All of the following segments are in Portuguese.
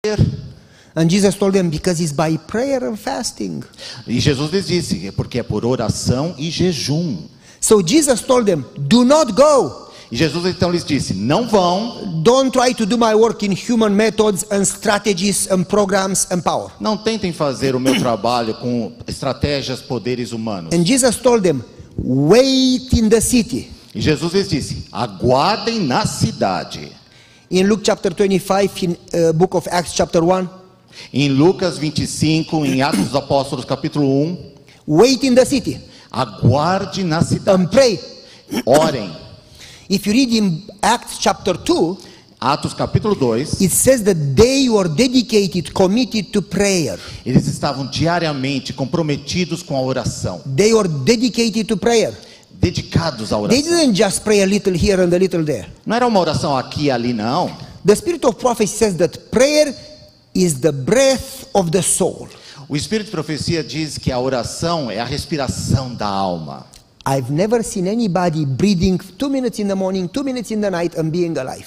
prayer. And Jesus told them, because it's by prayer and fasting. E Jesus lhes disse, é porque é por oração e jejum. So Jesus told them, do not go. E Jesus então lhes disse: Não vão, Don't try to do my work in human methods and strategies and programs and power. não tentem fazer o meu trabalho com estratégias, poderes humanos. And Jesus told them, wait in the city. E Jesus lhes disse: Aguardem na cidade. In Luke chapter 25, in uh, book of Acts chapter 1, Em Lucas 25, em Atos dos Apóstolos, capítulo 1, wait in the city aguarde na cidade. and pray. Orem. If you read in Acts chapter 2, Atos capítulo 2, it says that they were dedicated, committed to prayer. eles estavam diariamente comprometidos com a oração, They were dedicated to prayer. dedicados à They oração. didn't just pray a little here and a little there. Não era uma oração aqui e ali, não. The spirit of prophecy says that prayer is the breath of the soul. O Espírito de Profecia diz que a oração é a respiração da alma. I've never seen anybody breathing two minutes in the morning, two minutes in the night, and being alive.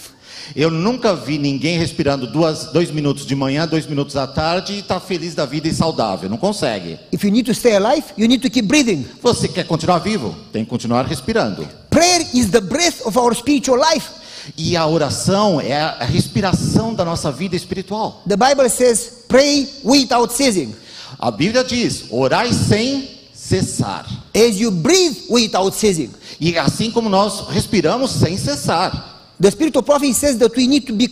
Eu nunca vi ninguém respirando duas, dois minutos de manhã, dois minutos à tarde e está feliz da vida e saudável. Não consegue. If you need to stay alive, you need to keep breathing. Você quer continuar vivo? Tem que continuar respirando. Prayer is the breath of our spiritual life. E a oração é a respiração da nossa vida espiritual. The Bible says, pray without ceasing. A Bíblia diz: orai sem cessar. As you breathe without ceasing. E assim como nós respiramos sem cessar. The spirit of prophecy says that we need to be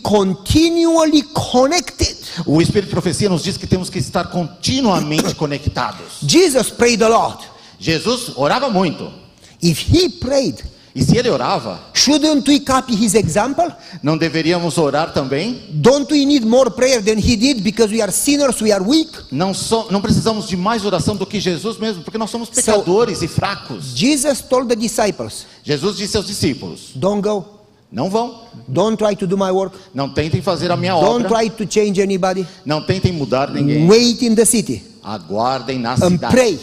continually connected. O Espírito de Profecia nos diz que temos que estar continuamente conectados. Jesus prayed a lot. Jesus orava muito. If he prayed, E se ele orava, shouldn't we copy his example? não deveríamos orar também? Don't we need more prayer than he did because we are sinners, we are weak? Não, so- não precisamos de mais oração do que Jesus mesmo, porque nós somos pecadores e fracos. Jesus told the disciples, Jesus disse aos discípulos: Don't go. Não vão, Don't try to do my work. não tentem fazer a minha Don't obra, try to change anybody. não tentem mudar ninguém. Wait in the city. Aguardem na And cidade. pray.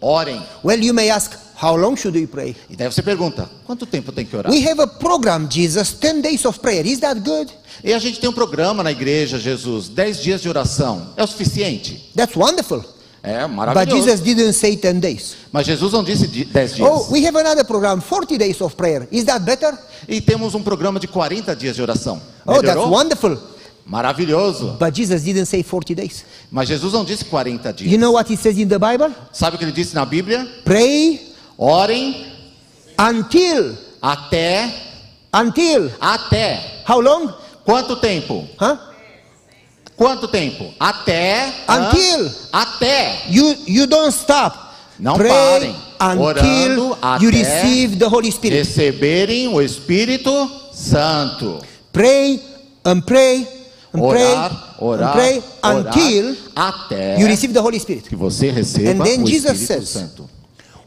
Orem. Well, you may ask, How long should we pray? E daí você pergunta: quanto tempo tem que orar? We have a program, Jesus, 10 days of prayer. Is that good? E a gente tem um programa na igreja, Jesus, 10 dias de oração. É o suficiente? That's wonderful. É But maravilhoso. Jesus didn't say 10 days. Mas Jesus não disse di- 10 dias. Oh, we have another program, 40 days of prayer. Is that better? E temos um programa de 40 dias de oração. Oh, that's Melhorou? wonderful. Maravilhoso. But Jesus didn't say 40 days. Mas Jesus não disse 40 dias. You know what he says in the Bible? Sabe o que ele disse na Bíblia? Pray Orem until até, until até. how long Quanto tempo? huh Quanto tempo? Até. hã? Until. Até. you you don't stop Não pray parem. until Orando até you receive the holy spirit Receberem o Espírito Santo. pray and pray and Orar, pray orar, and pray orar, until até you receive the holy spirit que você receba And then o Jesus Espírito says, Santo.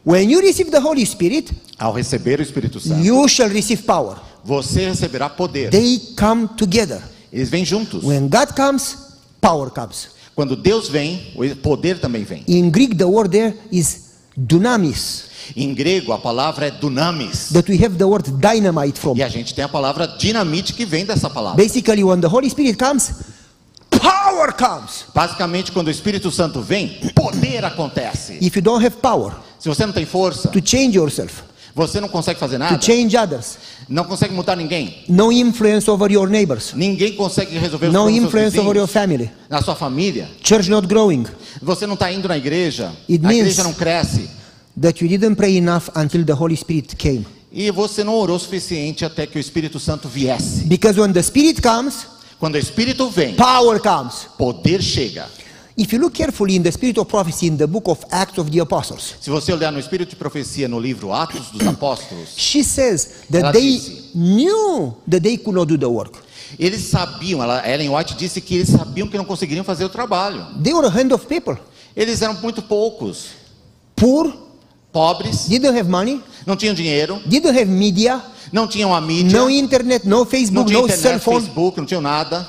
when you receive the holy spirit Ao receber o Espírito Santo, you shall receive power você receberá poder. they come together Eles vêm juntos. when god comes power comes Quando Deus vem, o poder também vem. in greek the word there is dunamis Em grego, a palavra é dunamis. that we have the word dynamite from E a gente tem a palavra dinamite que vem dessa palavra. Basically, when the Holy Spirit comes, power comes. Basicamente, quando o Espírito Santo vem, poder acontece. If you don't have power Se você não tem força, to change yourself, você não consegue fazer to nada, change others, não consegue mudar ninguém. no influence over your neighbors, Ninguém consegue resolver os no problemas dos influence seus over your vizinhos, family, na sua família. church not growing, Você não está indo na igreja, It a means- igreja não cresce. that you didn't pray enough until the Holy Spirit came. E você não orou o suficiente até que o Espírito Santo viesse. Because when the Spirit comes, Quando o Espírito vem, power comes. poder chega. If you look carefully in the spirit of prophecy in the book of Acts of the Apostles, Se você olhar no Espírito de Profecia no livro Atos dos Apóstolos, she says Ela that they disse. knew that they could not do the work. Eles sabiam, ela- Ellen White disse que eles sabiam que não conseguiriam fazer o trabalho. They were a hand of people, Eles eram muito poucos, poor, pobres, didn't have money, não tinham dinheiro, didn't have media, não tinham a mídia, no internet, no não Facebook, tinham no cell internet, phone, Facebook, não tinham nada,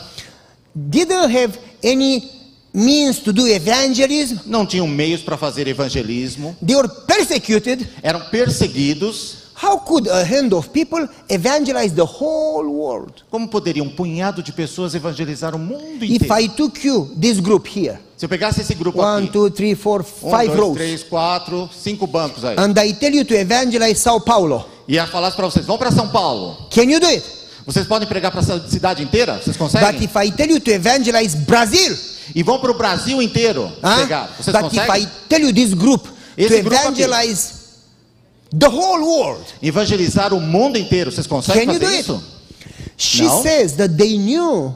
didn't have any means to do evangelism. não tinham meios para fazer evangelismo, They were persecuted. eram perseguidos. How could a hand of people evangelize the whole world? Como poderia um punhado de pessoas evangelizar o mundo If inteiro? I took you, this group here, Se eu pegasse esse grupo one, aqui, two, three, four, um, five dois, rows, três, quatro, cinco bancos aí, and I tell you to evangelize Sao Paulo, e ia falar para vocês, vão para São Paulo. can you do it? Vocês podem pregar para essa cidade inteira? Vocês But conseguem? if I tell you to evangelize Brazil, E vão para o Brasil inteiro huh? pregar. Vocês but if I conseguem? tell you this group Esse to grupo aqui. evangelize the whole world, Evangelizar o mundo inteiro, vocês conseguem Can you do fazer it? isso? she No. says that they knew,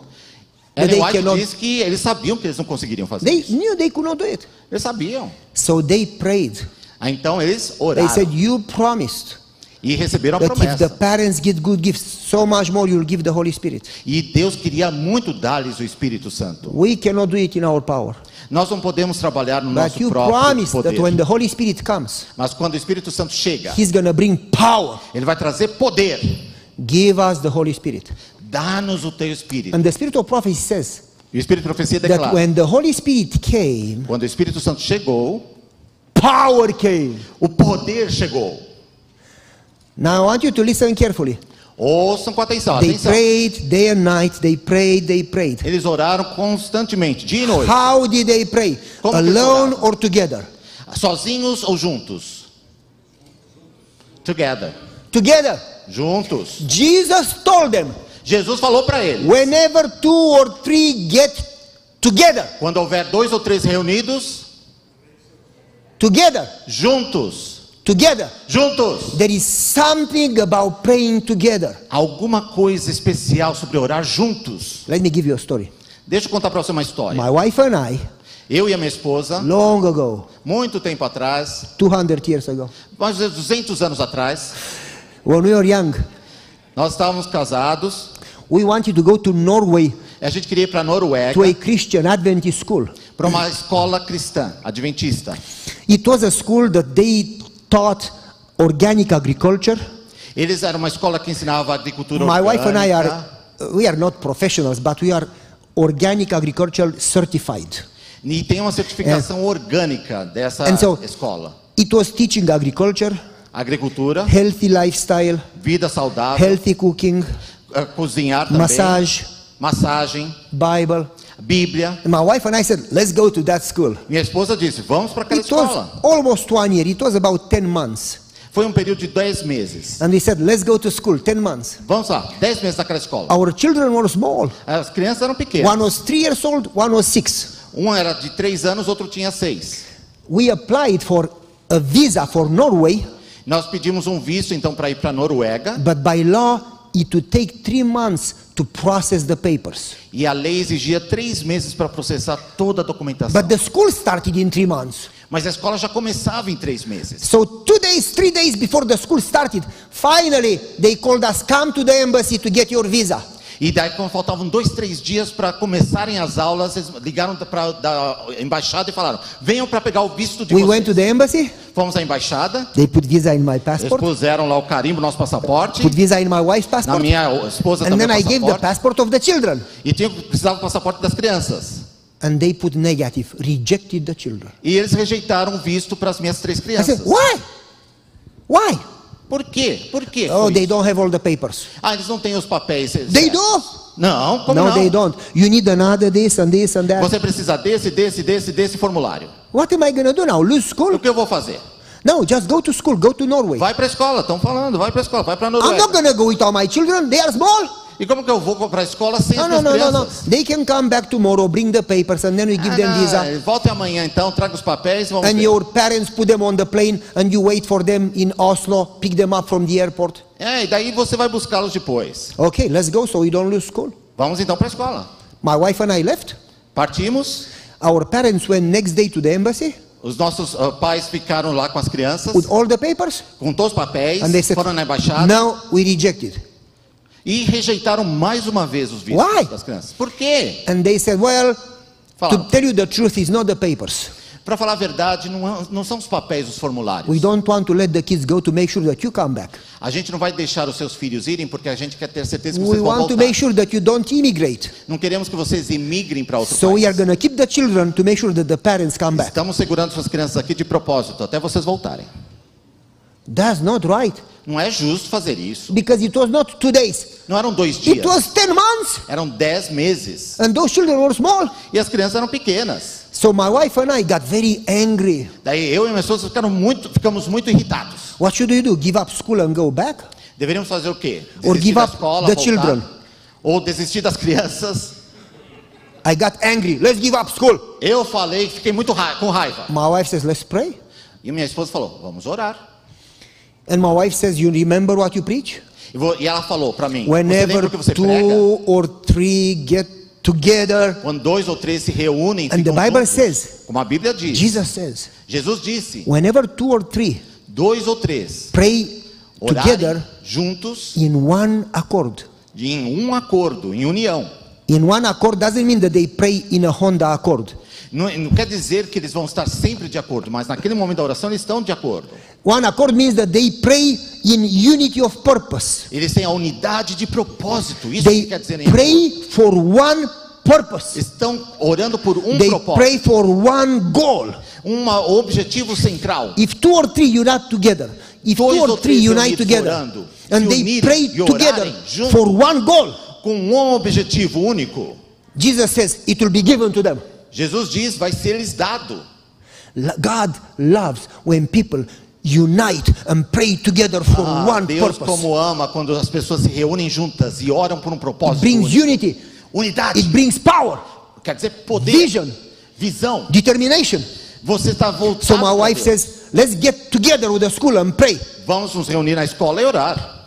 But Ellen they White cannot- diz que eles sabiam que eles não conseguiriam fazer they isso. knew they could not do it. Eles sabiam. So they prayed. Ah, Então eles They oraram said, You promised e receberam a that if promessa. the parents get good gifts, so much more you'll give the Holy Spirit. E Deus queria muito dar-lhes o Espírito Santo. We cannot do it in our power. Nós não podemos trabalhar no But nosso you próprio promised that when poder. the Holy Spirit comes, Mas quando o Espírito Santo chega, He's going to bring power. ele vai trazer poder. Give us the Holy Spirit. Dá-nos o teu Espírito. And the Spirit of prophecy says E o Espírito de profecia that declara. when the Holy Spirit came, Quando o Espírito Santo chegou, power came. o poder chegou. Now I want you to listen carefully. Ouçam com atenção, They atenção. prayed day and night. They prayed, they prayed. Eles oraram constantemente, dia e noite. How did they pray? Como que Alone oraram? or together? Sozinhos ou juntos? Together. Together. Juntos. Jesus told them, Jesus falou para ele: Whenever two or three get together, quando houver dois ou três reunidos, together, juntos. together, Juntos. there is something about praying together. Alguma coisa especial sobre orar juntos. Let me give you a story. Deixa eu contar para você uma história. My wife and I, Eu e a minha esposa, long ago, muito tempo atrás, 200 years ago, mais ou menos 200 anos atrás, when we were young, nós estávamos casados. we wanted to go to Norway A gente queria ir para a to Noruega, a Christian Adventist school. para uma escola cristã, adventista. It was a school that they taught organic agriculture. Eles eram uma escola que ensinava agricultura My wife and I orgânica. are, we are not professionals, but we are organic agriculture certified. E tem uma certificação orgânica dessa É. And so- escola. It was teaching agriculture, Agricultura, healthy lifestyle, vida saudável, healthy cooking, eh, cozinhar também, massage, massagem, Bible. Bíblia. And my wife and I said, let's go to that school. Minha esposa disse, vamos para aquela It was escola. almost one year. It was about 10 months. Foi um período de 10 meses. And we said, let's go to school, 10 months. Vamos lá, 10 meses naquela escola. Our children were small. As crianças eram pequenas. One was three years old, one was six. Um era de 3 anos, outro tinha 6. We applied for a visa for Norway, Nós pedimos um visto então para ir para a Noruega but by law, it would take three months to process the papers. e a lei exigia 3 meses para processar toda a documentação. But the school started in three months. Mas a escola já começava em 3 meses. So two days, three days before the school started, finally they called us, come to the embassy to get your visa. E daí, quando faltavam dois, três dias para começarem as aulas, eles ligaram para da embaixada e falaram: venham para pegar o visto de We vocês. went to the embassy, Fomos à embaixada, they put visa in my eles passport, puseram lá o carimbo, nosso passaporte, put visa in my wife's na passport, minha esposa and também then I o gave the passaporte, passport of the children. e tinha, precisava do passaporte das crianças. And they put negative, rejected the children. E eles rejeitaram o visto para as minhas três I said, crianças. why? Why? Por quê? Por quê? Oh, foi they isso? don't have all the papers. Ah, eles não têm os papéis. eles- They do? Não, como No, não? they don't. You need another this and this and that. Você precisa desse, desse, desse, desse formulário. What am I going to do now? Lose O school? que eu vou fazer? No, just go to school, go to Norway. Vai para a escola, estão falando, vai para a escola, vai para a I'm Noruega. not going to go with all my children, they are small. E como que eu vou para a escola sem No, as no, minhas no, no, no. crianças? They can come back tomorrow, bring the papers, and then we give them Ah, visa. Volte amanhã então, traga os papéis e vamos And ver. your parents put them on the plane, and you wait for them in Oslo, pick them up from the airport. É, e daí você vai buscá-los depois. Okay, let's go so we don't lose school. Vamos então para a escola. My wife and I left. Partimos, Our parents went next day to the embassy os nossos ah, pais ficaram lá com as crianças, with all the papers. com todos os papéis, And they said, foram na embaixada No, we rejected. e rejeitaram mais uma vez os vistos Why? das crianças. Por quê? And they said, well, to Falaram, tell you the truth, it's not the papers. para falar a verdade, não, é- não são os papéis, os formulários. We don't want to let the kids go to make sure that you come back. A gente não vai deixar os seus filhos irem porque a gente quer ter certeza que We vocês vão want voltar. to make sure that you don't immigrate. Não queremos que vocês imigrem para outro So país. we are going to keep the children to make sure that the parents come back. Estamos segurando suas crianças aqui de propósito, até vocês voltarem. That's not right. Não é justo fazer isso. Because it was not two days. Não eram dois It dias, was 10 months. eram dez meses. And those children were small. E as crianças eram pequenas. So my wife and I got very angry. Daí eu e minha esposa ficaram muito, ficamos muito irritados. What should we do? Give up school and go back? Deveríamos fazer o quê? Or give da up the children. Ou desistir das crianças. I got angry. Let's give up school. Eu falei, fiquei muito ra com raiva. My wife says, let's pray. E minha esposa falou, vamos orar. And my wife says, you remember what you preach? E, vou- e ela falou para mim, você lembra Whenever o que você prega? two or three get together, Quando dois ou três se reúnem, and the ficam Bible juntos. says, como a Bíblia diz, Jesus says, Jesus disse, whenever two or three dois ou três pray orarem together juntos in one accord. em um acordo, em união. In one accord doesn't mean that they pray in a Honda accord. Não, não quer dizer que eles vão estar sempre de acordo, mas naquele momento da oração eles estão de acordo. One accord means that they pray in unity of purpose. Eles têm a unidade de propósito. Isso They que quer dizer em pray for one purpose. Estão orando por um They propósito, pray for one goal. um objetivo central. If two or three unite together, if two Dois or ou three três unite reunidos together, orando, se and they unirem pray e orarem together juntos. for one goal, Com um objetivo único. Jesus says it will be given to them. Jesus diz, vai ser lhes dado. L- God loves when people unite and pray together for Ah, one Deus purpose. como ama quando as pessoas se reúnem juntas e oram por um It propósito. brings único. unity. Unidade It brings power, quer dizer poder, Vision. visão. determination. Você está voltado. So my pra Deus. wife says, let's get together with the school and pray. Vamos nos reunir na escola e orar.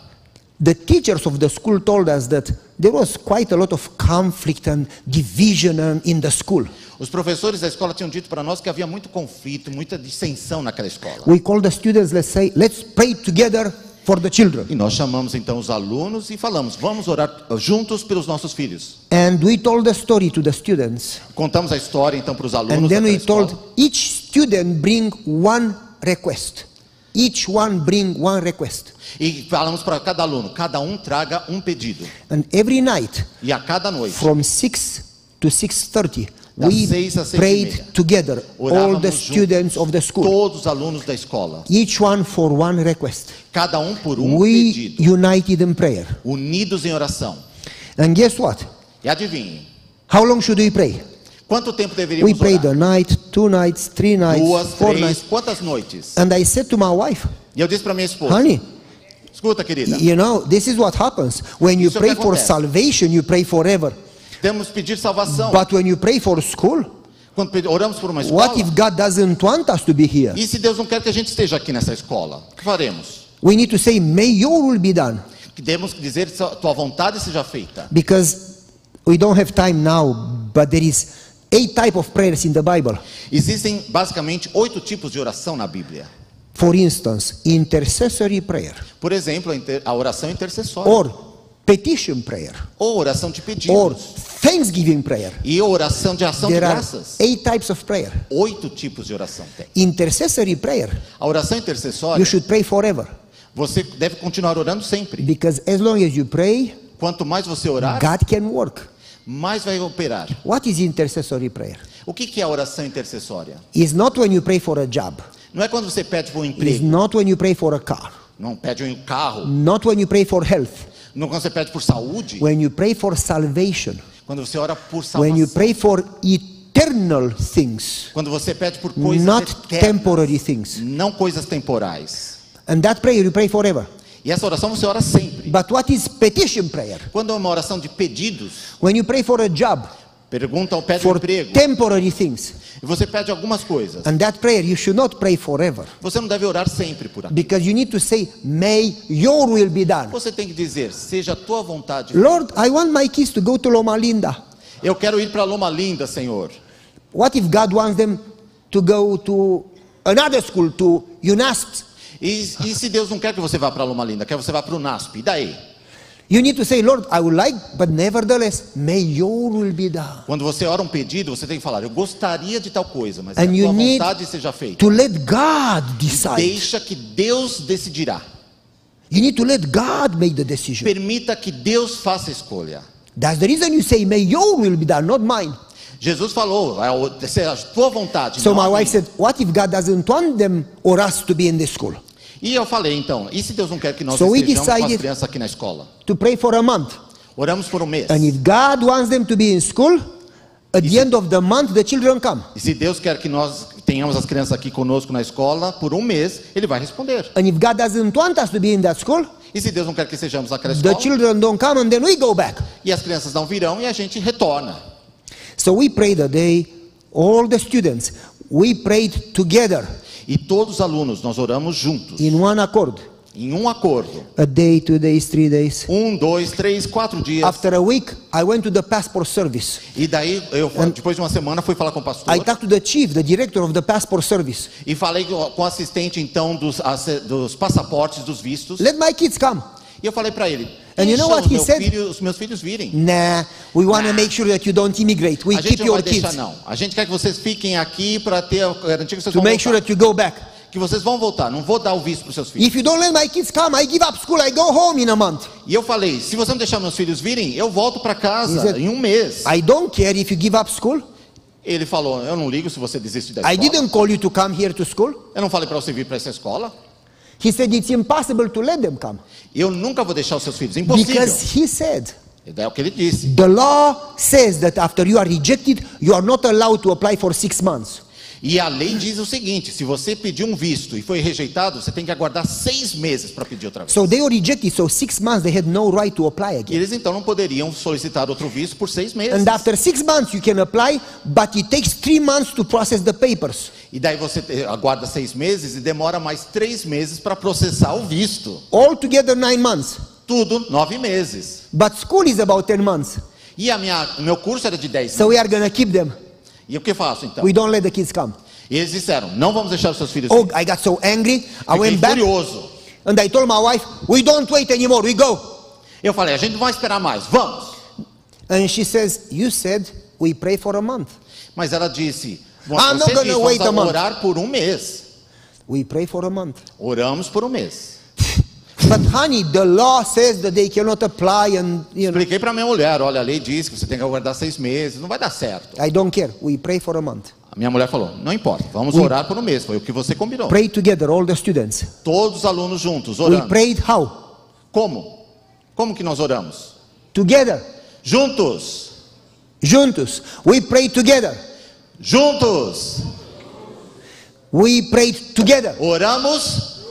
The teachers of the school told us that there was quite a lot of conflict and division and- in the school. Os professores da escola tinham dito para nós que havia muito conflito, muita dissensão naquela escola. We call the students, let's say, let's pray together for the children. E nós chamamos então os alunos e falamos: vamos orar juntos pelos nossos filhos. And we told the story to the students. Contamos a história então para os alunos. And then daquela we told escola. each student bring one request. Each one bring one request. E falamos para cada aluno: cada um traga um pedido. And every night E a cada noite, from 6 to 6:30 Das we seis às seis e prayed meia. together all Orávamos the juntos. students of the school. todos os alunos da escola, Each one for one request. cada um por um We pedido, united in prayer. unidos em oração. And guess what? E adivinhe, How long should we pray? quanto tempo We deveríamos prayed orar? a night, two nights, three nights, Duas, four três, nights. quantas noites? And I said to my wife, E eu disse para minha esposa: honey, escuta, querida, you know, this is what happens. When you Isso é o pray que for acontece. salvation, you pray forever. temos pedir salvação. But when you pray for school, Quando pedi- oramos por uma escola, what if God doesn't want us to be here? e se Deus não quer que a gente esteja aqui nessa escola, o que faremos? We need to say, may your will be done. Que Temos que dizer: "Só- tua vontade seja feita. Because we don't have time now, but there is eight type of prayers in the Bible. Existem basicamente oito tipos de oração na Bíblia. For instance, intercessory prayer Por exemplo, a inter- a oração intercessória, or petition prayer ou oração de or pedidos, thanksgiving prayer. e oração de ação de There are graças. eight types of prayer. Oito tipos de oração tem. Intercessory prayer, A oração you intercessória, should pray forever. você deve continuar orando sempre. Because as long as you pray, Quanto mais você orar, God can work. mais vai operar. What is intercessory prayer? O que que é a oração intercessória? It's not when you pray for a job. Não é quando você pede por um It's emprego, not when you pray for a car. não pede um carro, Not when you pray for health. não quando você pede por saúde, When you pray for salvation. quando você ora por salvação, When you pray for eternal things. quando você pede por coisas Not eternas, temporary things. não coisas temporais. And that prayer you pray forever. E essa oração você ora sempre. But what is petition prayer? Quando é uma oração de pedidos, When you pray for a job. perguntam, pede um For emprego, temporary things. e você pede algumas coisas. And that prayer you should not pray forever. Você não deve orar sempre por aquilo. Because you need to say, May your will be done. Você tem que dizer, seja a tua vontade. Lord, I want my kids to go to Loma Linda. Eu quero ir para Loma Linda, Senhor. What if God wants them to go to another school, to UNASP? E, e se Deus não quer que você vá para Loma Linda, quer que você vá para o NASP, e daí? You need to say, Lord, I would like, but nevertheless, may your will be done. Quando você ora um pedido, você tem que falar: Eu gostaria de tal coisa, mas And que a you tua need vontade seja feita. To let God decide. Deixa que Deus decidirá. You need to let God make the decision. Permita que Deus faça a escolha. That's the reason you say, may your will be done, not mine. Jesus falou: "É o- Seja a tua vontade. So não my a wife minha." said, what if God doesn't want them or us to be in this school? E eu falei, então, e se Deus não quer que nós So we estejamos com as decided- crianças aqui na escola? to pray for a month. Oramos por um mês. And if God wants them to be in school, at the end of the month, the children come. E se Deus quer que nós tenhamos as crianças aqui conosco na escola por um mês, Ele vai responder. And if God doesn't want us to be in that school, E se Deus não quer que sejamos naquela the escola, children don't come and then we go back. e as crianças não virão e a gente retorna. So we prayed a day, all the students, we prayed together E todos os alunos, nós oramos juntos, in one accord. em um acordo. A day, two days, three days. Um, dois, três, quatro dias. After a week, I went to the passport service. E daí, eu, depois de uma semana, fui falar com o pastor I talked to the chief, the director of the passport service. e falei com com o assistente, então, dos, ace- dos passaportes, dos vistos. Let my kids come. E eu falei para ele, And you "Deixa know what os, he meu said? filho- os meus filhos virem. Nah, we want to make sure that you don't immigrate. We a gente keep não your vai deixar, kids não. A gente quer que vocês fiquem aqui para ter garantir que vocês to vão voltar. make sure that you go back. Que vocês vão voltar. Não vou dar o visto para seus filhos. If you don't let my kids come, I give up school, I go home in a month. E eu falei, se você não deixar meus filhos virem, eu volto para casa He said- em um mês. I don't care if you give up school. Ele falou, eu não ligo se você desiste da I escola. didn't call you to come here to school. Eu não falei para você vir para essa escola. He said it's impossible to let them come Eu nunca vou deixar os seus filhos. Impossível. because he said É o que ele disse. the law says that after you are rejected, you are not allowed to apply for six months. E a lei diz o seguinte: se você pedir um visto e foi rejeitado, você tem que aguardar seis meses para pedir outra vez. So they were rejected. So six months they had no right to apply E again. eles então não poderiam solicitar outro visto por seis meses. And after six months you can apply, but it takes three months to process the papers. E daí você te- aguarda seis meses e demora mais três meses para processar o visto. Altogether nine months. Tudo nove meses. But school is about ten months. E a minha, o meu curso era de dez So meses. we are gonna keep them. E o que faço então? We don't let the kids come. E eles disseram: não vamos deixar os seus filhos. Oh, vir. I got so angry. I Fiquei went back furioso. and I told my wife, we don't wait anymore. We go. Eu falei: a gente não vai esperar mais, vamos. And she says, You said we pray for a month. Mas ela disse: Ah, não, você não, disse, não, vamos wait a month." orar por um mês. We pray for a month. Oramos por um mês. But honey, the law says that they cannot apply and you know Expliquei para minha mulher, olha, a lei diz que você tem que aguardar seis meses, não vai dar certo. I don't care. We pray for a month. A minha mulher falou, não importa, vamos We- orar por um mês, foi o que você combinou. Pray together, all the students. Todos os alunos juntos, We orando. prayed how? Como? Como que nós oramos? Together. Juntos! Juntos. We prayed together. Juntos! We prayed together Oramos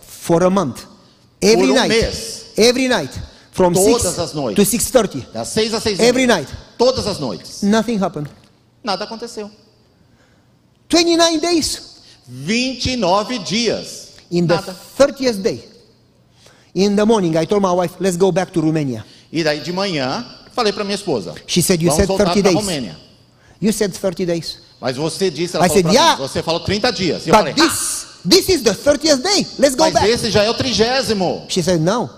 for a month. por Every um night. mês. Every night. From Todas 6 as noites. to 6.30. Das seis às seis e Every meia. night. Todas as noites. Nothing happened. Nada aconteceu. 29 days. 29 dias. In the Nada. 30th day. In the morning, I told my wife, let's go back to Romania. E daí de manhã, falei para minha esposa, She said, "You vamos said voltar 30 para a days." Romênia. You said 30 days. Mas você disse, ela I falou said, pra mim, "Yeah." você falou 30 dias. E eu falei, But this, this is the 30th day. Let's go Mas back. esse já é o trigésimo. She said, no,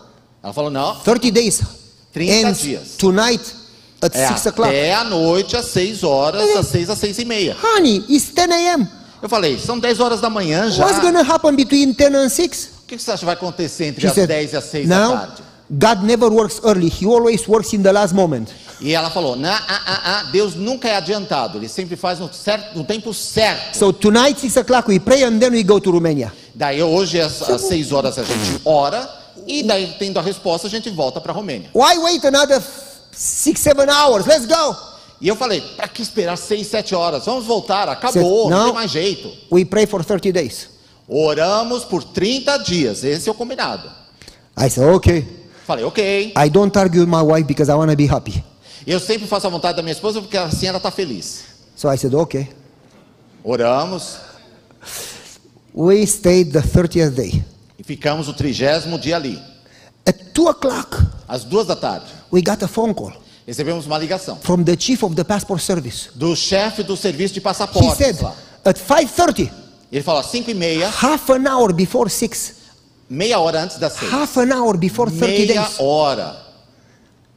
Ela falou, não. 30 days 30 ends dias. tonight at É 6 o'clock. até a noite, às 6 horas, É. às 6 às 6 e meia. Honey, it's 10 a.m. Eu falei, são 10 horas da manhã já. What's going to happen between 10 and 6? O que você acha que vai acontecer entre She as said, 10 e as 6 da no, tarde? God never works early. He always works in the last moment. E ela falou, não, ah, ah, ah, Deus nunca é adiantado. Ele sempre faz no, certo, no tempo certo. So tonight, 6 o'clock, we pray and then we go to Romania. Daí hoje, às, às 6 horas, a gente ora. E daí, tendo a resposta, a gente volta para a Romênia. Why wait another f- 6, 7 hours? Let's go. E eu falei, para que esperar 6, 7 horas? Vamos voltar, Said, acabou, não "No." tem mais jeito. We pray for 30 days. Oramos por 30 dias, esse é o combinado. I said, okay. Falei, ok. I don't argue with my wife because I want to be happy. Eu sempre faço a vontade da minha esposa porque assim ela está feliz. So I said, okay. Oramos We stayed the 30th day. e ficamos o trigésimo dia ali, At 2 o'clock, às duas da tarde. we got a phone call Recebemos uma ligação from the chief of the passport service. do chefe do serviço de He passaportes said, lá. at 5.30, Ele falou às cinco e meia, half an hour before 6, meia hora antes das seis. half an hour before 30 Meia days, hora.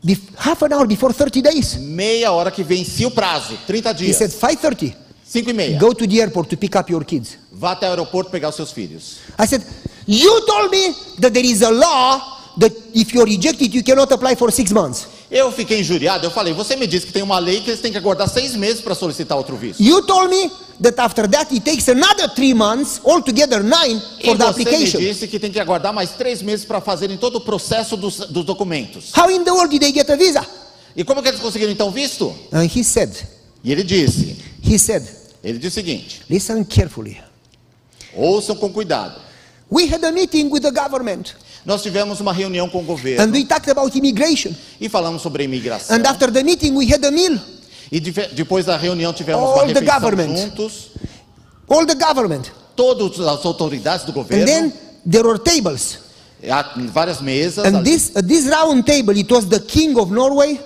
Bef- half an hour before 30 days. Meia hora que vencia o prazo, 30 He said, dias. 5.30, Cinco e meia. go to the airport to pick up your kids. Vá até o aeroporto pegar os seus filhos. I said, you told me that there is a law that if you're rejected, you cannot apply for six months. Eu fiquei injuriado. Eu falei, você me disse que tem uma lei que eles têm que aguardar seis meses para solicitar outro visto. You told me that after that it takes another three months, altogether nine, E for the você me application. disse que tem que aguardar mais três meses para fazerem todo o processo dos, dos documentos. How in the world did they get a visa? E como que eles conseguiram então visto? And he said, E ele disse, he said, ele disse o seguinte, listen carefully. ouçam com cuidado. We had a meeting with the government Nós tivemos uma reunião com o and governo we talked about immigration. e falamos sobre a imigração. And after the meeting we had a meal. E dife- depois da reunião tivemos All uma the refeição government. juntos, All the government. todas as autoridades do And then governo, there were tables. há várias mesas, And ali. this at this round table it was the king of Norway,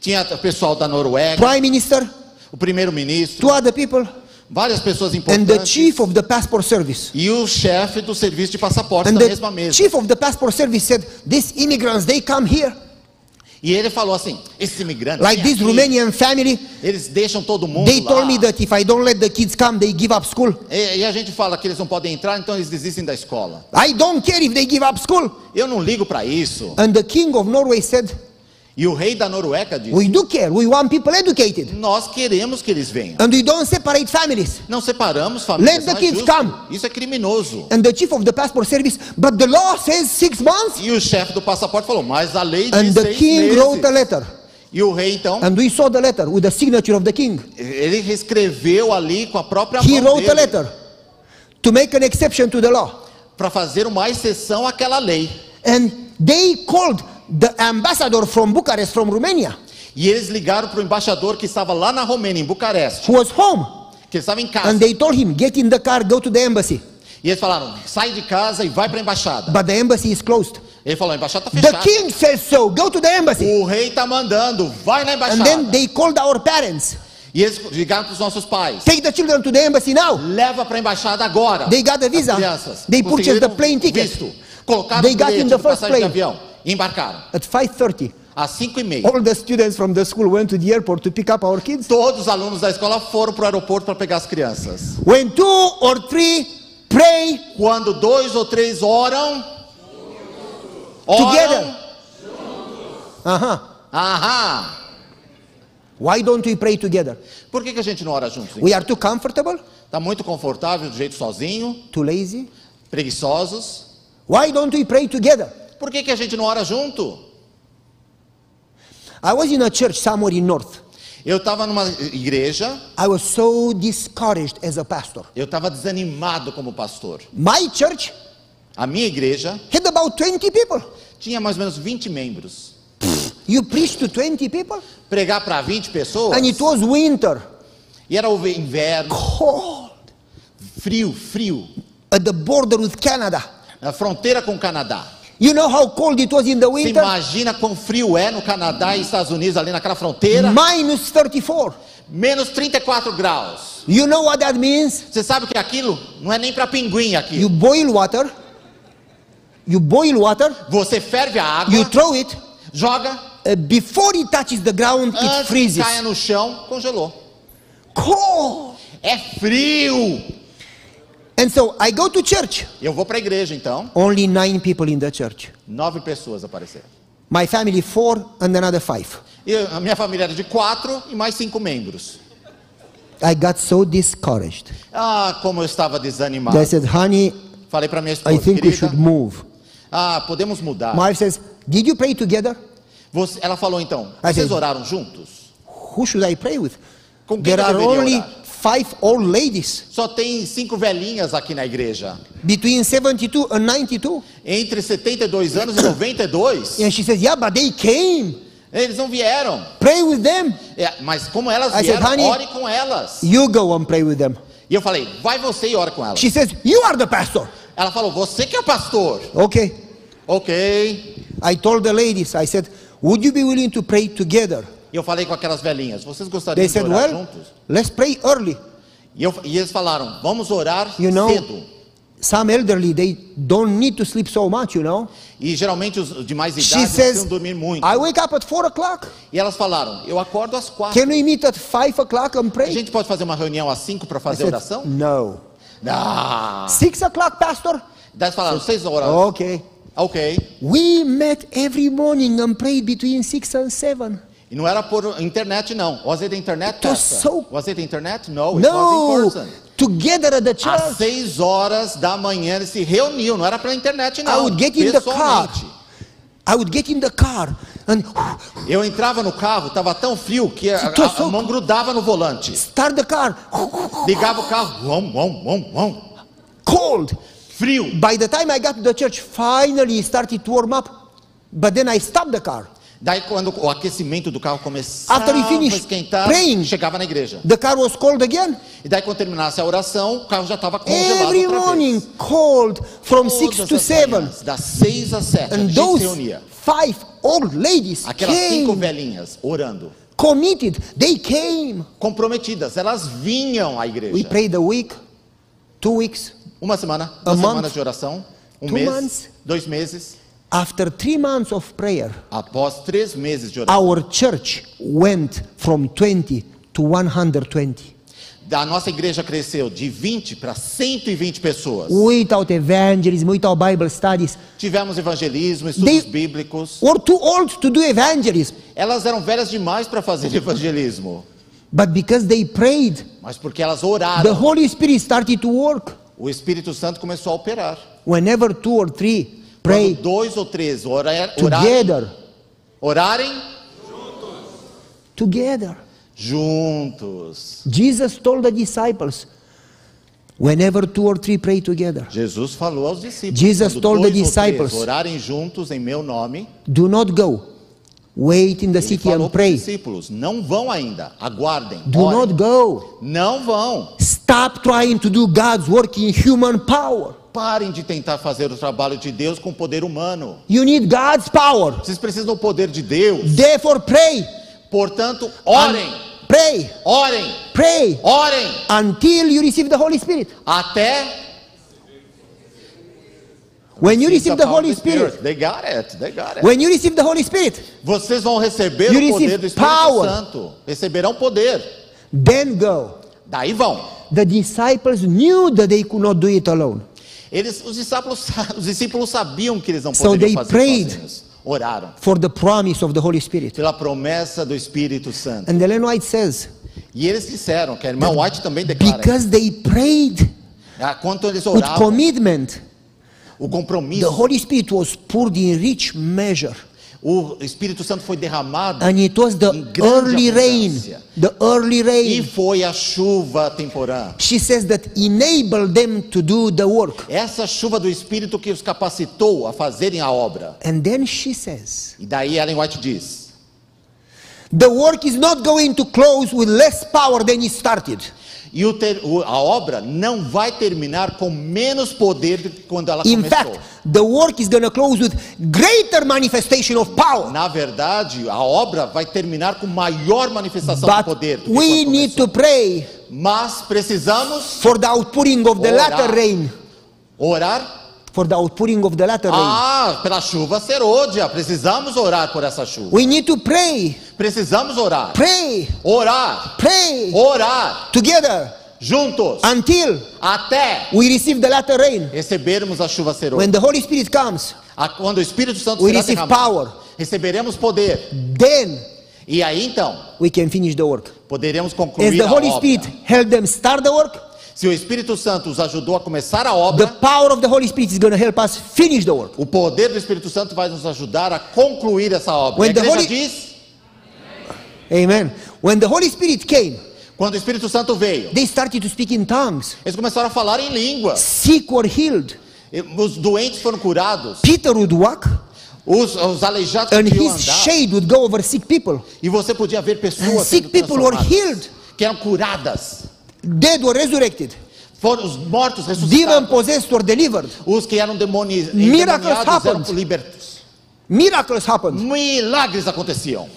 tinha o pessoal da Noruega, prime minister, o primeiro-ministro, two other people, várias pessoas and the importantes chief of the passport service. e o chefe do serviço de passaporte And na mesma the mesa. chief of the passport service said, these immigrants, they come here, E ele falou assim: esses imigrantes, like vem this aqui, Romanian family, eles deixam todo mundo they lá. told me that if I don't let the kids come, they give up school. E, e a gente fala que eles não podem entrar, então eles desistem da escola. I don't care if they give up school. Eu não ligo para isso. And the king of Norway said, E o rei da Noruega disse: we do care, we want people educated, nós queremos que eles venham. and we don't separate families. Não separamos famílias. Let the não é kids justo. come. Isso é criminoso. And the chief of the passport service, but the law says six months, E o chefe do passaporte falou: mas a lei diz and the seis king meses. wrote a letter. E o rei então, And we saw the letter with the signature of the king. ele reescreveu ali com a própria He mão wrote a dele letter to make an exception to the law. para fazer uma exceção àquela lei. And they called the ambassador from Bucharest, from Romania, E eles ligaram para o embaixador que estava lá na Romênia, em Bucareste, who was home. que ele estava em casa. And they told him, get in the car, go to the embassy. E eles falaram: sai de casa e vai para a embaixada. But the embassy is closed. Ele falou: a embaixada está The fechada. king says so, go to the embassy. O rei está mandando, vai na And embaixada. then they called our parents, E eles ligaram para os nossos pais. take the children to the embassy now. Leva para a embaixada agora. They got a visa. As crianças. They Conseguiram purchased the plane ticket. Visto. Colocaram They o got bilhete in the do first passagem de plane. avião. E embarcaram. At 5.30, Às 5 e meia. all the students from the school went to the airport to pick up our kids. Todos os alunos da escola foram para o aeroporto para pegar as crianças. When two or three pray Quando dois ou três oram... Together. Oram... Uh-huh. Aham. Why don't we pray together? Por que, que a gente não ora juntos? We are too comfortable, Está muito confortável, do jeito sozinho, too lazy. preguiçosos. Why don't we pray together? Por que, que a gente não ora junto? I was in a church somewhere in north. Eu estava numa igreja... I was so discouraged as a pastor. Eu estava desanimado como pastor. My church A minha igreja had about 20 people. tinha mais ou menos 20 membros. You preach to 20 people? Pregar para 20 pessoas And it was winter, e era o inverno, cold, frio, frio, at the border with Canada. na fronteira com o Canadá. You know how cold it was in the Você winter? imagina quão frio é no Canadá e Estados Unidos ali naquela fronteira? Minus 34. Menos 34 graus. You know what that means? Você sabe que aquilo não é nem para pinguim aqui. You boil water, you boil water, Você ferve a água, you throw it. joga, uh, before it touches the ground, it antes que freezes. caia no chão, congelou. Cold. É frio. And so I go to church. Eu vou para a igreja então. Only nine people in the church. Nove pessoas apareceram. My family, four, and another five. E a minha família era de quatro e mais cinco membros. I got so discouraged. Ah, como eu estava I desanimado. said, honey, Falei para minha I esposa, think we querida, should move. Oh, ah, podemos mudar. My wife says, Did you pray together? Você- ela falou então, Aí vocês ele- oraram juntos? Who should I pray with? Com quem There eu are deveria only orar? five old ladies Só tem cinco velhinhas aqui na igreja. between 72 and 92. Entre 72 anos e 92, And she says, Yeah, but they came. eles não vieram. Pray with them. É, mas como elas Aí você, vieram, Vani- ore com elas. You go and pray with them. E eu falei, vai você e ora com elas. She says, You are the pastor. Ela falou, você que é o pastor. Okay. Ok. I told the ladies, I said, Would you be willing to pray together? E eu falei com aquelas velhinhas, vocês gostariam They de said, orar Well, juntos? let's pray early. E, eu- e eles falaram, vamos orar You know- cedo. Some elderly, they don't need to sleep so much, you know. E geralmente os de mais idade She precisam says, dormir muito. I wake up at 4 o'clock. E elas falaram, eu acordo às quatro. Can we meet at 5 o'clock and A pray? gente pode fazer uma reunião às cinco para I fazer said, oração? Ah. no. Não. 6 o'clock, pastor? Daí elas falaram, seis horas. Ah, Okay. Ok. We met every morning and prayed between 6 and 7. E não era por internet, não. Was it internet, é It was Pastor? so- Was it internet? No, Oh, it No, was in person. together at the Às church. seis horas da manhã eles se reuniam, não era pela internet, não. I would get in the car. pessoalmente. I would get in the car and Eu entrava no carro, estava tão frio que a, Tô a- só- a mão grudava no volante. start the car. Ligava o carro, uom, uom, uom, uom. Cold. Frio. By the time I got to the church, finally it started to warm up. But then I stopped the car. Daí quando o aquecimento do carro começava After we finish a esquentar, praying. chegava na igreja. The car was cold again. E daí quando terminasse a oração, o carro já estava congelado Every outra morning, vez. cold from 6 Todas to as 7. manhãs, Das seis às sete, a And gente se those reunia. five old ladies Aquelas cinco came, velhinhas orando, committed. They came. comprometidas, elas vinham à We igreja. prayed a week, two weeks. Uma semana, duas month. semanas de oração, um Two mês, months. dois meses. After three months of prayer, Após três meses de oração, our church went from 20 to 120 a nossa igreja cresceu de 20 para 120 pessoas. without evangelism, without Bible studies. Tivemos evangelismo, estudos They- bíblicos. We're too old to do evangelism, Elas eram velhas demais para fazer evangelismo, but because they prayed, mas porque elas the oraram, Holy Spirit started to work. o Espírito Santo começou a operar. Whenever two or three Quando pray dois ou três orar, orarem, together, orarem together. juntos. Jesus told the disciples, whenever two or three pray together, Jesus falou aos discípulos. Jesus quando told the dois ou três disciples. orarem juntos em meu nome. do not go. Wait in the Ele city falou para and os pray. discípulos, não vão ainda, aguardem. Do orem. not go. Não vão. Stop trying to do God's work in human power. Parem de tentar fazer o trabalho de Deus com poder humano. You need God's power. Vocês precisam do poder de Deus. Therefore, pray. Portanto, orem, And Pray. orem, Pray. orem Until you receive the Holy Spirit. até When you receive the power Holy of the Spirit. They got it, they got it. When you receive the Holy Spirit, Vocês vão receber You o poder receive do Espírito power. Santo. Receberão poder. then go. Daí vão. The disciples knew that they could not do it alone. Eles, os discípulos, sa- os discípulos sabiam que eles não So poderiam they fazer prayed. sozinhos. Oraram For the promise of the Holy Spirit. pela promessa do Espírito Santo. And Ellen White says, E eles disseram que a irmã White também declara. because they prayed Ah, Quanto eles with oravam, commitment, o the compromisso, Holy Spirit was poured in rich measure. o Espírito Santo foi derramado And it was the Em grande early rain. abundância. The early e rain. foi a chuva temporã. She says that enabled them to do the work. Essa chuva do Espírito que os capacitou a fazerem a obra. And then she says, E daí Ellen White diz: the work is not going to close with less power than it started. e o ter- o- a obra não vai terminar com menos poder do que quando ela In começou. fact, the work is going to close with greater manifestation of power. Na verdade, a obra vai terminar com maior manifestação de But poder. do que we quando need começou. to pray Mas precisamos for the outpouring of the Ora. latter rain. orar. For the outpouring of the latter rain. Ah, pela chuva serôdia. Precisamos orar por essa chuva. We need to pray, Precisamos orar. pray, Orar. pray Orar. together Juntos. until Até we receive the latter rain. recebermos a chuva serôdia. When the Holy Spirit comes, A- Quando o Espírito Santo We será receive derramado, power. receberemos poder. then E aí então, we can finish the work. poderemos concluir As the a Holy obra. Spirit helped them start the work, Se o Espírito Santo os ajudou a começar a the obra, power of the Holy Spirit is going to help us finish the work. o poder do Espírito Santo vai nos ajudar a concluir essa obra. When a the igreja Holy- diz, Amen. When the Holy Spirit came, quando o Espírito Santo veio, they started to speak in tongues. eles começaram a falar em língua. Sick were healed. E Os doentes foram curados, Peter would walk, os, os aleijados and podiam his andar. shade would go over sick people. E você podia ver And pessoas sick sendo people were transformadas, healed. que eram curadas. Dead were resurrected. Foram os mortos Demon ressuscitados. possessed were delivered. Os que eram demonizados Miracles eram happened. libertos. Miracles happened. Milagres aconteciam.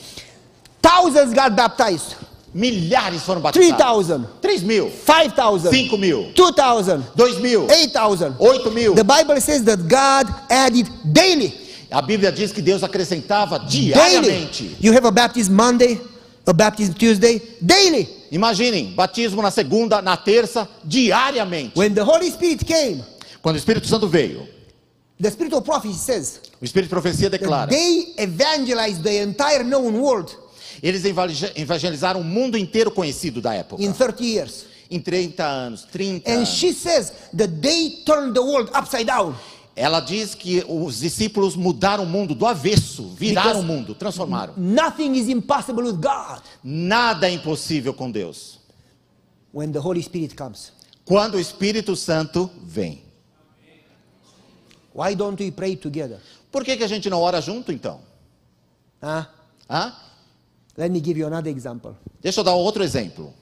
Thousands got baptized. Milhares foram Three batizados. thousand, 3 mil, five thousand, 5 mil, two thousand, 2 mil, eight thousand. 8 mil. The Bible says that God added daily. A Bíblia diz que Deus acrescentava Daily. diariamente. You have a baptism Monday, a baptism Tuesday, daily. Imaginem, batismo na segunda, na terça, diariamente. When the Holy Spirit came, Quando o Espírito Santo veio, The spirit of prophecy says O Espírito de Profecia that declara: they evangelized the entire known world eles evangel- evangelizaram o mundo inteiro conhecido da época, in 30 years. em 30 anos, 30 And anos. she says that they turned the world upside down Ela diz que os discípulos mudaram o mundo do avesso, viraram o mundo, transformaram. Nothing is impossible with God Nada é impossível com Deus. when the Holy Spirit comes. Quando o Espírito Santo vem. Why don't we pray together? Por que, que a gente não ora junto então? Huh? Hã? Let me give you another example. Deixa eu dar um outro exemplo.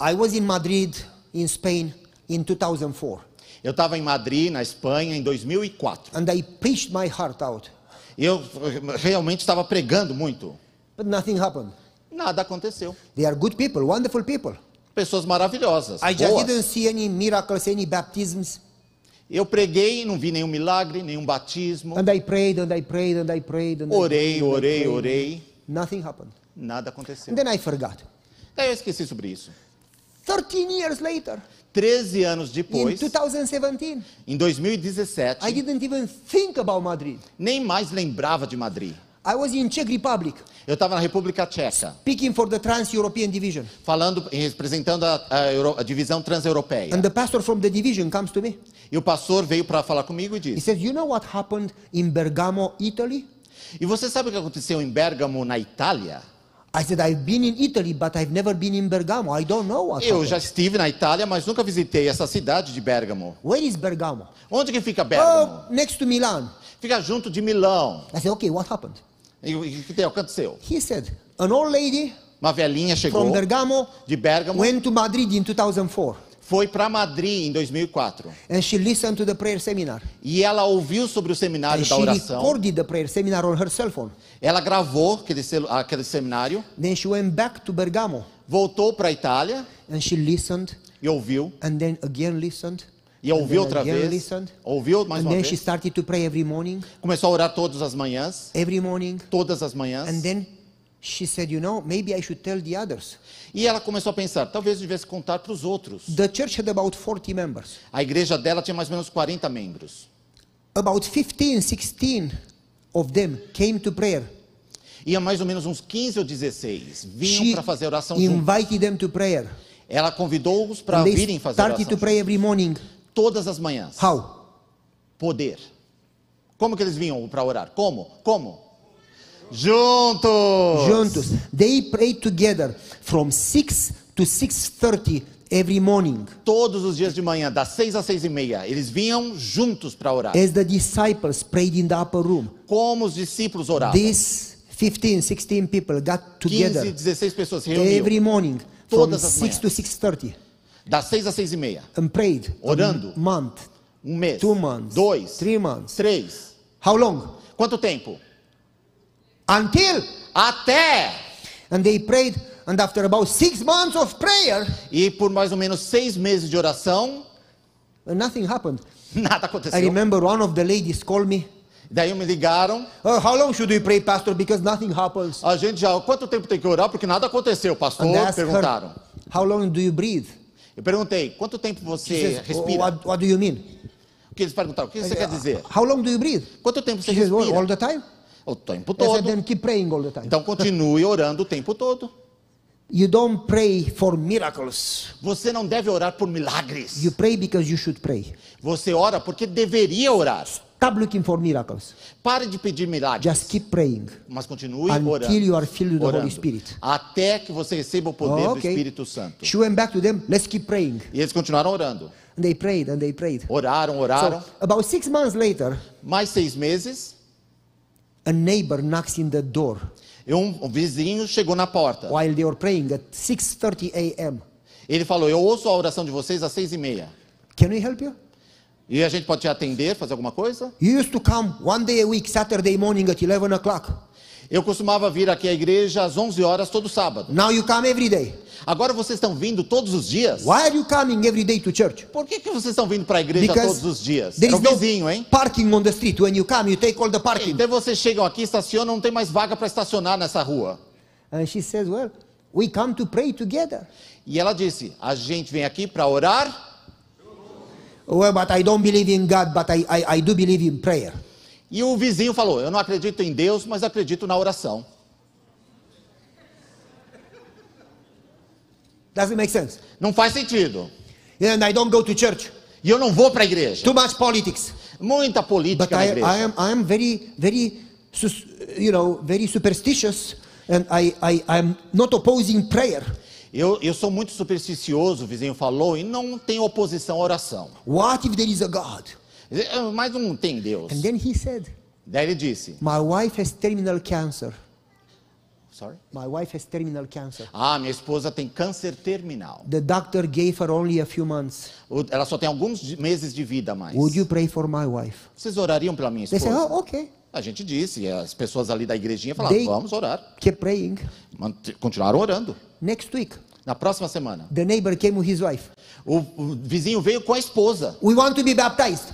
I was in Madrid, in Spain, in 2004, Eu estava em Madrid, na Espanha, em 2004. and I preached my heart out, Eu eh, realmente estava pregando muito. but nothing happened. Nada aconteceu. They are good people, wonderful people. Pessoas maravilhosas. I just boas. didn't see any miracles, any baptisms. Eu preguei, não vi nenhum milagre, nenhum batismo. And I prayed and I prayed and I prayed and I prayed, Orei, and I orei, prayed. orei. Nothing happened. Nada aconteceu. And then I forgot. Daí eu esqueci sobre isso. 13 years later, 13 anos in depois, tá- 2017, em I 2017, didn't even think about Madrid. nem mais lembrava de Madrid. I was in Czech Republic, Eu estava na República Tcheca, speaking for the Trans-European Division. falando, representando a, a Euro- a divisão transeuropeia. And the pastor from the division comes to me. E o pastor veio para falar comigo e He disse: says, You know what happened in Bergamo, Italy? E você sabe o que aconteceu em Bergamo, na Itália? I said, I've been in Italy, but I've never been in Bergamo. I don't know what Eu happened. já estive na Itália, mas nunca visitei essa cidade de Bergamo. Where is Bergamo? Onde que fica Bergamo? Oh, next to Milan. Fica junto de Milão. I said, Okay, what happened? E o e o que tem- aconteceu? He said, An old lady Uma velhinha from chegou Bergamo de Bergamo, went to Madrid in 2004 foi para Madrid em 2004. and she listened to the prayer seminar. E ela ouviu sobre o And seminário da she oração. recorded the prayer seminar on her cell phone. Ela gravou aquele, selo- aquele seminário, Then she went back to Bergamo voltou para a Itália and she listened e ouviu. and then again listened. E and then ouviu outra again vez. listened. Ouviu mais And uma then she vez. started to pray every morning, Começou a orar todas as manhãs. every morning. Todas as manhãs. And then she said, You know, maybe I should tell the others. E ela começou a pensar, talvez eu devesse contar para os outros. The church had about 40 members. A igreja dela tinha mais ou menos 40 membros. About 15, 16 of them came to prayer. Ia mais ou menos uns 15 ou 16. Vinham She para fazer oração junto. invited them to prayer. Ela convidou-os para And virem they fazer oração started to pray every morning. junto. todas as manhãs. How? Poder. Como que eles vinham para orar? Como? Como? Juntos! Juntos. They prayed together from 6 to 6.30 every morning. Todos os dias de manhã, das 6 às 6 e meia, eles vinham juntos para orar. As the disciples prayed in the upper room, Como os discípulos oravam. these 15, 16 people got 15, together 16 pessoas se every reuniam. morning from Todas as 6 to 6.30 Das 6 às 6 e meia. and prayed Orando. a month, Um mês. two months, Dois. three months. Três. How long? Quanto tempo? Until. Até! And they prayed, and after about six months of prayer, E por mais ou menos seis meses de oração, nothing happened. nada I aconteceu. remember one of the ladies called me. Daí me ligaram. Oh, how long should we pray, Pastor? Because nothing happens. A gente já, quanto tempo tem que orar? Porque nada aconteceu, pastor. And they asked Perguntaram. her, How long do you breathe? Eu perguntei, quanto tempo você She says, "Oh, respira? what, what do you mean? O que eles perguntaram? O que você quer dizer? How long do you breathe? Quanto tempo você She says, "All- all respira? the time. O tempo I said, todo. then keep praying all the time. Então continue orando o tempo todo. You don't pray for miracles. Você não deve orar por milagres. You pray because you should pray. Você ora porque deveria orar. Stop looking for miracles. Pare de pedir milagres, Just keep praying. mas continue Until orando. you are filled with the Holy orando, Spirit. Até que você receba o poder Oh, do okay. Espírito Santo. She went back to them. Let's keep praying. E eles continuaram orando. And they prayed and they prayed. Oraram, oraram. So, about six months later, Mais seis meses, a neighbor knocks in the door um, um vizinho chegou na porta. while they were praying at 6:30 a.m. Ele falou: Eu ouço a oração de vocês às seis e meia. Can we help you? E a gente pode te atender, fazer alguma coisa? You used to come one day a week, Saturday morning at 11 o'clock. Eu costumava vir aqui à igreja às 11 horas todo sábado. Now you come every day. Agora vocês estão vindo todos os dias? Why are you coming every day to church? Por que, que vocês estão vindo para a igreja todos os dias? there Era o is no vizinho, hein? parking on the street. When you come, you take all the parking. Então vocês chegam aqui, estacionam, não tem mais vaga para estacionar nessa rua. And she says, Well, we come to pray together. E ela disse: A gente vem aqui para orar Well, but I don't believe in God, but I, I, I do believe in prayer. E o vizinho falou: Eu não acredito em Deus, mas acredito na oração. Does it make sense? Não faz sentido. And I don't go to church. E eu não vou para a igreja. Too much politics. Muita política But na I, igreja. I am I am very very sus, you know very superstitious, and I I I'm not opposing prayer. Eu, eu sou muito supersticioso, o vizinho falou, e não tem oposição à oração. What if there is a God? Eh, Mas não tem Deus. And then he said, Daí ele disse: My wife has terminal cancer. Sorry. My wife has terminal cancer. Ah, minha esposa tem câncer terminal. The doctor gave her only a few months. O- Ela só tem alguns de- meses de vida a mais. Would you pray for my wife? Vocês orariam pela minha They said, esposa? Oh, okay. A gente disse, e as pessoas ali da igrejinha falaram: They- Vamos orar. Kept praying. Mant- Continuaram orando. Next week, Na próxima semana, the neighbor came with his wife. o, o vizinho veio com a esposa. We want to be baptized.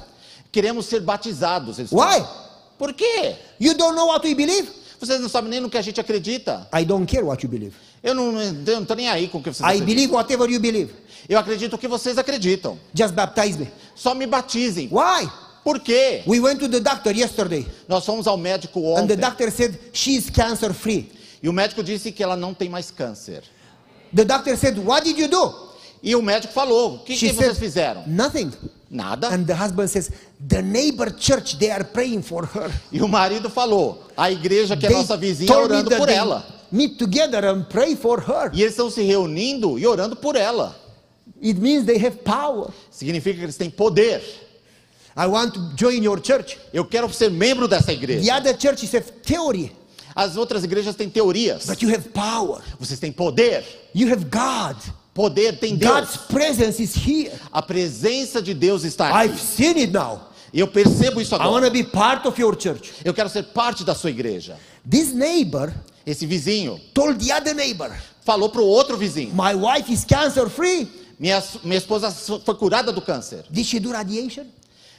Queremos ser batizados. Eles Why? falaram. Por quê? You don't know what we believe? Vocês não sabem nem no que a gente acredita. I don't care what you believe. Eu não, eu não tô nem aí com o que vocês I acreditam. believe whatever you believe. Eu acredito que vocês acreditam. Just baptize me. Só me batizem. Why? Por quê? We went to the doctor yesterday, Nós fomos ao médico and ontem the doctor said she is cancer free. e o médico disse que ela não tem mais câncer. The doctor said, What did you do? E o médico falou: o que, que vocês fizeram? Nothing. Nada. And the husband says, The neighbor church, they are praying for her. E o marido falou: a igreja que é nossa vizinha told me orando that por they ela. Meet together and pray for her. E eles estão se reunindo e orando por ela. It means they have power. Significa que eles têm poder. I want to join your church. Eu quero ser membro dessa The igreja. other churches have theory, As outras igrejas têm teorias. but you have power. Vocês têm poder. You have God. Poder tem Deus. God's presence is here. A presença de Deus está aqui. I've seen it now. Eu percebo isso I want agora. to be part of your church. Eu quero ser parte da sua igreja. This neighbor Esse vizinho told the other neighbor, falou para o outro vizinho: My wife is cancer free. minha, minha esposa foi curada do câncer. Did she do radiation?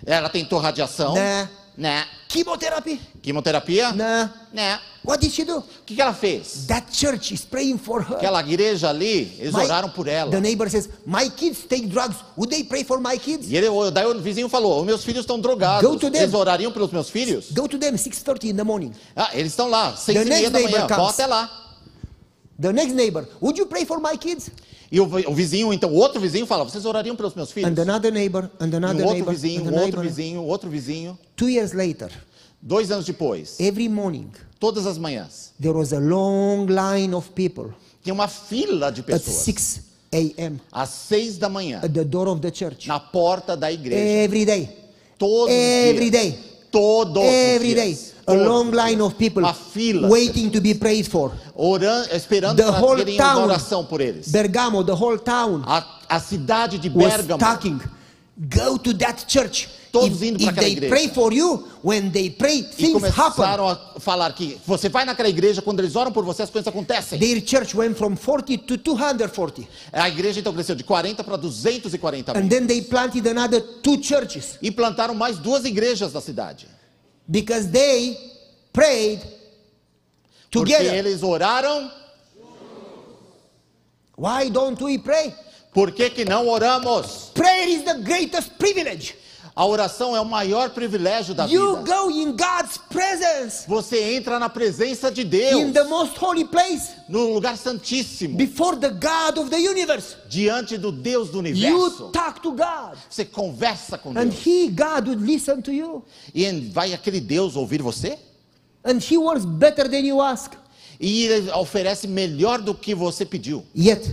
Ela tentou radiação. Né. Né. Chemotherapy? Quimioterapia. Nah. Né. What did she do? O que, que ela fez? That church is praying for her. Aquela igreja ali, eles My- oraram por ela. The neighbor says, My kids take drugs. Would they pray for my kids? E ele, o- daí o vizinho falou: "Os meus filhos estão drogados. Go to them. Eles orariam pelos meus filhos? Go to them 6:30 in the morning. Ah, eles estão lá, seis The e meia next da manhã. neighbor comes. Volta lá. The next neighbor, would you pray for my kids? E o, vi- o vizinho, então, o outro vizinho fala: vocês orariam pelos meus filhos? And another neighbor, and E another um outro neighbor, vizinho, and um another outro neighbor. vizinho, outro vizinho. Two years later, Dois anos depois, every morning, todas as manhãs, there was a long line of people tem uma fila de at pessoas 6 a.m. às seis da manhã at the door of the church. na porta da igreja. Every day. Todos Every os dias. day. Todos Every os day. dias. A Todos long os dias. line of people Uma fila. waiting to be prayed for. Orando, esperando The para whole terem town. uma oração por eles. Bergamo, the whole town A, a cidade de was Bérgamo talking. Go to that church. Todos if indo pra if aquela they igreja. pray for you, when they pray, e things happen. começaram a falar que você vai naquela igreja, quando eles oram por você, as coisas acontecem. Their church went from 40 to 240. A igreja então cresceu de 40 para 240 mil. And then they planted another two churches E plantaram mais duas igrejas na cidade. because they prayed Porque together. eles oraram, Why don't we pray? por que, que não oramos? Prayer is the greatest privilege. A oração é o maior privilégio da You vida. go in God's presence, Você entra na presença de in Deus, the most holy place, no lugar santíssimo, before the God of the universe. diante do Deus do You universo. talk to God, Você conversa com and Deus. He, God, would listen to you. E vai aquele Deus ouvir você? And He works better than you ask. E ele oferece melhor do que você pediu. Yet,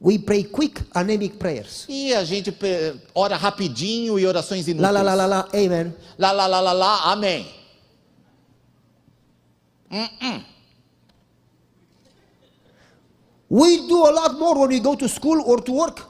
we pray quick, anemic prayers. E a gente pe- ora rapidinho e orações La inúteis. la la la la, amen. Lá, lá, lá, lá, lá, amém. We do a lot more when we go to school or to work.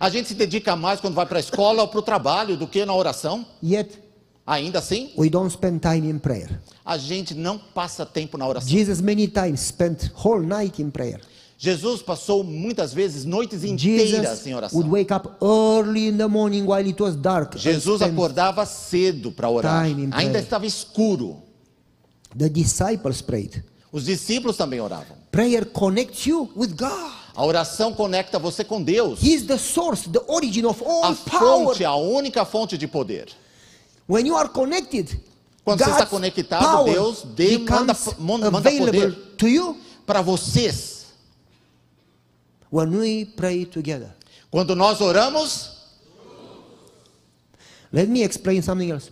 A gente se dedica mais quando vai para a escola ou para o trabalho do que na oração. Yet, Ainda assim, we don't spend time in prayer. a gente não passa tempo na oração. Jesus many times spent whole night in prayer. Jesus passou muitas vezes noites inteiras Jesus em would oração. wake up early in the morning while it was dark. and Jesus spend- acordava cedo para orar. Time in Ainda prayer. estava escuro. The disciples prayed. Os discípulos também oravam. Prayer connects you with God. A A oração conecta você com Deus. He is the source, the origin of all A power. fonte, a única fonte de poder. When you are connected, Quando você está God's conectado, power Deus de- manda- becomes manda available poder. to you Para vocês, when we pray together. quando nós oramos, Let me explain something else.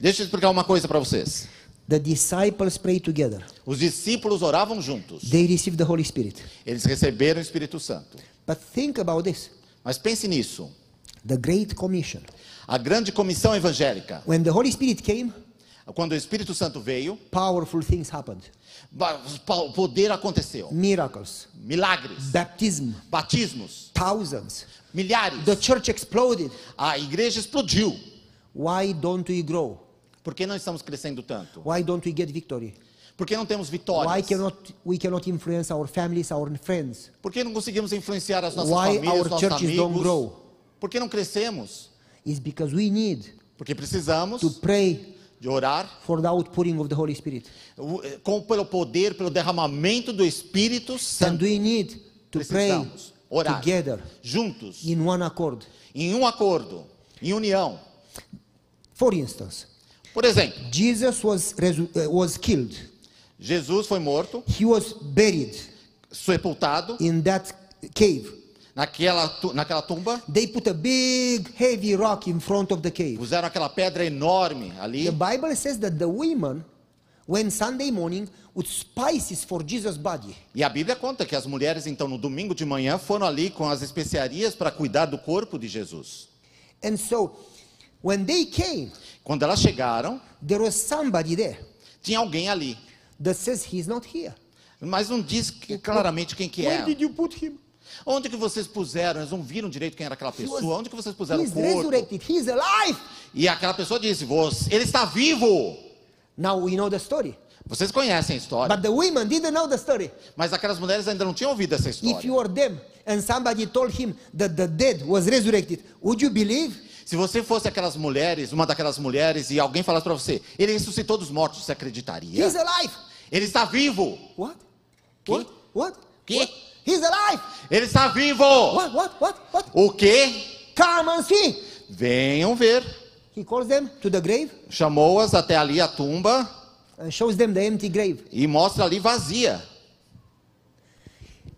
deixa eu explicar uma coisa para vocês. The disciples pray together. Os discípulos oravam juntos. They receive the Holy Spirit. Eles receberam o Espírito Santo. But think about this. Mas pense nisso. The Great Commission. A grande comissão evangélica. When the Holy Spirit came, Quando o Espírito Santo veio, powerful things happened. ba- o poder aconteceu. Miracles, Milagres, baptism, batismos, thousands. milhares. The church exploded. A igreja explodiu. Why don't we grow? Por que não estamos crescendo tanto? Why don't we get victory? Por que não temos Why vitórias? cannot we cannot influence our families, our friends? Por que não conseguimos influenciar as nossas Why famílias, our os nossos churches don't amigos? grow? Por que não crescemos? It's because we need Porque precisamos to pray de orar for the outpouring of the Holy Spirit. o- eh, com, pelo poder, pelo derramamento do Espírito And Santo. we need to pray Precisamos orar together juntos, in one accord. em um acordo, em união. For instance, Por exemplo, Jesus was resu- uh, was killed. Jesus foi morto, He was buried sepultado in that cave. naquela, tu- naquela tumba. They put a big heavy rock in front of the cave. Puseram aquela pedra enorme ali. The Bible says that the women went Sunday morning with spices for Jesus' body. E a Bíblia conta que as mulheres, então, no domingo de manhã, foram ali com as especiarias para cuidar do corpo de Jesus. And so when they came, Quando elas chegaram, there was somebody there tinha alguém ali. that says he's not here. Mas não diz que- claramente quem que Where é. did you put him? Onde que vocês puseram? Eles não viram direito quem era aquela He was- pessoa. Onde que vocês puseram o he's corpo? resurrected. He's alive. E aquela pessoa disse, "Você- ele está vivo. Now we know the story. Vocês conhecem a história. But the women didn't know the story. Mas aquelas mulheres ainda não tinham ouvido essa If história. you were them and somebody told him that the dead was resurrected, would you believe? Se você fosse aquelas mulheres, uma daquelas mulheres, e alguém falasse para você, ele ressuscitou dos mortos, você acreditaria? He's alive. Ele está vivo. What? Que? What? What? Que? What? He's alive. Ele está vivo. What? What? What? What? O quê? Come and see. Venham ver. He calls them to the grave Chamou-as até ali a tumba and shows them the empty grave. e mostra ali vazia.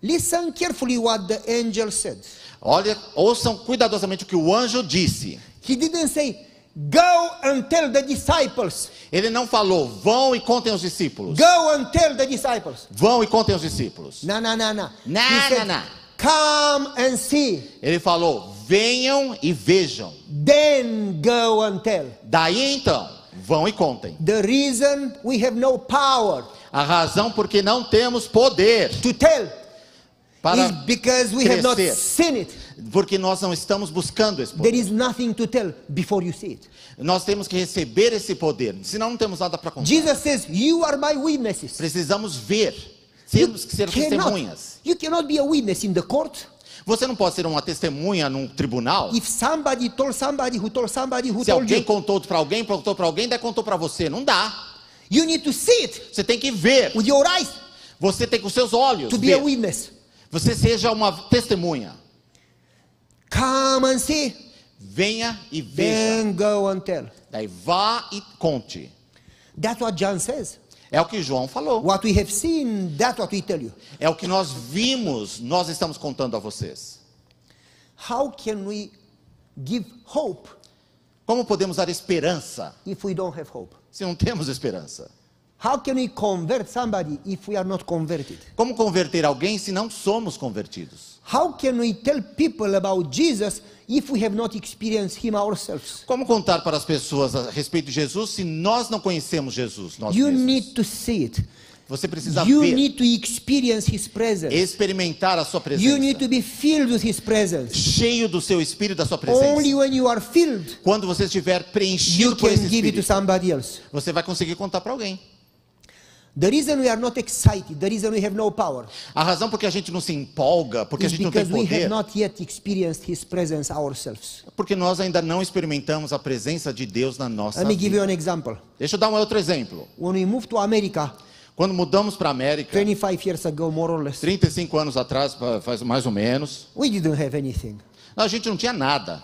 Listen carefully what the angel said. Olha, ouçam cuidadosamente o que o anjo disse. He didn't say, Go and tell the disciples. Ele não falou, vão e contem os discípulos. Go and tell the disciples. Vão e contem os discípulos. No, no, no, no. Na, He na, said, na. Come and see. Ele falou, venham e vejam. Then go and tell. Daí então, vão e contem. The reason we have no power A razão por que não temos poder to tell is para because we have not crescer. seen it. porque nós não estamos buscando esse There poder. is nothing to tell before you see it. Nós temos que receber esse poder, senão não temos nada para contar. Jesus says, You are my witnesses. Precisamos ver, You temos que ser testemunhas. you cannot be a witness in the court Você não pode ser uma testemunha num tribunal. if somebody told somebody who told somebody who Se told alguém you. contou para alguém, contou para alguém, daí contou para você, não dá. You need to see it Você tem que ver. with your eyes Você tem com seus olhos. to be a ver. witness. Você seja uma testemunha. Come and see, Venha e veja. then go and tell. Daí vá e conte. That's what John says. É o que João falou. What we have seen, that's what we tell you. É o que nós vimos, nós estamos contando a vocês. How can we give hope Como podemos dar esperança if we don't have hope? se não temos esperança? How can we convert somebody if we are not converted? Como converter alguém se não somos convertidos? How can we tell people about Jesus if we have not experienced him ourselves? Como contar para as pessoas a respeito de Jesus se nós não conhecemos Jesus? Nós You mesmos? need to see it. Você precisa You ver, need to experience his presence. experimentar a sua presença, You need to be filled with his presence. cheio do seu espírito, da sua presença. Only when you are filled, Quando você estiver you preenchido por esse can give it to espírito, somebody else. você vai conseguir contar para alguém. The reason we are not excited, the reason we have no power, A razão por que a gente não se empolga, porque a is gente não tem because we poder, have not yet experienced his presence ourselves. é porque nós ainda não experimentamos a presença de Deus na nossa Let me give vida. you an example. Deixa eu dar um outro exemplo. When we moved to America, Quando mudamos para a América, 25 years ago, more or less. 35 anos atrás, pa- faz mais ou menos, We didn't have anything. a gente não tinha nada.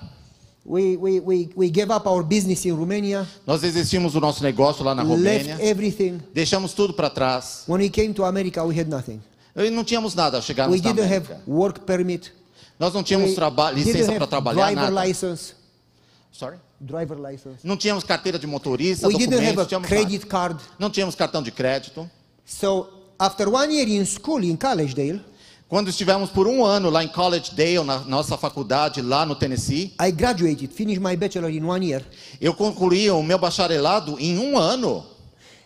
We, we, we, we gave up our business in Romania, Nós desistimos do nosso negócio lá na Romênia, left everything. deixamos tudo para trás. When we came to America, we had nothing. E não tínhamos nada ao chegarmos We na didn't América. have work permit. Nós não tínhamos We traba- licença didn't para have trabalhar, driver nada. license. Sorry? Driver license. Não tínhamos carteira de motorista, We didn't documentos, have um a tínhamos nada. credit card. Não tínhamos cartão de crédito. So after one year in school in Collegedale, Quando estivemos por um ano lá em College Dale, na nossa faculdade lá no Tennessee, I graduated, finished my bachelor in one year, eu concluí o meu bacharelado em um ano.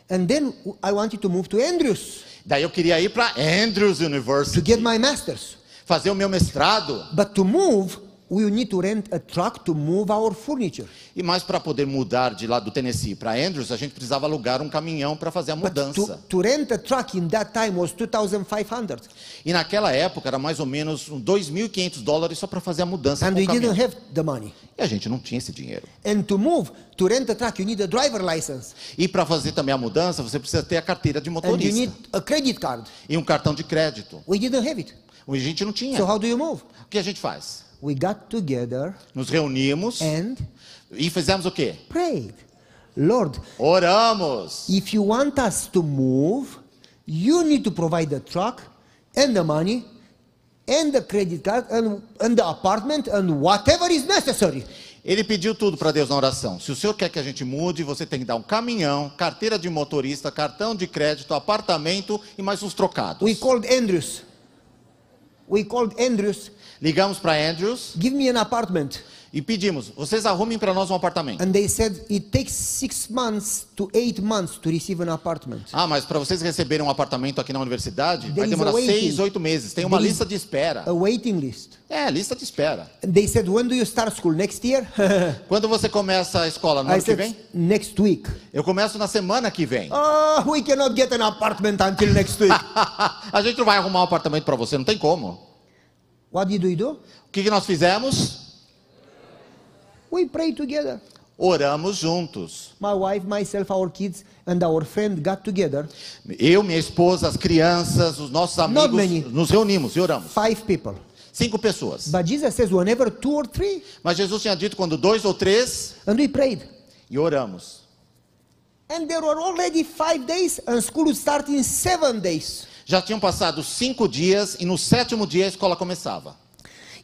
and then I wanted to move to Andrews Daí eu queria ir para Andrews to University get my master's. fazer o meu mestrado. But to move, we need to rent a truck to move our furniture. E mais para poder mudar de lá do Tennessee para Andrews, a gente precisava alugar um caminhão para fazer a But to, mudança. to rent a truck in that time was 2,500, E naquela época era mais ou menos uns 2.500 dólares só para fazer a mudança. and com o we didn't caminhão. have the money. E a gente não tinha esse dinheiro. And to move, to rent a truck, you need a driver license, E para fazer também a mudança, você precisa ter a carteira de and you need motorista a credit card. e um cartão de crédito. We didn't have it. A gente não tinha. So how do you move? O que a gente faz? We got together Nos reunimos and e fizemos o quê? prayed. Lord, Oramos. if you want us to move, you need to provide the truck and the money and the credit card and, and the apartment and whatever is necessary. Ele pediu tudo para Deus na oração. Se o senhor quer que a gente mude, você tem que dar um caminhão, carteira de motorista, cartão de crédito, apartamento e mais uns trocados. We called Andrews. We called Andrews, Ligamos para Andrews give me an apartment. e pedimos: vocês arrumem para nós um apartamento. And they said it takes six months to eight months to receive an apartment. Ah, mas para vocês receberem um apartamento aqui na universidade, vai There is demorar a waiting. seis, oito meses. Tem uma There is- lista de espera. A waiting list. É, lista de espera. And they said, when do you start school? Next year? Quando você começa a escola no I ano que said, vem? next week. Eu começo na semana que vem. Oh, we cannot get an apartment until next week. a gente não vai arrumar um apartamento para você, não tem como. what did we do? O que, que nós fizemos? We prayed together. Oramos juntos. My wife, myself, our kids, and our friend got together. Eu, minha esposa, as crianças, os nossos amigos, many. nos reunimos e oramos. Five people. Cinco pessoas. But Jesus says, whenever two or three, Mas Jesus tinha dito quando dois ou três and we prayed. e oramos. And there were already five days, and school would start in seven days. Já tinham passado cinco dias e no sétimo dia a escola começava.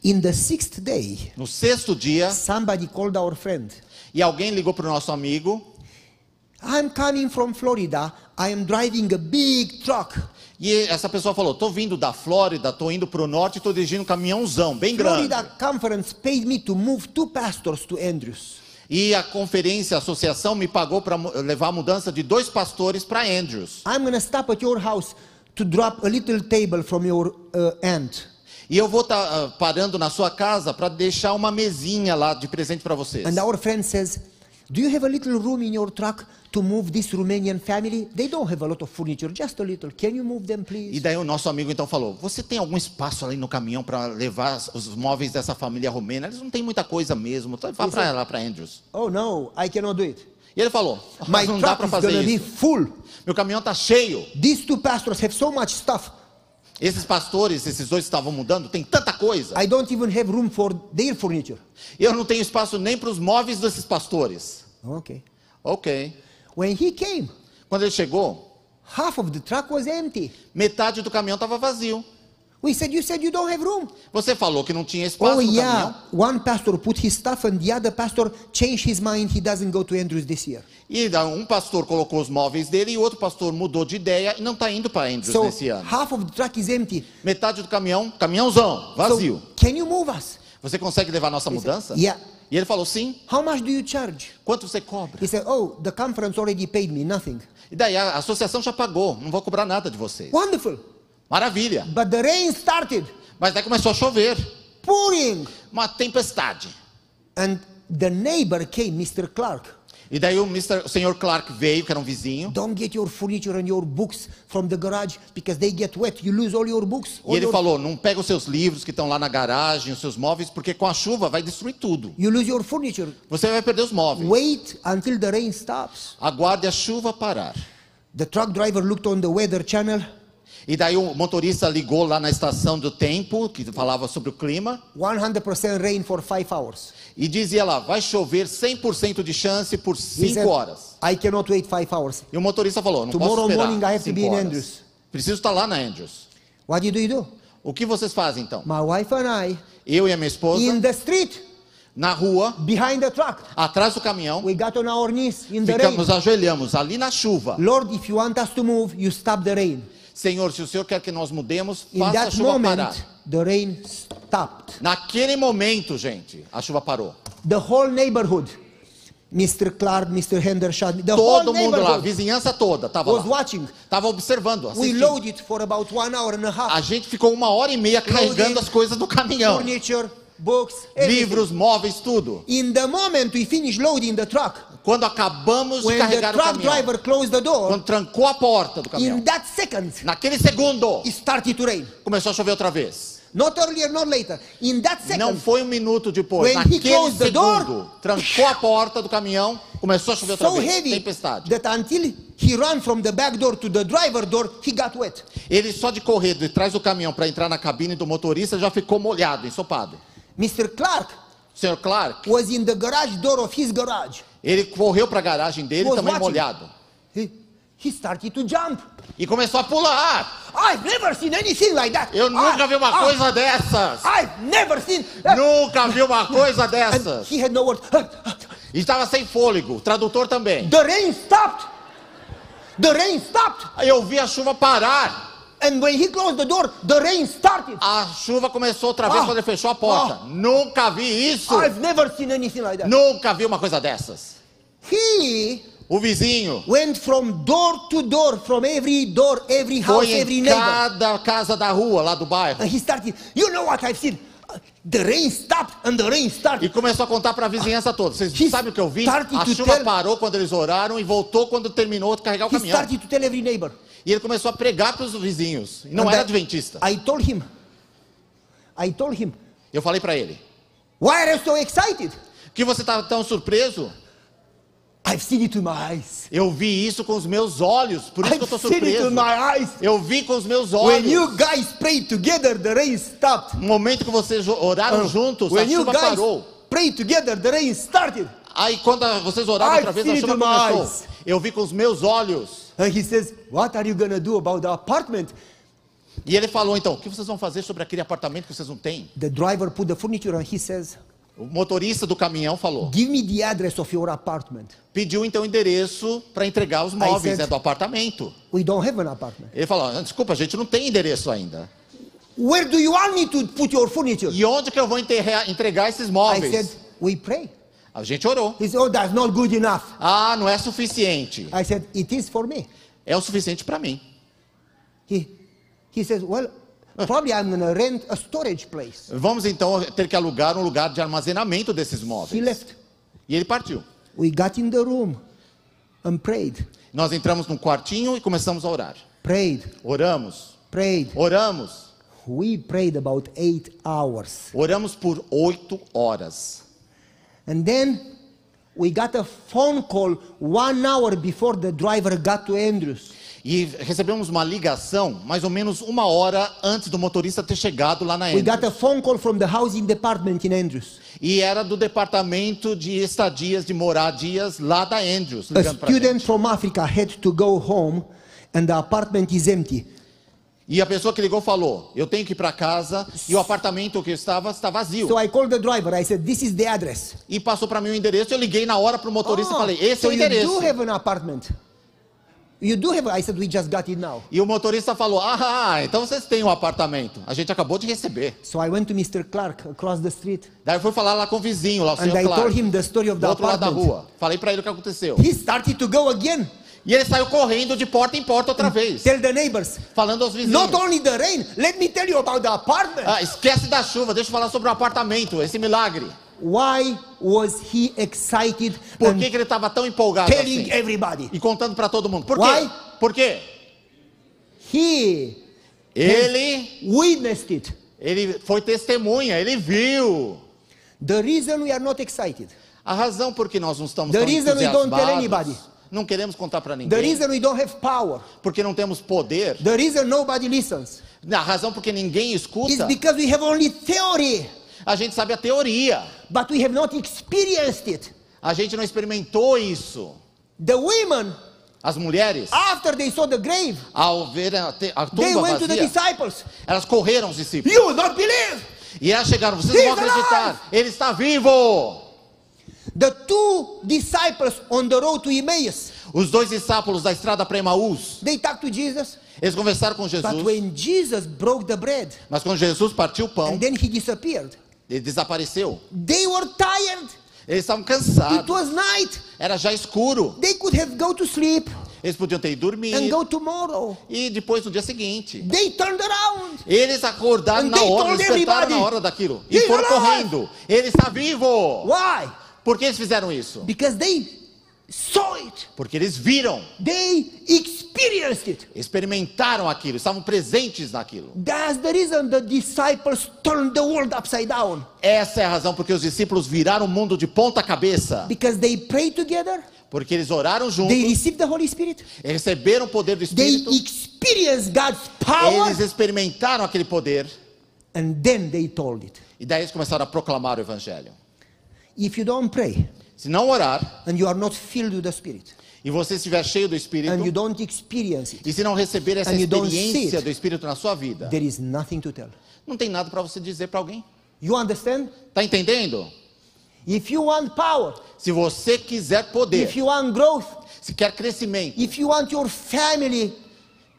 In the sixth day, No sexto dia, somebody called our friend. e alguém ligou para o nosso amigo I'm coming from Florida. I am driving a big truck. e essa pessoa falou: "Tô vindo da Flórida, tô indo para o norte, tô dirigindo um caminhãozão bem grande". Florida conference paid me to move two pastors to Andrews. E a conferência, a associação me pagou para levar a mudança de dois pastores para Andrews. I'm going to stop at your house to drop a little table from your uh, aunt. E eu vou estar parando na sua casa para deixar uma mesinha lá de presente para vocês. And our friend says, Do you have a little room in your truck to move this Romanian family? They don't have a lot of furniture, just a little. Can you move E them, please? daí o nosso amigo então falou: "Você tem algum espaço ali no caminhão para levar as- os móveis dessa família romena? Eles não têm muita coisa mesmo. Então vá para lá para Andrews". Oh, no, I cannot do it. E ele falou: My "Mas não dá truck para is going fazer to be isso. full. Meu caminhão tá cheio. These two pastors have so much stuff. Esses pastores, esses dois que estavam mudando, tem tanta coisa. I don't even have room for their furniture. Eu não tenho espaço nem para os móveis desses pastores". Okay. OK. When he came, Quando ele chegou, half of the truck was empty. metade do caminhão estava vazio. We said, You said you don't have room. Você falou que não tinha espaço Oh, no yeah. caminhão. One pastor put his stuff, and the other pastor changed his mind. He doesn't go to Andrews this year. E da- um pastor colocou os móveis dele e o outro pastor mudou de ideia e não está indo para Andrews So nesse ano. half of the truck is empty. Metade do caminhão, caminhãozão, vazio. So, can you move us? Você consegue levar a nossa mudança? Yeah. E ele falou, sim. How much do you charge? Quanto você cobra? He said, Oh, the conference already paid me nothing. E daí a associação já pagou, não vou cobrar nada de vocês. Wonderful. Maravilha. But the rain started Mas daí começou a chover, pouring. uma tempestade. And the neighbor came, Mr. Clark. E daí o, Mr., o senhor Clark veio, que era um vizinho, Don't get your furniture and your books from the garage because they get wet. You lose all your books. e All ele your, falou, não pega os seus livros que estão lá na garagem, os seus móveis, porque com a chuva vai destruir tudo. you lose your furniture. Você vai perder os móveis. Wait until the rain stops. Aguarde a chuva parar. The truck driver looked on the weather channel. E daí o motorista ligou lá na estação do tempo, que falava sobre o clima, 100% rain for five hours. e dizia lá: vai chover 100% de chance por He 5 said, horas. I cannot wait five hours. E o motorista falou: não Tomorrow posso esperar morning I have to 5 be in horas. Andrews. Preciso estar lá na Andrews. What did you do? O que vocês fazem então? My wife and I, Eu e a minha esposa, in the street, na rua, behind the truck, atrás do caminhão, we got on our knees in the rain. ficamos, ajoelhamos ali na chuva. Lord, if you want us to move, you stop the rain. Senhor, se o Senhor quer que nós mudemos, In faça a that chuva moment, parar. the rain stopped. Naquele momento, gente, a chuva parou. The whole neighborhood, Mr. Clark, Mr. Hendershot, the whole Todo mundo lá, a neighborhood vizinhança toda, estava was lá. watching. Estava observando, We assistindo. loaded for about one hour and a A half. gente ficou uma hora e meia carregando as coisas do caminhão. Furniture, books, everything. Livros, móveis, tudo. In the moment we finished loading the truck, Quando acabamos de when the carregar o truck caminhão, driver closed the door, quando trancou a porta do caminhão, in that second, naquele segundo, it started to rain. começou a chover outra vez. Not earlier, not later. In that Não second, foi um minuto depois. When he Naquele closed the door, segundo, trancou a porta do caminhão, começou a chover outra so vez. heavy Tempestade. that until he ran from the back door to the driver door, he got wet. Ele só de correr de trás do caminhão para entrar na cabine do motorista já ficou molhado, ensopado. Mr. Clark O senhor Clark, was in the garage door of his garage. ele correu para a garagem dele Was também watching. molhado. He, he started to jump. E começou a pular. I've never seen anything like that. Eu nunca vi uma I- coisa dessas. I- I've never seen. that. Nunca vi uma coisa Ah, And dessas. he had no word. E estava sem fôlego, o tradutor também. The rain stopped. The rain stopped. Aí Eu vi a chuva parar. And when he closed the door, the rain started. A chuva começou outra vez Ah. quando ele fechou a porta. Ah. Nunca vi isso. I've never seen anything like that. Nunca vi uma coisa dessas. He O vizinho went from door to door, from every door, every house, foi every em neighbor. cada casa da rua, lá do bairro. And he started, you know what I've seen? The rain stopped and the rain E started. começou a contar para a vizinhança toda. Vocês He sabem o que eu vi? started A to chuva tell- parou quando eles oraram e voltou quando terminou de carregar o He caminhão. started to tell every neighbor. E ele começou a pregar para os vizinhos. E não And era I- adventista. I told him, I told him, Eu falei para ele: why are you so excited? que você está tão surpreso? I've seen it with my eyes. Eu vi isso com os meus olhos, por isso que eu I've estou seen it surpreso. with my eyes. Eu vi com os meus olhos. When you guys prayed together, the rain stopped. Uh, No Um momento que vocês jo- oraram Ah, juntos, a When you chuva guys parou. prayed together, the rain started. Aí quando a- vocês oraram I've outra vez, a seen it chuva with my começou. eyes. Eu vi com os meus olhos. And he says, What are you going to do about the apartment? E ele falou então: o que vocês vão fazer sobre aquele apartamento que vocês não têm? The driver put the furniture and he says, O motorista do caminhão falou. Give me the address of your apartment. Pediu então o endereço para entregar os Aí móveis você- né, do apartamento. We don't have an apartment. Ele falou: "Ah, desculpa, a gente não tem endereço ainda. Where do you want me to put your furniture? E onde que eu vou enterrar- entregar esses I móveis? said, We pray. A gente orou. He said, Oh, that's not good enough. Ah, não é suficiente. I said, It is for me. É o suficiente para mim. He, he says, Well, probably I'm going to rent a storage place. Vamos então ter que alugar um lugar de armazenamento desses He móveis. left. E ele partiu. We got in the room and prayed, Nós entramos num quartinho e começamos a orar. prayed, Oramos, prayed. oramos, We prayed about eight hours. oramos por oito horas. And then we got a phone call one hour before the driver got to Andrews. E recebemos uma ligação mais ou menos uma hora antes do motorista ter chegado lá na We got Andrews. a phone call from the housing department in Andrews. E era do departamento de estadias, de moradias lá da Andrews. A Ligando pra gente. student from Africa had to go home and the apartment is empty. E a pessoa que ligou falou: Eu tenho que ir para casa e o apartamento que eu estava está vazio. So I called the driver. I said, This is the address. E passou para mim o endereço. Eu liguei na hora para o motorista e "Oh, falei: Esse so é o you endereço. do have an apartment. You do have. I said, We just got it now. E o motorista falou: Ah, então vocês têm um apartamento. A gente acabou de receber. So I went to Mr. Clark across the street Daí eu fui falar lá com o vizinho, lá o and senhor I told Clark, him the story of do the outro lado da apartment. rua. Falei para ele o que aconteceu. He started to go again. E ele saiu correndo de porta em porta outra vez, Tell the neighbors. falando aos vizinhos. Not only the rain, let me tell you about the apartment. Ah, esquece da chuva, deixa eu falar sobre o apartamento, esse milagre. Why was he excited Por and que, que ele estava tão empolgado telling assim? everybody? E contando para todo mundo. Por Why? quê? Por quê? He Ele, witnessed it. ele foi testemunha, ele viu. The reason we are not excited, A razão por que nós não estamos The tão reason we don't tell entusiasmados, anybody. Não queremos contar para The ninguém, reason we don't have power, porque não temos poder. the reason nobody listens, A razão porque ninguém is escuta, because we have only theory, a gente sabe a teoria. but we have not experienced it. A gente não experimentou isso. The women, As mulheres, after they saw the grave, ao ver a, te- a they tumba went to the vazia, disciples. elas correram os discípulos. You will not believe! E elas chegaram, vocês não vão He's acreditar, ele está vivo. The two disciples on the road to Emmaus, Os dois discípulos da estrada para Emaús, they talked to Jesus, eles conversaram com but Jesus, when Jesus broke the bread mas quando Jesus partiu o pão, and then he disappeared, ele desapareceu. they were tired. Eles estavam It cansados, was night. era já escuro. They could have go to sleep Eles podiam ter ido dormir and go tomorrow. e depois no dia seguinte. They turned around. Eles acordaram And na they hora, told despertaram everybody, na hora daquilo e "He's foram alive!" correndo. Ele está vivo. Why? Por que eles fizeram isso? Because they saw it. Porque eles viram, They experienced it. experimentaram aquilo, estavam presentes naquilo. That's the reason the disciples turned the world upside down. Essa é a razão porque os discípulos viraram o mundo de ponta cabeça. Because they prayed together, Porque eles oraram juntos, they received the Holy Spirit, receberam o poder do they Espírito, experienced God's power, eles experimentaram aquele poder and then they told it. e daí eles começaram a proclamar o Evangelho. If you don't pray Se não orar and you are not filled with the Spirit e você estiver cheio do and you Espírito don't experience it, e se não receber essa And you don't see experiência it. do Espírito na sua vida, there is nothing to tell. não tem nada para você dizer para alguém. You understand? Tá entendendo? If you want power, Se você quiser poder, if you want growth, se quer crescimento if you want your family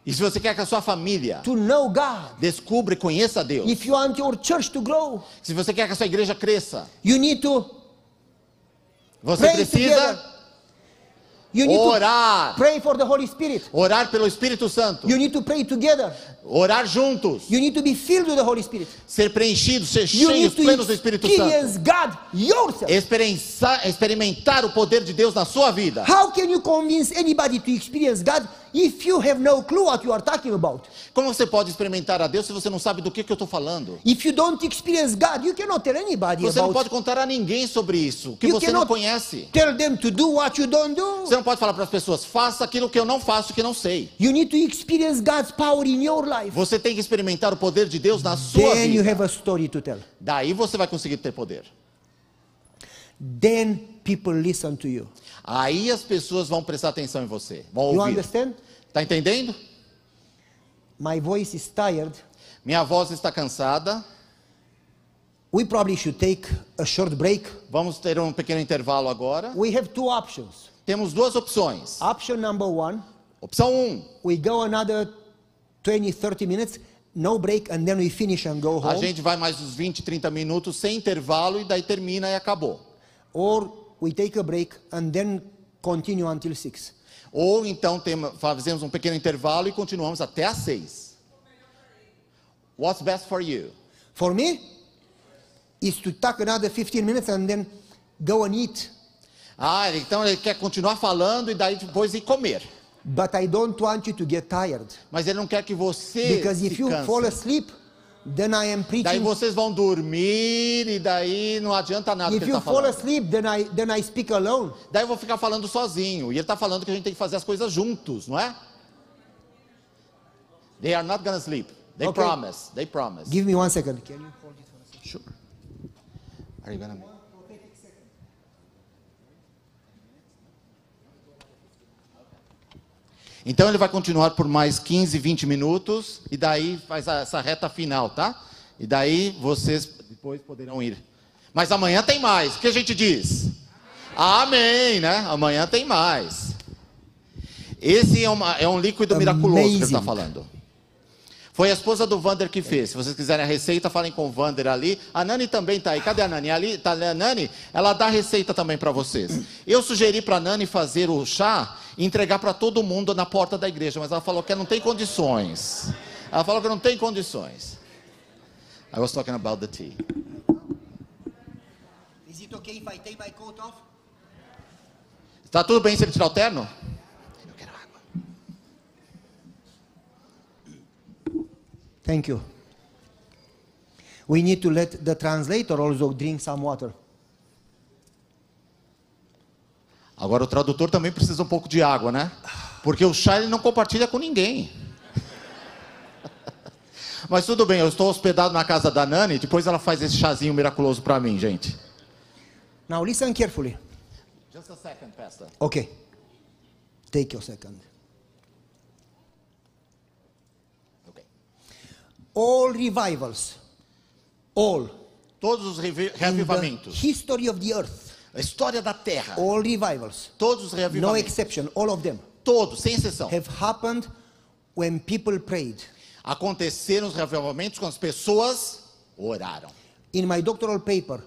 e se você quer que a sua família to know God, descubra e conheça a Deus, if you want your church to grow, se você quer que a sua igreja cresça, you need to você pray together. precisa You need to orar. pray for the Holy Spirit. Orar pelo Espírito Santo, You need to pray together. orar juntos. You need to be filled with the Holy Spirit. ser preenchido, ser You cheio, need to é- plenos do Espírito Santo. experience God yourself. Experiença- experimentar o poder de Deus na sua vida. How can you convince anybody to experience God if you have no clue what you are talking about? Como você pode experimentar a Deus se você não sabe do que, que eu estou falando? If you don't experience God, you cannot tell anybody Você não about pode contar a ninguém sobre isso, que You você não cannot- conhece. Tell them to do what you don't do. Você não pode falar para as pessoas, faça aquilo que eu não faço, que não sei. You need to experience God's power in your life. Você tem que experimentar o poder de Deus na sua Then you vida. have a story to tell. Daí você vai conseguir ter poder. Then people listen to you. Aí as pessoas vão prestar atenção em você, vão You ouvir. understand? Tá entendendo? My voice is tired. Minha voz está cansada. We probably should take a short break. Vamos ter um pequeno intervalo agora. We have two options. Temos duas opções. Option number one, Opção 1, um, we go another 20, 30 minutes, no break, and then we finish and go a home. gente vai mais uns 20, 30 minutos sem intervalo e daí termina e acabou. Or we take a break and then continue until 6. Ou então tem, fazemos um pequeno intervalo e continuamos até às 6. What's best for you? For me, is to take another 15 minutes and then go and eat. Ah, então ele quer continuar falando e daí depois ir comer. But I don't want you to get tired. Mas ele não quer que você Because if se you canse. fall asleep, then I am Daí preaching. vocês vão dormir e daí não adianta nada que If ele you está fall falando. asleep, then I then I speak alone. Daí eu vou ficar falando sozinho. E ele está falando que a gente tem que fazer as coisas juntos, não é? They are not gonna sleep. They Okay. promise. They promise. Give me one second. Can you hold it for a second? Sure. Are you gonna... Então ele vai continuar por mais 15, 20 minutos e daí faz a- essa reta final, tá? E daí vocês depois poderão ir. Mas amanhã tem mais. O que a gente diz? Amém, né? Amanhã tem mais. Esse é, uma- é um líquido miraculoso que ele está Amazing. falando. Foi a esposa do Vander que fez. Se vocês quiserem a receita, falem com o Vander ali. A Nani também está aí. Cadê a Nani? Ali tá a Nani. Ela dá a receita também para vocês. Eu sugeri para a Nani fazer o chá e entregar para todo mundo na porta da igreja, mas ela falou que não tem condições. Ela falou que não tem condições. I was talking about the tea. Is it okay if I take my coat off? Tá tudo bem se ele tirar o terno? Eu quero água. Thank you. We need to let the translator also drink some water. Agora o tradutor também precisa um pouco de água, né? Porque o chá ele não compartilha com ninguém. Mas tudo bem, eu estou hospedado na casa da Nani, depois ela faz esse chazinho miraculoso para mim, gente. Now listen carefully. Just a second, Pastor. Okay. Take your second. Okay. All revivals, all Todos os revi- in the reavivamentos. history of the earth, A história da Terra. all revivals, Todos os no reavivamentos. exception, all of them Todos, sem exceção. have happened when people prayed. Aconteceram os reavivamentos quando as pessoas oraram. In my doctoral paper,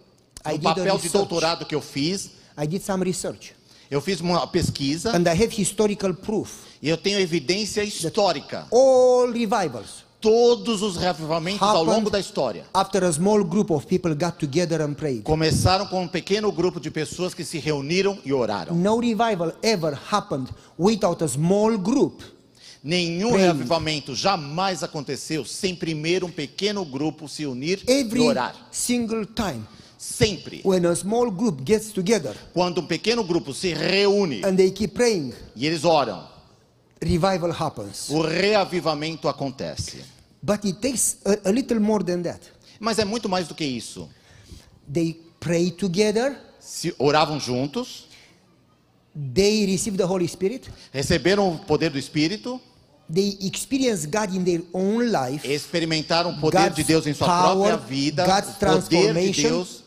I No did, a papel de research. doutorado que eu fiz, I did some research eu fiz uma pesquisa and I have historical proof. e eu tenho evidência histórica. All revivals, Todos os reavivamentos ao longo da história after a small group of people got together and prayed. começaram com um pequeno grupo de pessoas que se reuniram e oraram. No revival ever happened without a small group Nenhum Praying. reavivamento jamais aconteceu sem primeiro um pequeno grupo se unir e every orar. single time Sempre. when a small group gets together Quando um pequeno grupo se reúne and they keep praying e eles oram, revival happens o reavivamento acontece. but it takes a, a little more than that Mas é muito mais do que isso. they pray together Se oravam juntos, they receive the holy spirit receberam o poder do Espírito, they experience god in their own life experimentaram o poder God's de Deus em sua power, própria vida, God's o poder de transformation. Deus.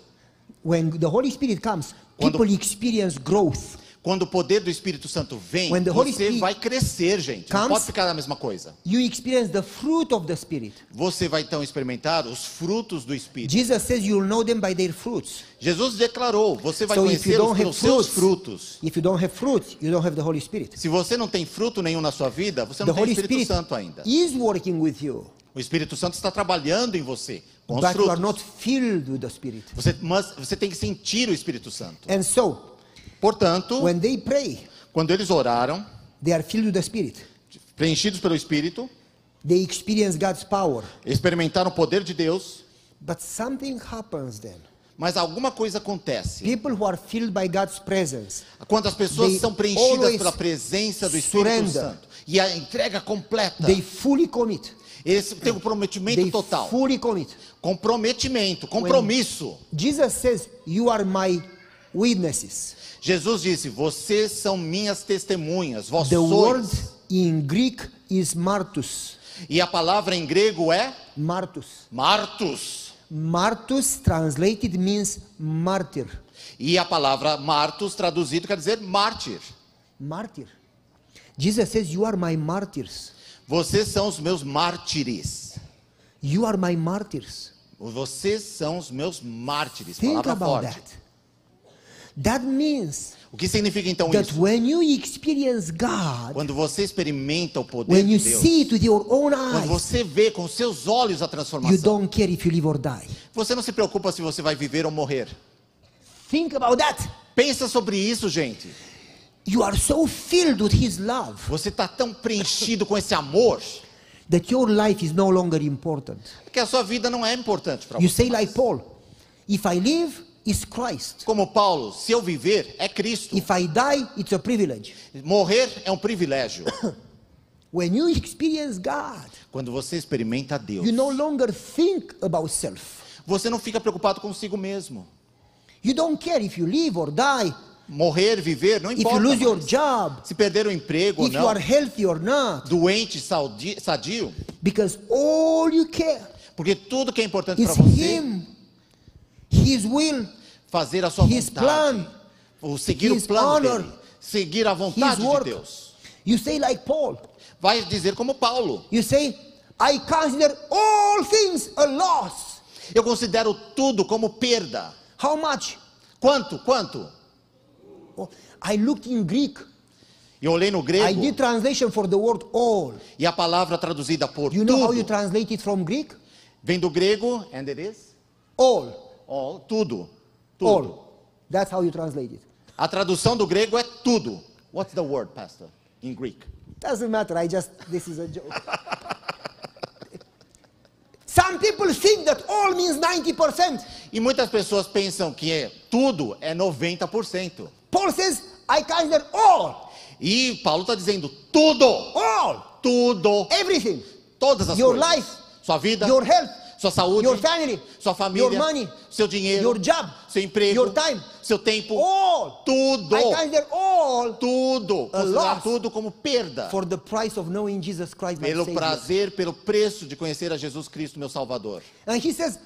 when the holy spirit comes Quando- people experience growth Quando o poder do Espírito Santo vem, When the Holy você Spirit vai crescer, gente. Não comes- pode ficar na mesma coisa. you experience the fruit of the spirit Você vai então experimentar os frutos do Espírito. jesus says you'll know them by their fruits Jesus declarou: você vai So if you conhecê-los don't pelos have seus fruits, frutos. if you don't have fruit, you don't have the Holy Spirit. Se você não tem fruto nenhum na sua vida, você The não tem Holy Espírito Spirit Santo ainda. is working with you, O Espírito Santo está trabalhando em você com os but you are frutos. not filled with the Spirit. Você, mas você tem que sentir o Espírito Santo. And so, Portanto, É, when they pray, quando eles oraram, they are filled with the Spirit. preenchidos pelo Espírito, They experience God's power. experimentaram o poder de Deus, But something happens then. mas alguma coisa acontece. People who are filled by God's presence, Quando as pessoas They são preenchidas always pela presença do Espírito surrender. Santo e a entrega completa, they fully commit. eles têm um comprometimento They total. fully commit. Comprometimento, compromisso. Jesus says, You are my witnesses. Jesus disse: Vocês são minhas testemunhas, vós The word sois. in Greek is martus. E a palavra em grego é Martus. martus. Martus translated means martyr. E a palavra martus, traduzido, quer dizer mártir. Martyr. Jesus says, You are my martyrs. Vocês são os meus mártires. You are my martyrs. Vocês são os meus mártires. Think palavra about forte. that. That means O que significa então that isso? when you experience God, Quando você experimenta o poder when you de Deus, see it with your own quando eyes, você vê com seus olhos a transformação, you don't care if you live or die. você não se preocupa se você vai viver ou morrer. Think about that. Pensa sobre isso, gente. You are so filled with His love Você está tão preenchido com esse amor that your life is no longer important. que a sua vida não é importante para You você. say, like Paul, if I live, it's Christ. Como Paulo, se eu viver é Cristo, If I die, it's a privilege. morrer é um privilégio. When you experience God, Quando você experimenta Deus, you no longer think about self. você não fica preocupado consigo mesmo. You don't care if you live or die, Morrer, viver, não if you importa. lose your mais. job, Se perder o emprego ou if you não, are healthy or not, doente, saudi- sadio, because all you care porque tudo que é importante para is você Him, His will, fazer a sua His vontade, plan, ou seguir His o plano honor, dele, seguir a His vontade de work. Deus. You say, like Paul, Vai dizer como Paulo, you say, I consider all things a loss. eu considero tudo como perda. How much? Quanto? Quanto? Oh, I looked in Greek. Eu olhei no I grego did translation for the word all. e a palavra traduzida por You know how you tudo translate it from Greek? vem do grego and it is All. all, tudo, tudo. All. That's how you translate it. A tradução do grego é tudo. What's the word, pastor? In Greek. Doesn't matter. I just this is a joke. Some people think that all means 90%. E muitas pessoas pensam que é, tudo é 90%. Paul says, I consider all, E Paulo está dizendo tudo, all, tudo, everything, todas as Your coisas. life. sua vida, your health, sua saúde, your family, sua família, your money, seu dinheiro, your job, seu emprego, your time, seu tempo, all. tudo, I consider all tudo, A considerar loss. tudo como perda. for the price of knowing Jesus Christ my Pelo Savior. prazer, pelo preço de conhecer a Jesus Cristo, meu Salvador. And he says,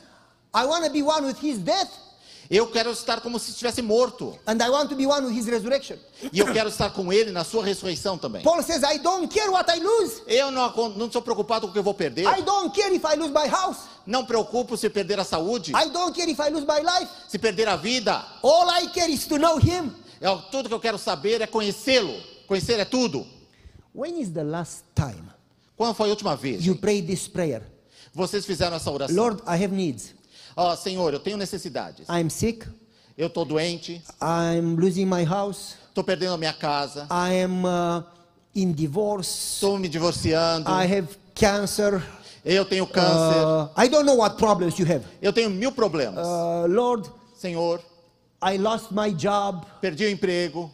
I want to be one with his death Eu quero estar como se estivesse morto. and I want to be one with his resurrection. E eu quero estar com Ele na sua ressurreição também. Paul says, I don't care what I lose. Eu não, acon- não sou preocupado com o que eu vou perder. I don't care if I lose my house. Não preocupo se perder a saúde, I don't care if I lose my life. se perder a vida. All I care is to know him. É o- tudo que eu quero saber é conhecê-lo. Conhecer é tudo. When is the last time Quando foi a última vez? you prayed this prayer? Vocês fizeram essa oração. Lord, I have needs. Ó, Senhor, eu tenho necessidades. I'm sick. Eu estou doente, I'm losing my house. estou perdendo a minha casa, I am uh, in divorce. estou me divorciando, I have cancer. eu tenho câncer, Uh, I don't know what problems you have. eu tenho mil problemas. Uh, Lord, Senhor, I lost my job. perdi o emprego.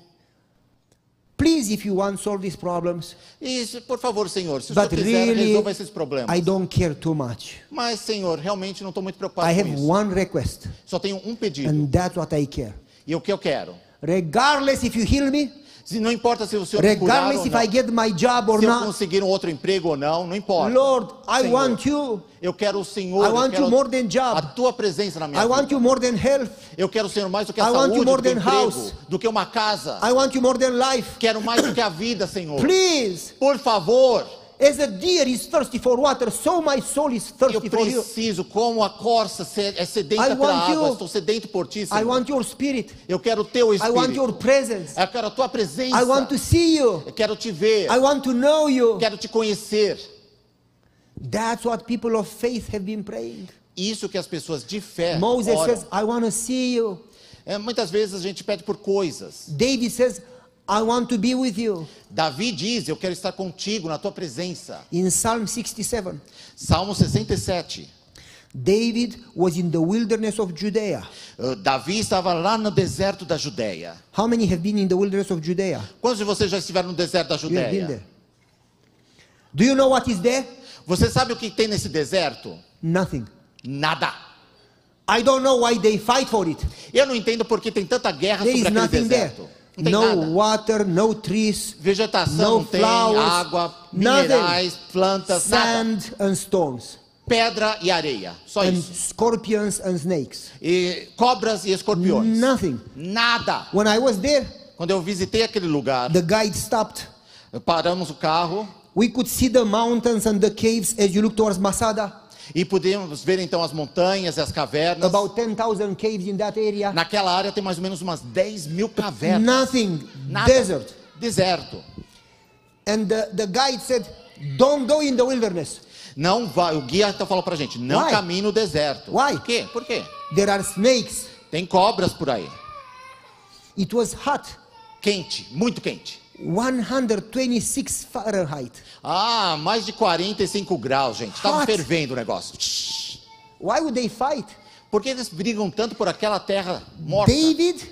Please, if you want, solve these problems. E, se- por favor, Senhor, se o But Senhor quiser, really, resolva esses problemas. I don't care too much. Mas, Senhor, realmente não estou muito preocupado I com have isso. one request, Só tenho um pedido. and that's what I care. E o que eu quero? Regardless if you heal me, Se- Não importa se o Senhor me curar regardless ou if não, I get my job or se eu not, conseguir um outro emprego ou não, não importa. Lord, I Senhor, want you. Eu quero o Senhor, I eu want quero you more than job. a Tua presença na minha I vida. want you more than health. Eu quero, Senhor, mais do que I a want saúde, you more do que than um emprego, house. do que uma casa. I want you more than life. Quero mais do que a vida, Senhor. Please, Por favor, as a deer is thirsty for water, so my soul is eu thirsty for you. preciso, como a corça se- é sedenta pela I want água, you. estou sedento por Ti, I Senhor. want your spirit. Eu quero o Teu I want Espírito. your presence. Eu quero a Tua presença. I want to see you. Eu quero Te ver. I want to know Eu you. quero Te conhecer. That's what people of faith have been praying. Isso que as pessoas de fé Moses oram. says, I want to see you. É, muitas vezes a gente pede por coisas. David says, I want to be with you. Davi diz, eu quero estar contigo, na Tua presença. In Psalm 67, Salmo 67. David was in the wilderness of Judea. Uh, Davi estava lá no deserto da Judéia. How many have been in the wilderness of Judea? Quantos de vocês já estiveram no deserto da You have been there. Judéia? Do you know what is there? Você sabe o que tem nesse deserto? Nothing. Nada. I don't know why they fight for it. Eu não entendo por que tem tanta guerra There sobre is aquele nothing there. deserto. Não tem No nada. water, no trees, Vegetação no não tem, flowers, água, nothing. minerais, plantas, nada. sand and stones, Pedra e areia, só and isso. scorpions and snakes. E cobras e escorpiões. Nothing. Nada. When I was there, Quando eu visitei aquele lugar, the guide stopped. paramos o carro We could see the mountains and the caves as you look towards Masada. e podíamos ver então as montanhas e as cavernas. About 10,000 caves in that area. Naquela área tem mais ou menos umas 10 mil cavernas. Nothing. Nada. Desert. Deserto. And the, the guide said, Don't go in the wilderness. Não vai. O guia então falou pra gente, não Why? caminhe no deserto. Why? Por quê? Por quê? There are snakes. Tem cobras por aí. It was hot, Quente, muito quente. 126 Fahrenheit. Ah, mais de 45 graus, gente. Tava Hot. fervendo o negócio. Shhh. Why would they fight? Por que eles brigam tanto por aquela terra morta? David,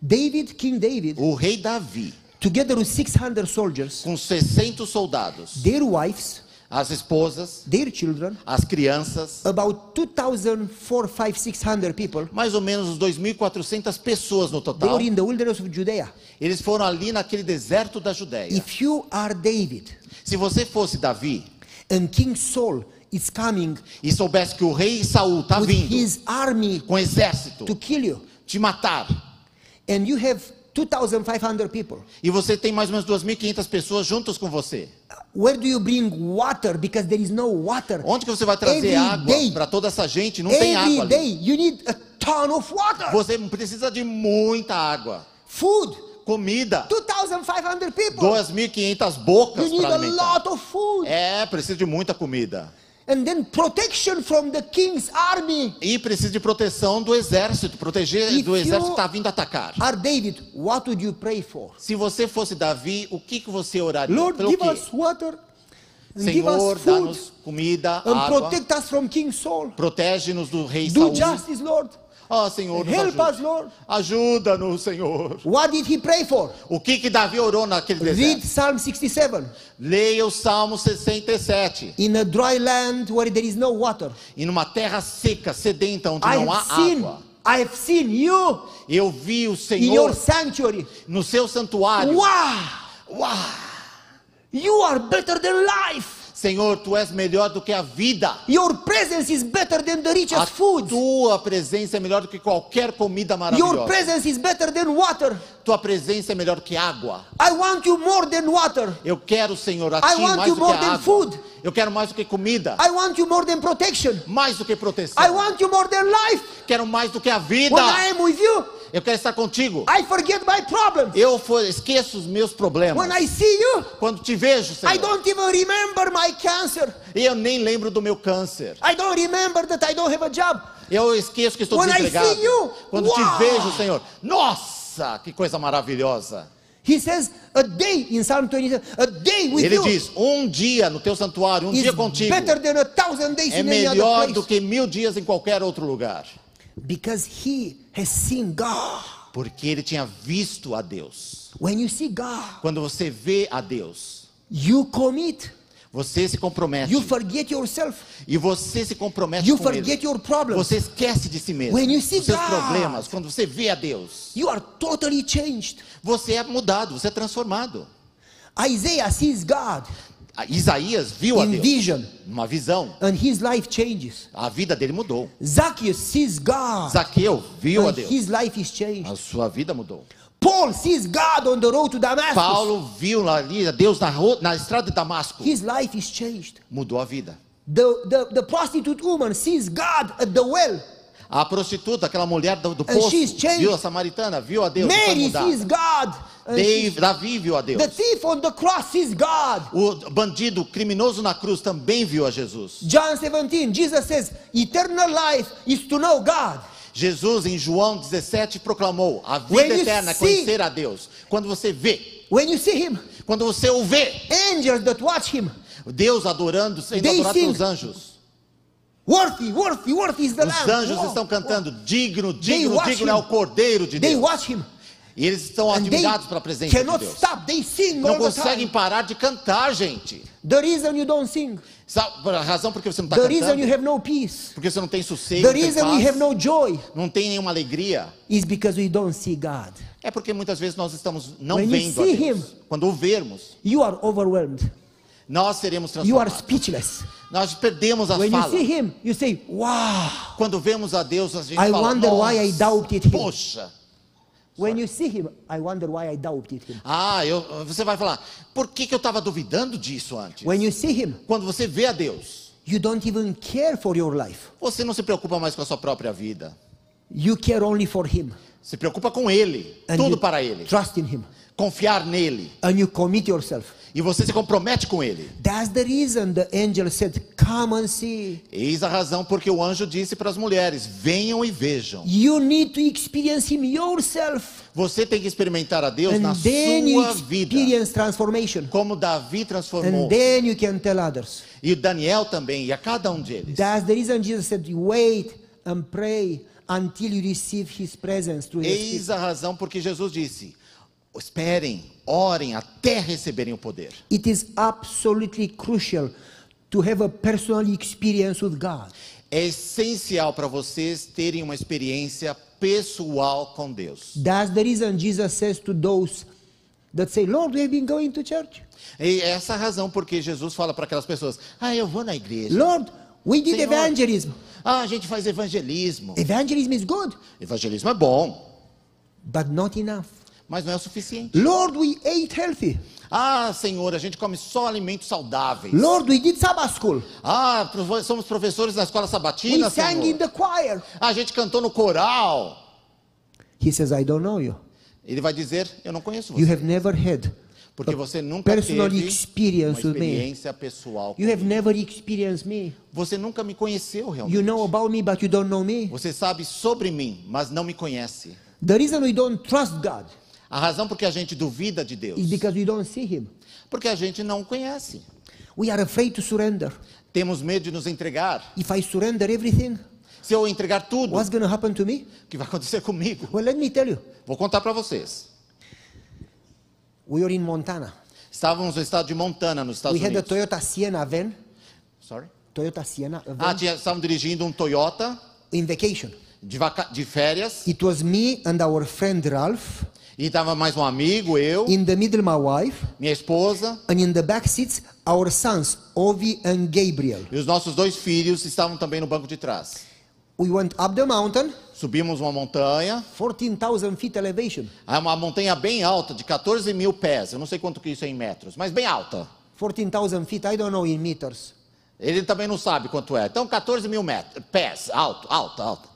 David, King David, O rei Davi, together with 600 soldiers, com 600 soldados, their wives, as esposas, their children, as crianças, about 2,400, 500, 600 people, mais ou menos uns 2.400 pessoas no they total. were in the wilderness of Judea. Eles foram ali naquele deserto da Judéia. If you are David Se você fosse Davi and King Saul is coming e soubesse que o rei Saul está with vindo his army com exército to kill you, te matar and you have 2,500 people, e você tem mais ou menos 2.500 pessoas juntos com você, where do you bring water? Because there is no water. onde que você vai trazer Every água day. para toda essa gente? Não tem água Every day ali. you need a ton of water, Você precisa de muita água, food, comida, 2,500 people. 2.500 You bocas need para a alimentar. lot of food. É, precisa de muita comida. And then protection from the king's army. E precisa de proteção do exército, proteger If do exército que you- está vindo atacar. Are David, what would you pray for? Se você fosse Davi, o que, que você oraria? Lord, Pelo give quê? us water, and give Senhor, us food, dá-nos comida, and água, protect us from King Saul. protege-nos do rei Saul, Do justice, Lord. Ó Senhor, nos Help us, ajude. Lord. Ajuda-nos, Senhor. What did he pray for? O que que Davi orou naquele Read deserto? Psalm 67. Leia o Salmo 67. In a dry land where there is no water, E numa terra seca, sedenta, onde I não há have seen, água. I have seen you Eu vi o in your Senhor sanctuary. no seu santuário. Wow, Uau! you are better than life. Senhor, tu és melhor do que a vida. Your presence is better than the A richest food. tua presença é melhor do que qualquer comida Your maravilhosa. presence is better than water. Tua presença é melhor que água. I want you more than water. Eu quero, Senhor, a I ti want mais you do que more than a água. food. Eu quero mais do que comida, I want you more than protection. mais do que proteção. I want you more than life. Quero mais do que a vida. When I am with you, Eu quero estar contigo. I forget my problems. Eu for- esqueço os meus problemas. When I see you, Quando te vejo, I Senhor, don't even remember my cancer. e eu nem lembro do meu câncer. I don't remember that I don't have a job. Eu esqueço que estou When I desempregado. see you, Quando wow! te vejo, Senhor, nossa, que coisa maravilhosa. He says, a day in Psalm 27, a day with Ele you diz: um dia no teu santuário, um dia is contigo, better than a thousand days é in any other melhor do place. que mil dias em qualquer outro lugar. Because he has seen God. Porque ele tinha visto a Deus. When you see God, Quando você vê a Deus, you commit. você se compromete. You forget yourself. E você se compromete You com ele. forget your problems. Você esquece de si mesmo. When you see os seus God. problemas, quando você vê a Deus, You are totally changed. você é mudado, você é transformado. Isaiah sees God A- Isaías viu a in Deus vision numa visão. and his life changes. A vida dele mudou. Zacchaeus sees God Zaqueu viu a and Deus. his life is changed. A sua vida mudou. Paul sees God on the road to Damascus. Paulo viu lá ali a Deus na, ro- na estrada de Damasco. His life is changed. Mudou a vida. The, the, the prostitute woman sees God at the well. A prostituta, aquela mulher do, do And poço, she's changed. viu a samaritana, viu a Deus. e foi Mary mudada. sees God. and Dave- she's- Davi viu a Deus. the thief on the cross sees God. O bandido, o criminoso na cruz também viu a Jesus. John 17, Jesus says, eternal life is to know God. Jesus, em João 17, proclamou: A vida When you eterna é see- conhecer a Deus. Quando você vê, When you see him, quando você o vê, angels that watch him, Deus adorando, sendo They adorado sing. Ah, pelos anjos. worthy, worthy, worthy is the Os Lamb. anjos Wow, estão wow. cantando: Digno, digno, watch digno him. é o Cordeiro de They Deus. watch him. E eles estão And they admirados pela presença de cannot Deus. stop. They sing Não all the time. conseguem parar de cantar, gente. The reason you don't sing. Sabe a razão por que você não está The reason you cantando? have no peace. Porque você não tem sossego, The não tem, reason we have paz, no joy não tem nenhuma alegria. is because we don't see God. É porque muitas vezes nós estamos não When you vendo a see Deus. Quando o vermos, You are overwhelmed. nós seremos You are transformados. speechless. Nós perdemos a When you fala. see him, you say, wow. Quando vemos a Deus, a gente I fala, wonder why I "Nossa, doubted him." Poxa. When you see him, I wonder why I doubted him. Ah, eu, você vai falar, por que, que eu estava duvidando disso antes? When you see him, Quando você vê a Deus, you don't even care for your life. você não se preocupa mais com a sua própria vida. You care only for him. Se preocupa com Ele, And tudo you para Ele. Trust in him. Confiar nele. And you commit yourself. E você se compromete com Ele. That's the reason the angel said, Come and see. Eis a razão porque o anjo disse para as mulheres: venham e vejam. You need to experience him yourself. Você tem que experimentar a Deus And na then you sua vida. experience transformation. Como Davi transformou. And then you can tell others. E Daniel também, e a cada um deles. That's the reason Jesus said, Wait and pray until you receive his presence through his Spirit." Eis a razão porque Jesus disse: esperem, orem até receberem o poder. It is absolutely crucial to have a personal experience with God. É essencial para vocês terem uma experiência pessoal com Deus. That's the reason Jesus says to those that say, Lord, we have been going to church. E é essa a razão porque Jesus fala para aquelas pessoas: ah, eu vou na igreja. Lord, we did Senhor. evangelism. Ah, a gente faz evangelismo. Evangelism is good, Evangelismo é bom. but not enough. mas não é o suficiente. Lord, we ate healthy. Ah, Senhor, a gente come só alimentos saudáveis. Lord, we did Sabbath school. Ah, provo- somos professores na escola We sabatina, sang in Senhor. the choir. A gente cantou no coral. He says, I don't know you. Ele vai dizer, eu não conheço You você, have never had. porque a você nunca teve personal uma experience with me. experiência pessoal. You have never experienced me. Você nunca me conheceu realmente. You know about me, but you don't know me. Você sabe sobre mim, mas não me conhece. The reason we don't trust God A razão por que a gente duvida de Deus, is because we don't see Him. porque a gente não o conhece. We are afraid to surrender. Temos medo de nos entregar. If I surrender everything, se eu entregar tudo, What's going to happen to me? o que vai acontecer comigo? Well, let me tell you. Vou contar para vocês. We were in Montana. Estávamos no estado de Montana, nos Estados We had a Unidos. Toyota Sienna van. Sorry? Toyota Sienna van Ah, tinha- estavam dirigindo um Toyota in vacation. de, vaca- de férias. It was me and our friend Ralph E estava mais um amigo, eu, in the middle, my wife, minha esposa and in the back seats, our sons Ovi and Gabriel. e os nossos dois filhos estavam também no banco de trás. We went up the mountain, Subimos uma montanha, 14,000 feet elevation, é uma montanha bem alta, de 14 mil pés. Eu não sei quanto que isso é em metros, mas bem alta. 14,000 feet. I don't know in meters. Ele também não sabe quanto é. Então, 14 mil metros, pés, alto, alto, alto.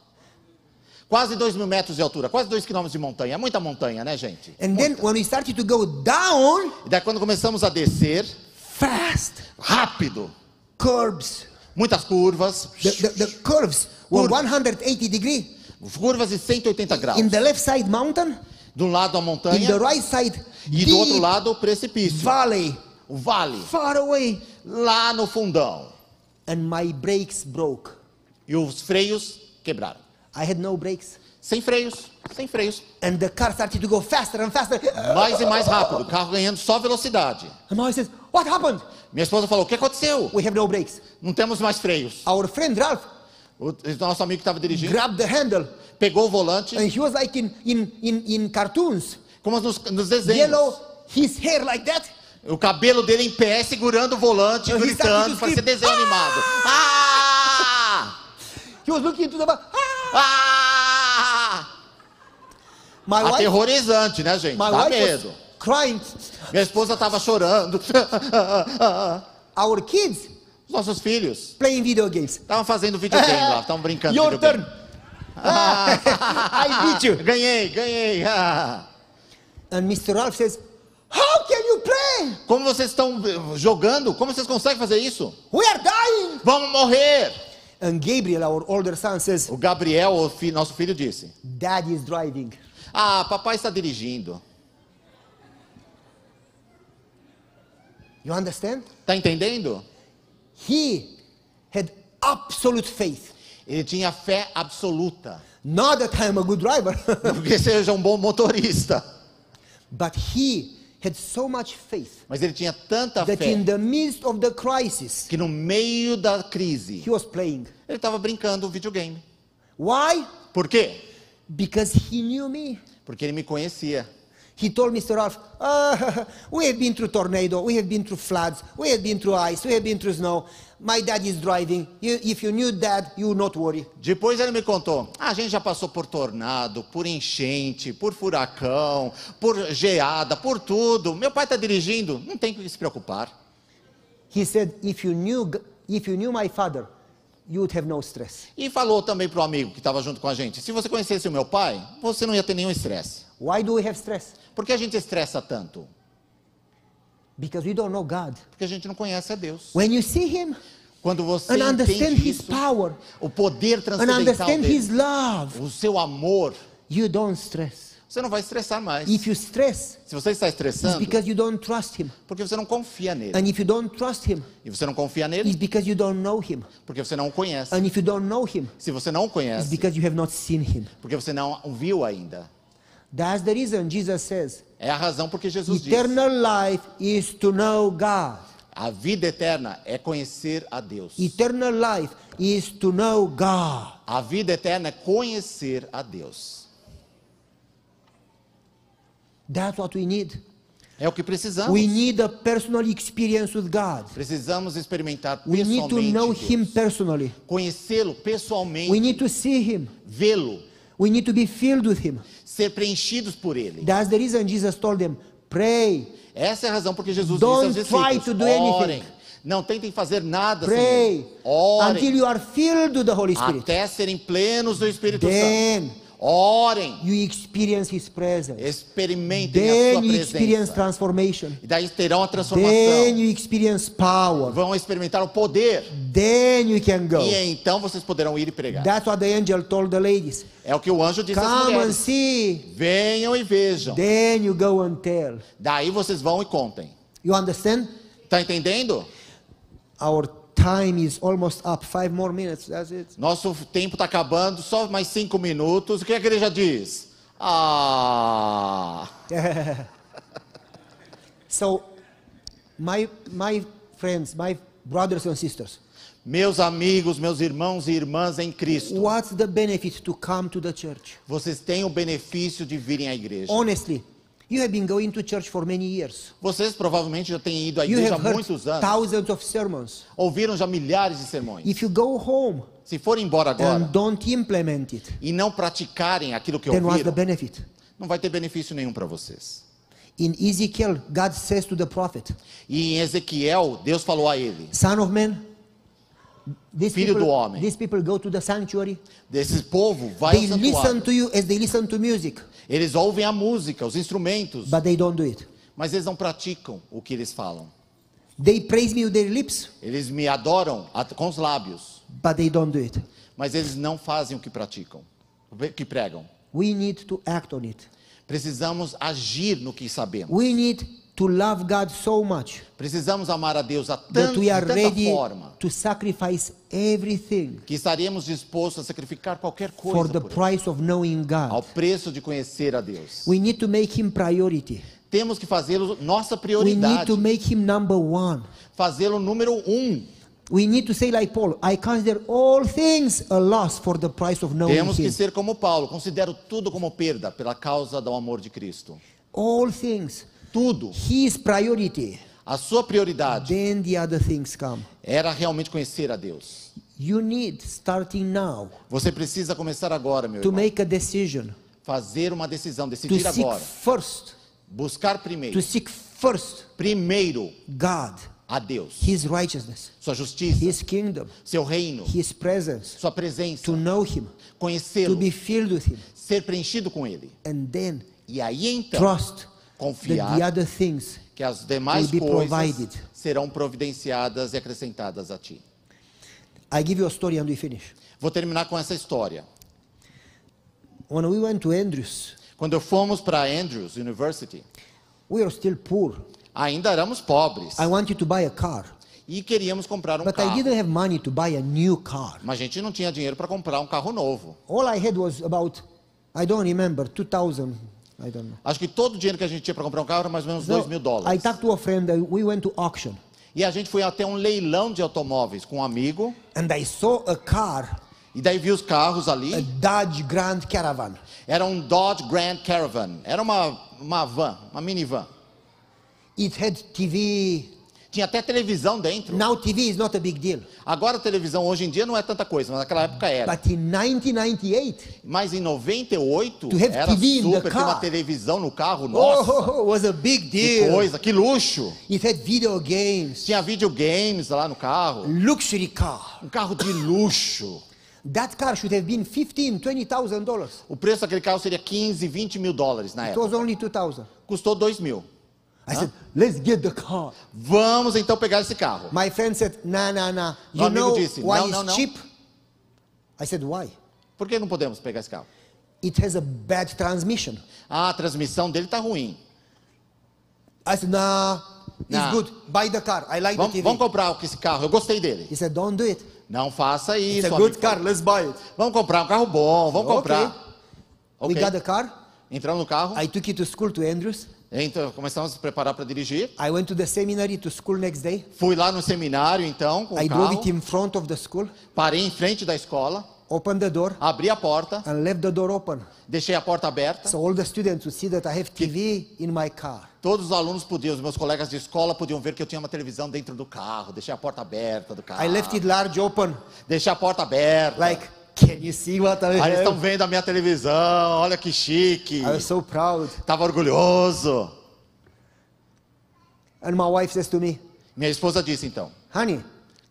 Quase 2 mil metros de altura, quase 2 quilômetros de montanha. É muita montanha, né, gente? And then when we started to go down, E daí, quando começamos a descer, fast rápido, curves. muitas curvas, The, the, the curves were 180 degree curvas de 180 graus. in the left side mountain, De um lado a in the montanha right side e do outro deep lado o precipício, valley, o vale, far away, lá no fundão. and my brakes broke. E os freios quebraram. I had no brakes. Sem freios, sem freios. And the car started to go faster and faster. Mais e mais rápido, o carro ganhando só velocidade. And my wife says, What happened? Minha esposa falou: O que aconteceu? We have no brakes. Não temos mais freios. Our friend Ralph O o nosso amigo que estava dirigindo grabbed the handle pegou o volante, and he was like in, in, in, in cartoons. como nos, nos desenhos. Yellow, his hair like that. O cabelo dele em pé, segurando o volante, Eu ri gritando, tanto que parecia eu desenho animado. Ah! He was looking into the back. Ah! Ah! My wife, Aterrorizante, né, gente? my Dá wife medo. was crying. Minha esposa estava chorando. Our kids Os nossos filhos playing video games. estavam fazendo videogame lá, estavam brincando. de Your videogame. turn. I beat you. Ganhei, ganhei. Ah. And Mr. Ralph says, How can you play? Como vocês estão eh, jogando? Como vocês conseguem fazer isso? We are dying. Vamos morrer! And Gabriel, our older son, says, O Gabriel, o fi- nosso filho, disse: Dad is driving. Ah, papai está dirigindo. You understand? Tá entendendo? He had absolute faith. Ele tinha fé absoluta. Not that I'm a good driver, Não que seja um bom motorista. but he had so much faith Mas ele tinha tanta that in fé the midst of the crisis, que no meio da crise, he was playing. ele estava brincando o videogame. Why? Por quê? Because he knew me. Porque ele me conhecia. He told Mr. Ralph, "Uh, we have been through tornado, we have been through floods, we have been through ice, we have been through snow. My dad is driving. You, if you knew dad, you would not worry. Depois ele me contou: "Ah, a gente já passou por tornado, por enchente, por furacão, por geada, por tudo. Meu pai está dirigindo, não tem com o que se preocupar. He said, if you knew, g- if you knew my father, you would have no stress. E falou também para o amigo que estava junto com a gente: se você conhecesse o meu pai, você não ia ter nenhum estresse. Why do we have stress? Por que a gente estressa tanto? Because we don't know God. Porque a gente não conhece a Deus. When you see him Quando você and understand entende his isso, power o poder and transcendental understand dele, his love, o seu amor, you don't stress. você não vai estressar mais. If you stress, Se você está it's estressando, because you don't trust him. porque você não confia nele. And if you don't trust him, E você não confia it's nele, because you don't know him. porque você não o conhece. And if you don't know him, Se você não o it's conhece, because you have not seen him. porque você não o viu ainda. That's the reason Jesus says, É a razão porque Jesus diz: eternal life is to know God. a vida eterna é conhecer a Deus. Eternal life is to know God. A vida eterna é conhecer a Deus. That's what we need. É o que precisamos. We need a personal experience with God. Precisamos experimentar We need to pessoalmente, know Deus. him personally. conhecê-lo We pessoalmente, need to see him. vê-lo, We need to be filled with him. ser preenchidos por ele. That's the reason Jesus told them, pray, Essa é a razão porque Jesus Don't disse try aos discípulos: to do anything. orem, não tentem fazer nada sem pray, ele. Orem until you are filled with the Holy Spirit. até serem plenos do Espírito Then Santo. Orem, you experience his presence. experimentem a sua Then you experience presença. transformation. E daí terão a Then transformação. you experience power. Vão experimentar o poder. Then you can go. E então vocês poderão ir e pregar. That's what the angel told the ladies. É o que o anjo disse às Come and mulheres. see. Venham e vejam. Then you go and tell. Daí vocês vão e contem. You understand? Tá entendendo? Our time is almost up. Five more minutes. That's it. Nosso tempo está acabando, só mais cinco minutos. O que a igreja diz? Ah! So, my my friends, my brothers and sisters, Meus amigos, meus irmãos e irmãs em Cristo, what's the benefit to come to the church? vocês têm o benefício de virem à igreja. Honestly, you have been going to church for many years. Vocês provavelmente já têm ido à You igreja há have heard muitos anos, thousands of sermons. ouviram já milhares de sermões. If you go home Se forem embora agora and don't implement it, e não praticarem aquilo que É. then what's the ouviram, benefit? não vai ter benefício nenhum para vocês. In Ezekiel, God says to the prophet, E em Ezequiel, Deus falou a ele: Son of man, these Filho do people, homem. these people go to the sanctuary. desse povo vai ao They listen santuário. to you as they listen to music, Eles ouvem a música, os instrumentos, but they don't do it. mas eles não praticam o que eles falam. They praise me with their lips, Eles me adoram at- com os lábios, but they don't do it. mas eles não fazem o que praticam, o pe- que pregam. We need to act on it. Precisamos agir no que sabemos. We need to love God so much Precisamos amar a Deus a tan, that de we are tanta ready forma to sacrifice everything que estaremos dispostos a sacrificar qualquer for coisa the por ele, price of knowing ao God. preço de conhecer a Deus. We need to make Him priority. Temos que fazê-lo nossa We need prioridade, to make Him number one. fazê-lo número um. We need to say like Paul, I consider all things a loss for the price of knowing Temos que Him. ser como Paulo, considero tudo como perda pela causa do amor de Cristo. All things. Tudo. His priority. A sua prioridade Then the other things come. era realmente conhecer a Deus. You need, starting now, Você precisa começar agora, meu to irmão. make a decision Fazer uma decisão, to decidir seek agora. first, Buscar primeiro, to seek first primeiro God, a Deus, His righteousness, sua justiça, His kingdom, seu reino, His presence, sua presença, to know Him, to conhecê-lo, be filled with Him, ser preenchido com ele. and then E aí então, trust that the confiar other things. que as demais will be coisas provided. serão providenciadas e acrescentadas a ti. I give you a story and we finish. Vou terminar com essa história. When we went to Andrews, Quando fomos para Andrews University, we were still poor. ainda éramos pobres I wanted to buy a car, e queríamos comprar um but I carro. didn't have money to buy a new car. Mas a gente não tinha dinheiro para comprar um carro novo. All I had was about, I don't remember, 2,000, I don't know. Acho que todo o dinheiro que a gente tinha para comprar um carro era mais ou menos So, 2 mil I dólares. talked to a friend. and We went to auction, E a gente foi até um leilão de automóveis com um amigo. and I saw a car, E daí vi os carros ali. a Dodge Grand Caravan. Era um Dodge Grand Caravan. Era uma, uma van, uma minivan. It had TV. Tinha até televisão dentro. Now TV is not a big deal, Agora a televisão hoje em dia não é tanta coisa, mas naquela época era. but in 1998, Mas em 98 To have era TV in the super ter uma car. televisão no carro. Nossa, oh, was a big que deal. coisa, que luxo. It had video games, Tinha videogames lá no carro. luxury car. Um carro de luxo. That car should have been 15, 20,000 dollars. O preço daquele carro seria 15, 20 mil dólares na It época. was only 2,000. Custou 2 mil. I said, let's get the car. Vamos então pegar esse carro. My friend said, nah, nah, nah. Meu You amigo know disse, why "Não, it's não, não." cheap? I said, why? Por que não podemos pegar esse carro? It has a bad transmission. Ah, a transmissão dele tá ruim. I said, nah, Nah. it's good. Buy the car. I like Vamos, the TV. vamos comprar o que esse carro. Eu gostei dele. He said, don't do it. Não faça It's isso. a amigo. é good car. Let's buy it. Vamos comprar um carro bom. Vamos Ok. comprar. We Ok. got the car. Entramos no carro. I took it to school to Andrews. Então começamos a se preparar para dirigir. I went to the seminary to school next day. Fui lá no seminário então com I o drove carro. it in front of the school, Parei em frente da escola. opened the door, Abri a porta. and left the door open. Deixei a porta aberta. So all the students would see that I have TV in my car. Todos os alunos podiam, os meus colegas de escola podiam ver que eu tinha uma televisão dentro do carro. Deixei a porta aberta do carro. I left it large open, Deixei a porta aberta. like, can you see what I Aí eles estão have? vendo a minha televisão. Olha que chique. I was so proud. Tava orgulhoso. And my wife says to me, Minha esposa disse então, honey,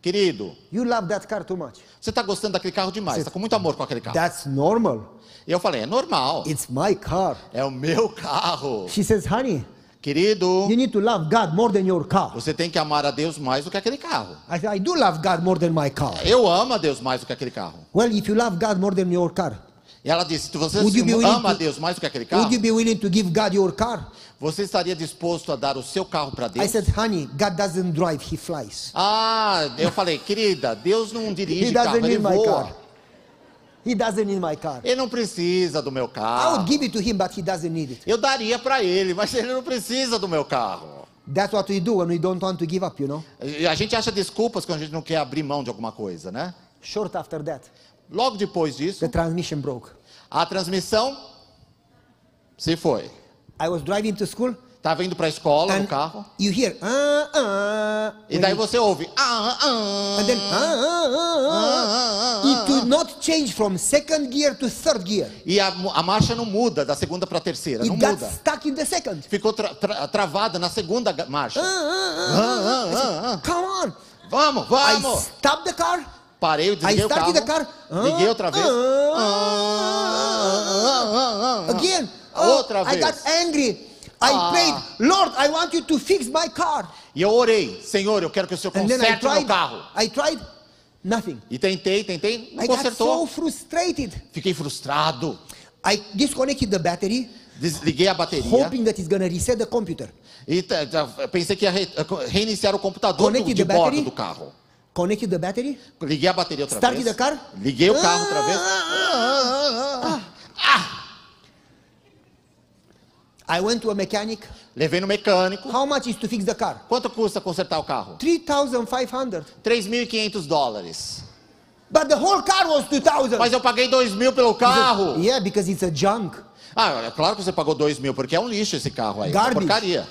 querido, you love that car too much. você tá gostando daquele carro demais. Você- Tá com muito amor com aquele carro. That's normal. E eu falei, é normal. It's my car. É o meu carro. She says, honey, Querido, you need to love God more than your car. você tem que amar a Deus mais do que aquele carro. I said, I do love God more than my car. Eu amo a Deus mais do que aquele carro. Well, if you love God more than your car, E ela disse: "Tu- Você Would you be willing ama a to- Deus mais do que aquele carro? Would you be willing to give God your car? Você estaria disposto a dar o seu carro para I Deus? said, honey, God doesn't drive, he flies. Ah, eu falei, querida, Deus não dirige He carro, doesn't ele need my voa. car. He doesn't need my car. Ele não precisa do meu I would carro. give it to him, but he doesn't need it. Eu daria para ele, mas ele não precisa do meu carro. That's what we do when we don't want to give up, you know? E A gente acha desculpas quando a gente não quer abrir mão de alguma coisa, né? Short after that, Logo depois disso, the transmission broke. a transmissão se foi. I was driving to school, Tava indo para a escola no and carro. you hear, ah, ah, E daí você ouve. Ah, ah, and then, ah, ah, ah, ah, ah, ah. It would not change from second gear to third gear. E a, mu- a marcha não muda da segunda para a terceira, não It got muda. stuck in the second. Ficou tra- tra- travada na segunda ga- marcha. Ah, ah, Ah, ah, ah. ah. Come on. Vamos, I vamos. stopped the car. Parei, eu I desliguei o carro. started the car. Ah, Liguei outra vez. ah, Ah, ah, ah, ah. Again. Oh, Outra I vez. got angry. I Ah. prayed, Lord, I want you to fix my car. E eu orei, Senhor, eu quero que o Senhor And then I conserte o meu tried. carro. I tried. Nothing. E tentei, tentei, não I got so consertou. frustrated. Fiquei frustrado. I disconnected the battery, Desliguei a bateria hoping that it's gonna reset the computer. e ta- ta- pensei que ia re- reiniciar o computador do, Connected de the bordo battery. do carro. Connected the battery. Liguei a bateria outra Started vez. the car. Liguei o carro Ah, outra vez. I went to a mechanic. Levei no mecânico. How much is to fix the car? Quanto custa consertar o carro? 3,500. 3.500 dólares. But the whole car was 2,000. Mas eu paguei 2 mil pelo um carro. Yeah, because it's a junk. Ah, é claro que você pagou 2 mil, porque é um lixo esse carro aí. é Uma Garbage. porcaria.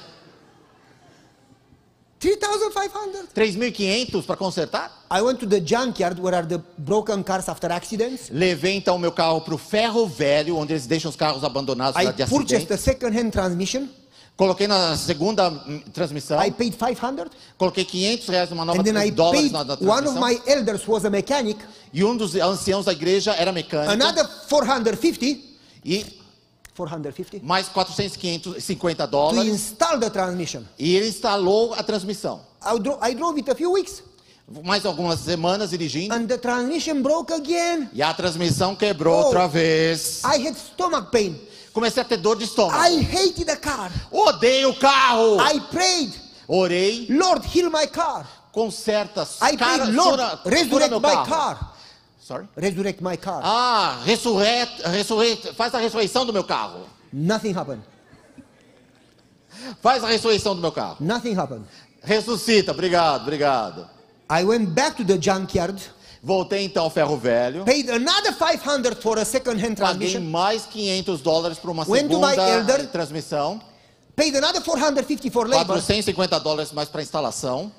3,500. 3.500 para consertar? I went to the junkyard where are the broken cars after accidents. Levei então o meu carro pro ferro velho, onde eles deixam os carros abandonados I lá de purchased acidente. a second-hand transmission. Coloquei na segunda hum, transmissão, I paid 500. coloquei 500 reais numa nova and then I dólares paid, na, na one transmissão. of my elders was a mechanic. E um dos anciãos da igreja era mecânico. Another 450. E 450. mais 400, 550 To dólares. install the transmission. E ele instalou a transmissão. I, dro- I drove it a few weeks. Mais algumas semanas dirigindo. And the transmission broke again. E a transmissão quebrou Oh. outra vez. I had stomach pain. Comecei a ter dor de estômago. I hated the car. Odeio o carro. I prayed, Orei. Lord, heal my car. Conserta. I cara, prayed, Lord, cura- cura resurrect meu my carro. car. Sorry. Resurrect my car. Ah, ressurre- ressurre- faz a ressurreição do meu carro. Nothing happened. Faz a ressurreição do meu carro. Nothing happened. Ressuscita, obrigado, obrigado. I went back to the junkyard, Voltei então ao ferro velho. paid another 500 for a second-hand Paguei transmission, mais 500 dólares por uma Went to my segunda elder. transmissão. paid another 450 for labor. 450 dólares mais para instalação.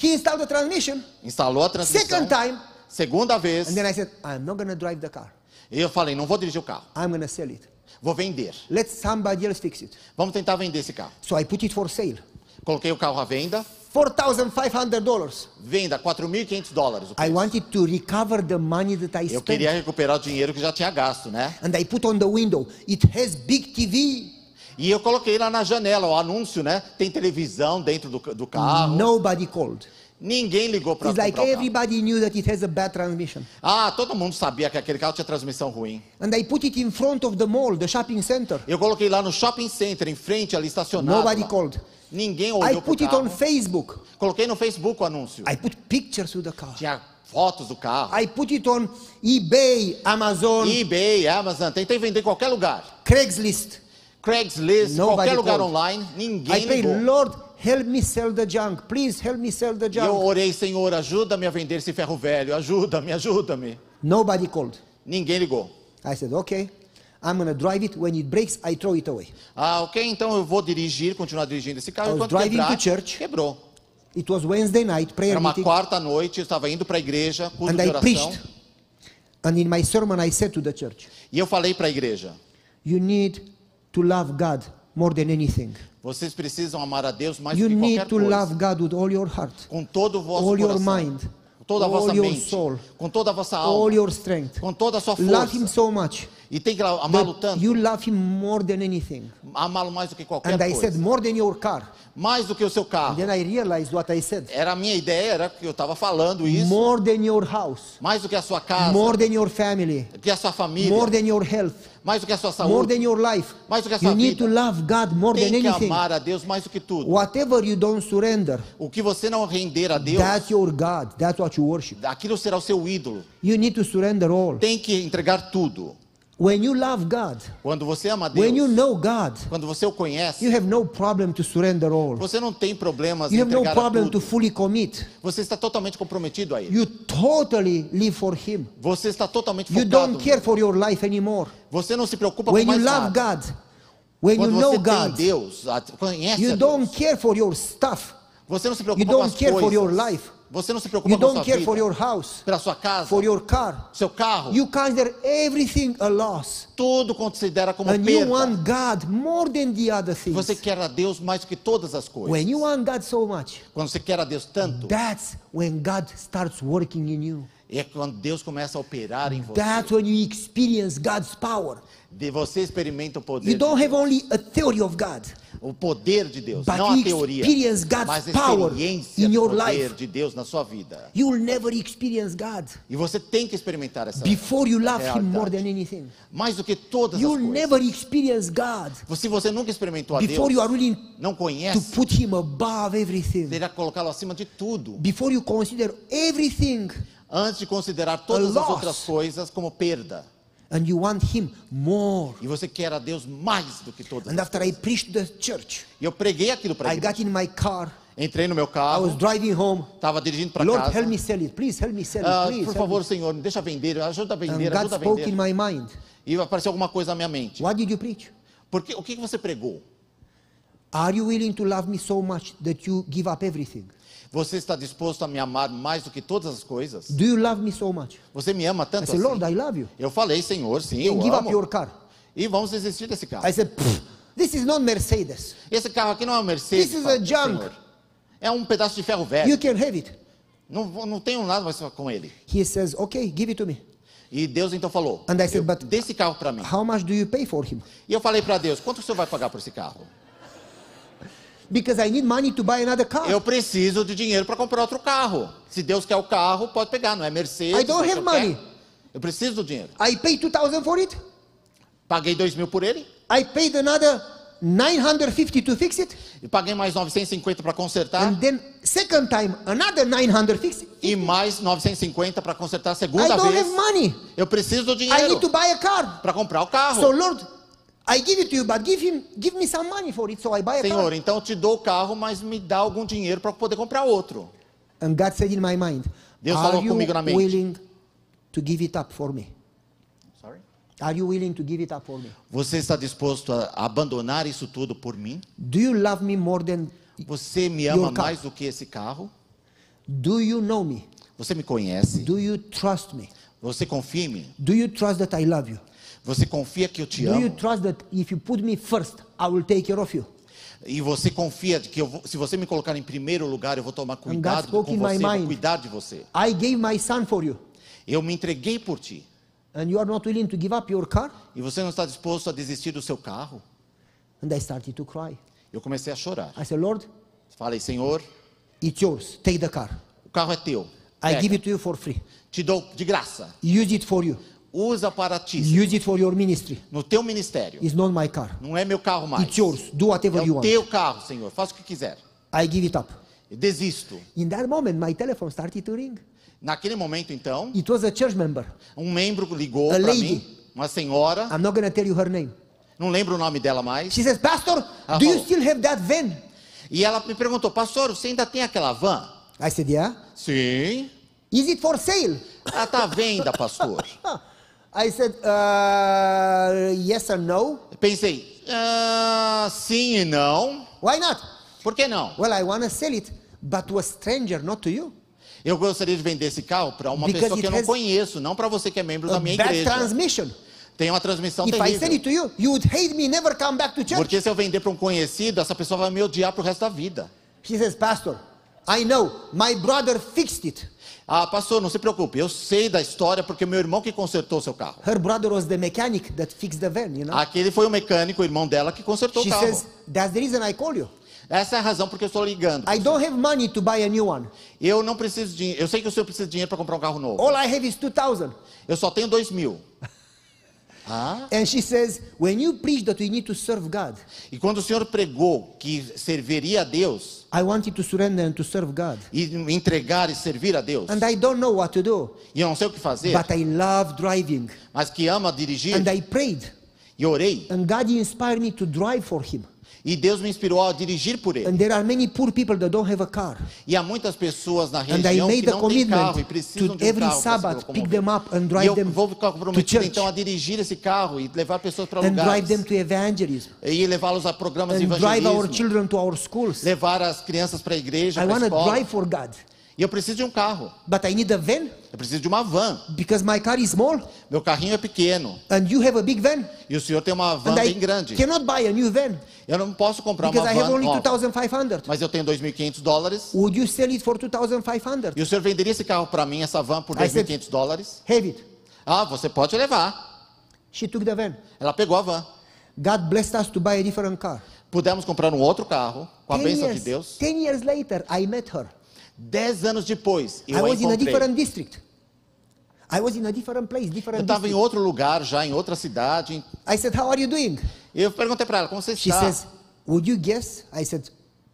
He installed the transmission. Instalou a transmissão. Second time. Segunda vez. And then I said, I'm not going to drive the car. E eu falei, não vou dirigir o carro. I'm going to sell it. Vou vender. Let somebody else fix it. Vamos tentar vender esse carro. So I put it for sale. Coloquei o carro à venda. $4,500. Venda, 4.500 dólares. o I preço. wanted to recover the money that I Eu spent. queria recuperar o dinheiro que já tinha gasto, né? And I put on the window, it has big TV. E eu coloquei lá na janela o anúncio, né? Tem televisão dentro do, do Hum. carro. Nobody called. Ninguém ligou para It's comprar like o carro. everybody knew that it has a bad transmission. Ah, todo mundo sabia que aquele carro tinha transmissão ruim. And I put it in front of the mall, the shopping center. Eu coloquei lá no shopping center, em frente, ali estacionado. Nobody lá. called. Ninguém I olhou pro put it on carro. Facebook. Coloquei no Facebook o anúncio. I put pictures of the car. Tinha fotos do carro. I put it on eBay, Amazon, E- eBay, Amazon, tentei vender em qualquer lugar. Craigslist. Craigslist, Nobody qualquer lugar called. online, I ninguém prayed, ligou. Lord, help me sell the junk. Please help me sell the E eu junk. orei, Senhor, ajuda-me a vender esse ferro velho, ajuda-me, ajuda-me. Nobody called. Ninguém ligou. I said, okay, I'm going to drive it. When it breaks, I throw it away. Ah, ok, então eu vou dirigir, continuar dirigindo esse carro. I was Enquanto driving quebrar, to church. quebrou. It was Wednesday night, prayer Era uma meeting. quarta noite, eu estava indo para a igreja, culto and de I oração. preached. And in my sermon, I said to the church, E eu falei para a igreja, You need to love God more than anything. vocês precisam amar a Deus mais You do que need qualquer to coisa. love God with all your heart, Com todo o vosso all your coração, mind, com toda a all vossa your mente, soul, com toda a vossa alma, all your strength. com toda a sua Love força. Him so much E tem que amá lo that tanto, you love him more than anything. amá-lo mais do que qualquer And I coisa. said, more than your car. mais do que o seu carro. Then I realized what I said. Era a minha ideia, era que eu estava falando isso. More than your house. mais do que a sua casa, More than your family. do que a sua família, More than your health. mais do que a sua More saúde. than your life. Mais do que a You sua need to vida. love God more than Tem que anything. amar a Deus mais do que tudo. Whatever you don't surrender, O que você não render a Deus, that's your God. That's what you worship. aquilo será o seu ídolo. You need to surrender all. Tem que entregar tudo. When you love God, Quando você ama a Deus, when you know God, quando você o conhece, you have no problem to surrender all. você não tem problemas em You have no entregar a problem to tudo. fully commit. Você está totalmente comprometido a Ele. You totally live for Him. Você está totalmente You focado. don't care for your life anymore. Você não se preocupa When com you mais love nada. God, when you quando você know tem God, Deus, a- conhece you a don't Deus. care for your stuff. Você não se preocupa You com as don't care coisas. for your life. Você não se preocupa You com a sua don't care vida, for your house, pela sua casa, for your car. seu carro. You consider everything a loss. tudo considera como And you perda. want God more than the other things. Você quer a Deus mais que todas as coisas. When you want God so much, Quando você quer a Deus tanto, that's when God starts working in you. é quando Deus começa a operar em você. That's when you experience God's power. De você experimenta o poder, You de don't Deus. have only a theory of God. o poder de Deus, But não a you teoria, experience God's mas a power experiência in do your poder life. de Deus na sua vida. You'll never experience God E você tem que experimentar essa before you love Him realidade. more than anything. mais do que todas You'll as coisas. never experience God Se você nunca experimentou a before Deus, you are willing não to conhece, put Him above everything. terá que colocá-lo acima de tudo, Before you consider everything antes de considerar todas as loss. outras coisas como perda. and you want Him more. E você quer a Deus mais do que todas. And as after I preached to the church, E eu preguei aquilo para I ele. got in my car. Entrei no meu I was carro, driving home. estava dirigindo para Lord, casa. help me sell it. Please help me sell Ah, it. Please. por help me. favor, Senhor, me deixa vender, ajuda a And vender, God ajuda a spoke in vender. my mind. E apareceu alguma coisa na minha mente. What did you preach? Porque o que que você pregou? Are you willing to love me so much that you give up everything? Você está disposto a me amar mais do que todas as coisas? Do you love me so much? Você me ama I tanto said, Lord, assim? I love you. Eu falei, Senhor, sim, eu And give up your amo. car. E vamos desistir desse carro. I said, "Pfft, this is not Mercedes. Esse carro aqui não é uma Mercedes. This is fala, a junk. Senhor. É um pedaço de ferro velho. You can have it. Não, vou- não tenho nada mais com ele. He says, okay, give it to me. E Deus então falou: And I said, eu, but- dê esse carro para mim. How much do you pay for him? E eu falei para Deus: quanto o senhor vai pagar por esse carro? Because I need money to buy another car. Eu preciso de dinheiro para comprar outro carro. Se Deus quer o carro, pode pegar, não é Mercedes. I don't não é have o que eu quero. money. Eu preciso do dinheiro. I paid 2,000 for it. Paguei dois mil por ele, I paid another 950 to fix it. e paguei mais 950 para consertar, And then second time, another 900 fix it. e mais 950 para consertar a I segunda don't vez. have money. Eu preciso do I dinheiro need to buy a car. para comprar o carro. So Lord, I give it to you, but give him, give me some money for it, so I buy a Senhor, car. então eu te dou o carro, mas me dá algum dinheiro para poder comprar outro. And God said in my mind, Deus Are falou you comigo na mente. willing to give it up for me? Sorry? Are you willing to give it up for me? Você está disposto a abandonar isso tudo por mim? Do you love me more than? Você me ama Your car. mais do que esse carro? Do you know me? Você me conhece? Do you trust me? Você confia em mim? Do you trust that I love you? Você confia que eu te Do you amo? trust that if you put me first, I will take care of you? E você confia de que eu vou, se você me colocar em primeiro lugar, eu vou tomar cuidado com spoke você, in my vou mind. cuidar de você. I gave my son for you, Eu me entreguei por ti. and you are not willing to give up your car? E você não está disposto a desistir do seu carro? And I started to cry. Eu comecei a chorar. I said, Lord, Falei, Senhor, it's yours. Take the car. o carro é teu. I Pega. give it to you for free. Te dou de graça. Use it for you. Usa para ti, Use it for your ministry. no teu ministério. It's not my car. Não é meu carro mais. It's yours. Do whatever É you o want. teu carro, Senhor. Faça o que quiser. I give it up. Eu desisto. In that moment, my telephone started to ring. Naquele momento, então, It was a church member. um membro ligou A para lady. mim, uma senhora, I'm not going to tell you her name. não lembro o nome dela mais, She says, Pastor, Ah, do you Paulo. still have that van? e ela me perguntou: Pastor, você ainda tem aquela van? I said, Yeah. Sim. Is it for sale? Ela está "Ah, tá à venda, pastor. Huh. I said, uh, Yes and no. Pensei: "Ah, sim e não. Why not? Por que não? Well, I want to sell it, but to a stranger, not to you. Eu gostaria de vender esse carro para uma Because pessoa it que eu não has conheço, não para você que é membro A da minha bad igreja. transmission. Tem uma transmissão If I sell terrível. it to you, you would hate me, never come back to church. Porque se eu vender para um conhecido, essa pessoa vai me odiar pro resto da vida. She says, Pastor, I know. My brother fixed it. Ah, pastor, não se preocupe, eu sei da história porque meu irmão que consertou seu carro. Her brother was the mechanic that fixed the van, you know. Aquele foi o mecânico, o irmão dela, que consertou o she carro. says, That's the reason I call you. Essa é a razão porque eu estou ligando. I don't have money to buy a new one. Eu não preciso de dinheiro. Eu sei que o senhor precisa de dinheiro para comprar um carro novo. All I have is 2000. Eu só tenho dois mil. Ah? And she says, When you preach that we need to serve God, E quando o senhor pregou que serviria a Deus I wanted to surrender and to serve God. e me entregar e servir a Deus, And I don't know what to do, e eu não sei o que fazer, but I love driving. mas que ama dirigir And I prayed. e orei, And God inspired me to drive for Him. e Deus me inspirou a dirigir por ele. And there are many poor people that don't have a car. E há muitas pessoas na And I região que made a não têm carro e commitment precisam to de um every carro para se Sabbath pick locomover. them up and E drive eu them vou ficar to comprometido church então a dirigir esse carro e levar pessoas para and drive them lugares to evangelism e levá-los a programas de and drive our evangelismo, children to our schools. levar as crianças para a igreja, I para a want to escola. drive for God, E eu preciso de um carro, but I need a van eu preciso de uma van. because my car is small Meu carrinho é pequeno and you have a big van. e o senhor tem uma van And I bem grande. cannot buy a new van Eu não posso comprar because uma I have van only nova, 2,500. mas eu tenho 2.500 dólares. Would you sell it for 2,500? E o senhor venderia esse carro para mim, essa van, por I said- 2.500 dólares? Have it. Ah, você pode levar. She took the van. Ela pegou a van. God blessed us to buy a different car. Pudemos comprar um outro carro, com a Ten bênção de years, Deus. ten years later, I met her. Dez anos depois, I eu a was in a encontrei. different district. I was in a different place, Eu different estava em district. outro lugar, já em outra cidade. I said, How are you doing? Eu perguntei para ela, como você She está? says, Would you guess? I said,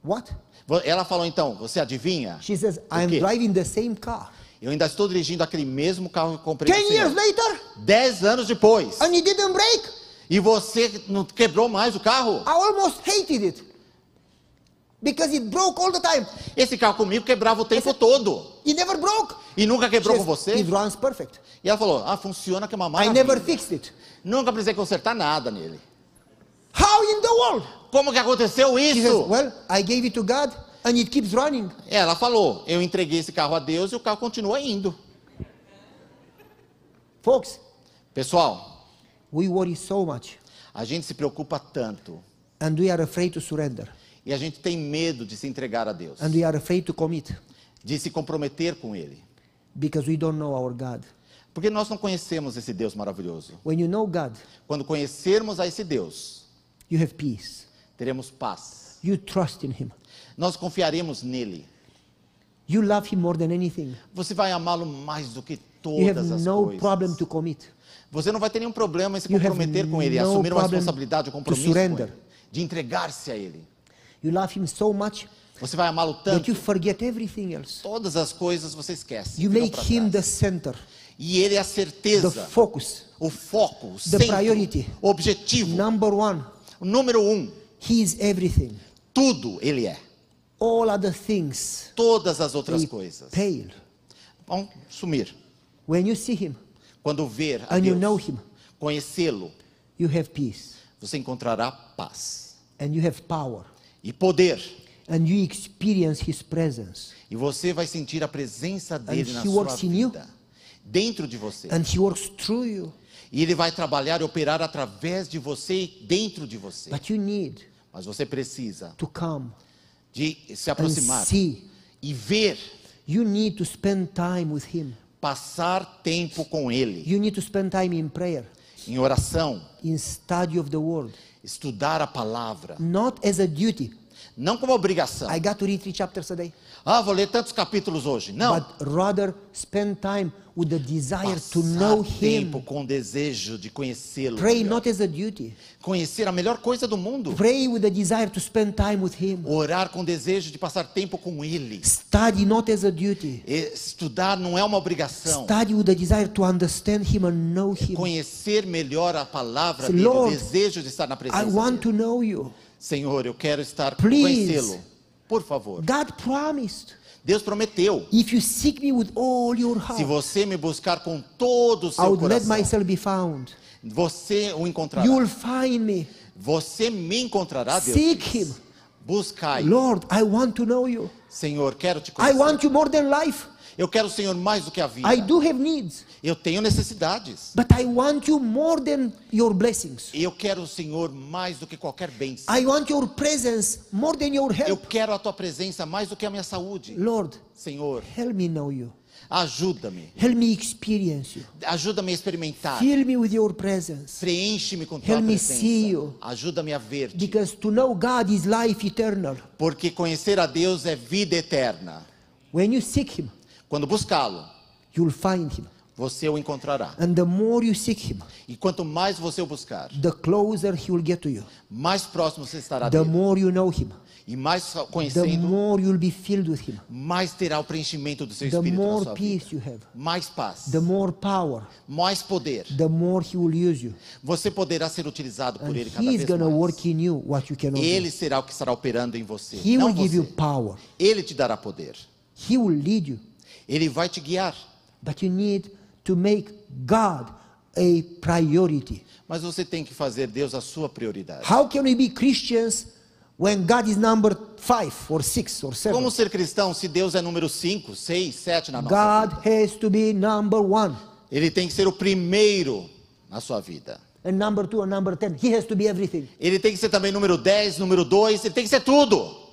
What? Vo- Ela falou, então, você adivinha? She says, I'm quê? driving the same car. Eu ainda estou dirigindo aquele mesmo carro que eu comprei. do Ten senhor. years later, Dez anos depois. and it didn't break. E você não quebrou mais o carro? I almost hated it because it broke all the time. Esse carro comigo quebrava o tempo todo. It never broke. E nunca She quebrou com says, você. It runs perfect. E ela falou, ah, funciona que é uma I never maravilha. fixed it. Nunca precisei consertar nada nele. How in the world? Como que aconteceu She says, isso? Well, I gave it to God and it keeps running. Ela falou, eu entreguei esse carro a Deus e o carro continua indo. Folks, Pessoal, we worry so much a gente se preocupa tanto and we are afraid to surrender e a gente tem medo de se entregar a Deus, and we are afraid to commit de se comprometer com Ele. because we don't know our God. Porque nós não conhecemos esse Deus maravilhoso. When you know God, Quando conhecermos a esse Deus, you have peace. teremos paz. You trust in Him. Nós confiaremos nele. You love Him more than anything. Você vai amá-lo mais do que You have todas as no coisas. problem to commit. Você não vai ter nenhum problema em se You have comprometer com ele, no assumir uma problem responsabilidade, um compromisso to surrender. com ele, de entregar-se a ele. You love Him so much Você vai amá-lo that tanto, you forget everything else. todas as coisas você esquece. You ficam make pra Him the trás. center, E ele é a the certeza, focus. o foco, o centro, priority. o objetivo, Number one, o número um. He is everything. Tudo ele é. All other things Todas as outras they coisas pale. vão sumir. When you see Him Quando ver a and you Deus, know Him, conhecê-lo, you have peace você encontrará paz and you have power e poder. and you experience His presence E você vai sentir a presença dele na he sua works in you. vida. Dentro de você. and He works through you. E ele vai trabalhar e operar através de você e dentro de você. But you need Mas você precisa to come de se and aproximar see. e ver, You need to spend time with Him. passar tempo com ele, You need to spend time in prayer, em oração, in study of the Word, estudar a palavra, not as a duty. não como obrigação. I got to read three chapters a day, Ah, vou ler tantos capítulos hoje. Não. but rather spend time with the desire to know Passar tempo Him. com desejo de conhecê-lo. Pray melhor. not as a duty. Conhecer a melhor coisa do mundo. Pray with the desire to spend time with Him. Orar com desejo de passar tempo com ele. Study not as a duty. Estudar não é uma obrigação. Study with the desire to understand Him and know Him. conhecer melhor a palavra Say, dele, o "Lord, desejo de estar na presença I want dele. to know You. Senhor, eu quero estar Please. conhecê-lo. Por favor. God promised. Deus prometeu. If you seek me with all your Se heart, você me buscar com todo o I seu would let coração, myself be found. você o encontrará. You will find me. Você me encontrará, Deus. Seek diz. him. Buscai. Lord, I want to know you. Senhor, quero te I conhecer. want you more than life. Eu quero o Senhor mais do que a vida. I do have needs, Eu tenho necessidades. but I want you more than your blessings. Eu quero o Senhor mais do que qualquer bênção. I want your presence more than your Eu help. quero a tua presença mais do que a minha saúde. Lord, Senhor, help me know you. ajuda-me. Help me experience you. Ajuda-me a experimentar. Fill me with your presence. Preenche-me com tua Help me presença. see you. Ajuda-me a ver-te. Because to know God is life eternal. Porque conhecer a Deus é vida eterna. When you seek Him, Quando buscá-lo, you'll find Him. você o encontrará. And the more you seek Him, E quanto mais você o buscar, the closer He will get to you. mais próximo você estará The dele. more you know Him, E mais the conhecendo, more you'll be filled with Him. mais terá o preenchimento do seu The espírito na more sua vida. peace you have, Mais paz, the more power, mais poder. the more He will use you. Você poderá ser utilizado por And ele cada He's vez going to mais. work in you what you cannot do. Ele será o que estará operando em você, He não will você. give you power. Ele te dará poder. He will lead you. Ele vai te guiar. But you need to make God a priority. Mas você tem que fazer Deus a sua prioridade. How can we be Christians when God is number five or six or Como seven? ser cristão se Deus é número 5, 6, 7 na nossa God vida? has to be number one Ele tem que ser o primeiro na sua vida. and number two and number ten. He has to be everything. Ele tem que ser também número 10, número 2, ele tem que ser tudo.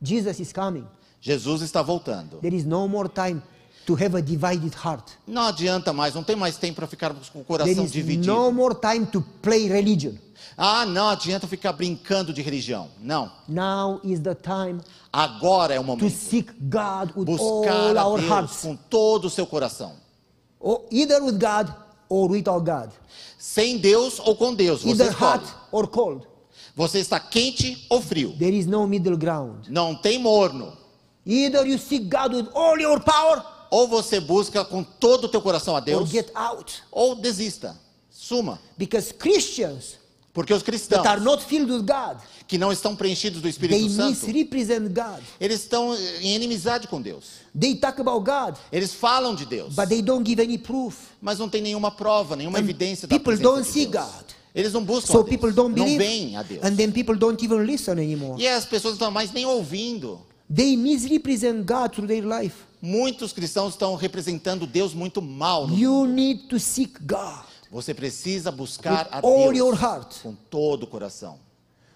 Jesus is coming. Jesus está voltando. There is no more time to have a divided heart. Não adianta mais, não tem mais tempo para ficarmos com o There coração is dividido. no more time to play religion. Ah, não adianta ficar brincando de religião. Não. Now is the time Agora é o to momento. seek God with Buscar all a Oh, our Deus hearts, com todo o seu coração. or either with God or without God, Sem Deus ou com Deus. Você either escolhe. hot or cold. Você está quente ou frio. There is no middle ground. Não tem morno. Either you seek God with all your power Ou você busca com todo o teu coração a or Deus, get out. ou desista. Suma. Because Christians Porque os cristãos that are not filled with God, que não estão preenchidos do they Espírito Santo, misrepresent God. eles estão em inimizade com Deus. They talk about God, Eles falam de Deus, but they don't give any proof. mas não tem nenhuma prova, nenhuma evidência da people presença don't de see Deus. God. Eles não buscam So a Deus, people don't não believe, veem a Deus. and then people don't even listen anymore. E as pessoas não estão mais nem ouvindo. They misrepresent God through their life. Muitos cristãos estão representando Deus muito mal. no You need to seek God. Você precisa buscar With a all Deus your heart. com todo o coração.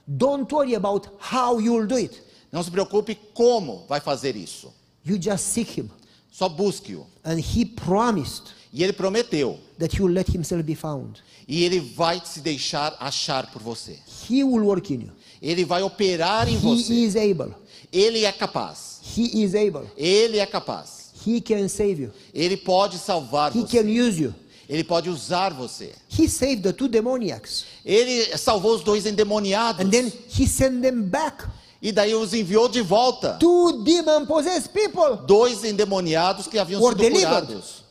Don't worry about how you'll do it. Não se preocupe como vai fazer isso. You just seek Him. Só busque-o. And He promised E ele prometeu. that He will let Himself be found. E ele vai se deixar achar por você. He will work in you. Ele vai operar em He você. is able. Ele é capaz. He is able. Ele é capaz. He can save you. Ele pode salvar He você. can use you. Ele pode usar você. He saved the two demoniacs. Ele salvou os dois endemoniados. And then He sent them back. E daí os enviou de volta. Two demon possessed people Dois endemoniados que haviam Were sido delivered. curados.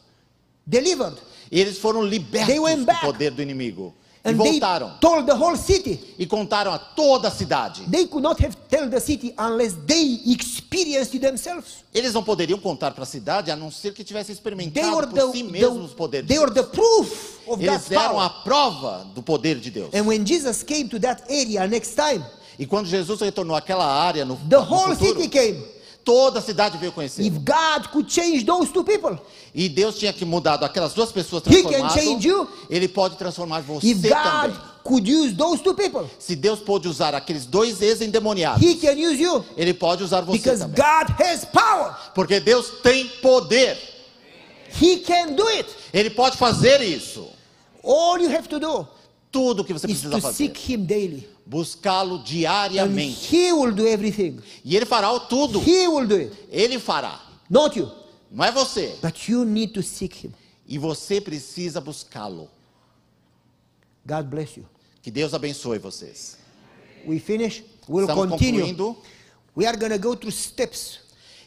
delivered. Eles foram libertos They went do back. poder do inimigo. E And they voltaram. told the whole city. E contaram a toda a cidade. They could not have told the city unless they experienced it themselves. Eles não poderiam contar para a cidade a não ser que tivessem They were experimentado the, por si mesmos o the, poder de they were Deus. the proof of Eles God's deram power. a prova do poder de Deus. And when Jesus came to that area next time, E quando Jesus retornou àquela área no, the no whole futuro, city came. toda a cidade veio conhecer. If God could change those two people, E Deus tinha que mudar aquelas duas pessoas He can transformadas. change you. Ele pode transformar você if God também. could use those two people, Se Deus pôde usar aqueles dois ex-endemoniados, He can use you Ele pode usar você because também. God has power. Porque Deus tem poder. He can do it. Ele pode fazer isso. All you have to do Tudo o que você is precisa to fazer. seek Him daily. Buscá-lo And diariamente. He will do everything. E Ele fará o tudo. He will do it. Ele fará. Not you. Não é você. But you need to seek Him. E você precisa buscá-lo. God bless you. Que Deus abençoe vocês. We finish. We'll Estamos continue. concluindo. We are going to go through steps.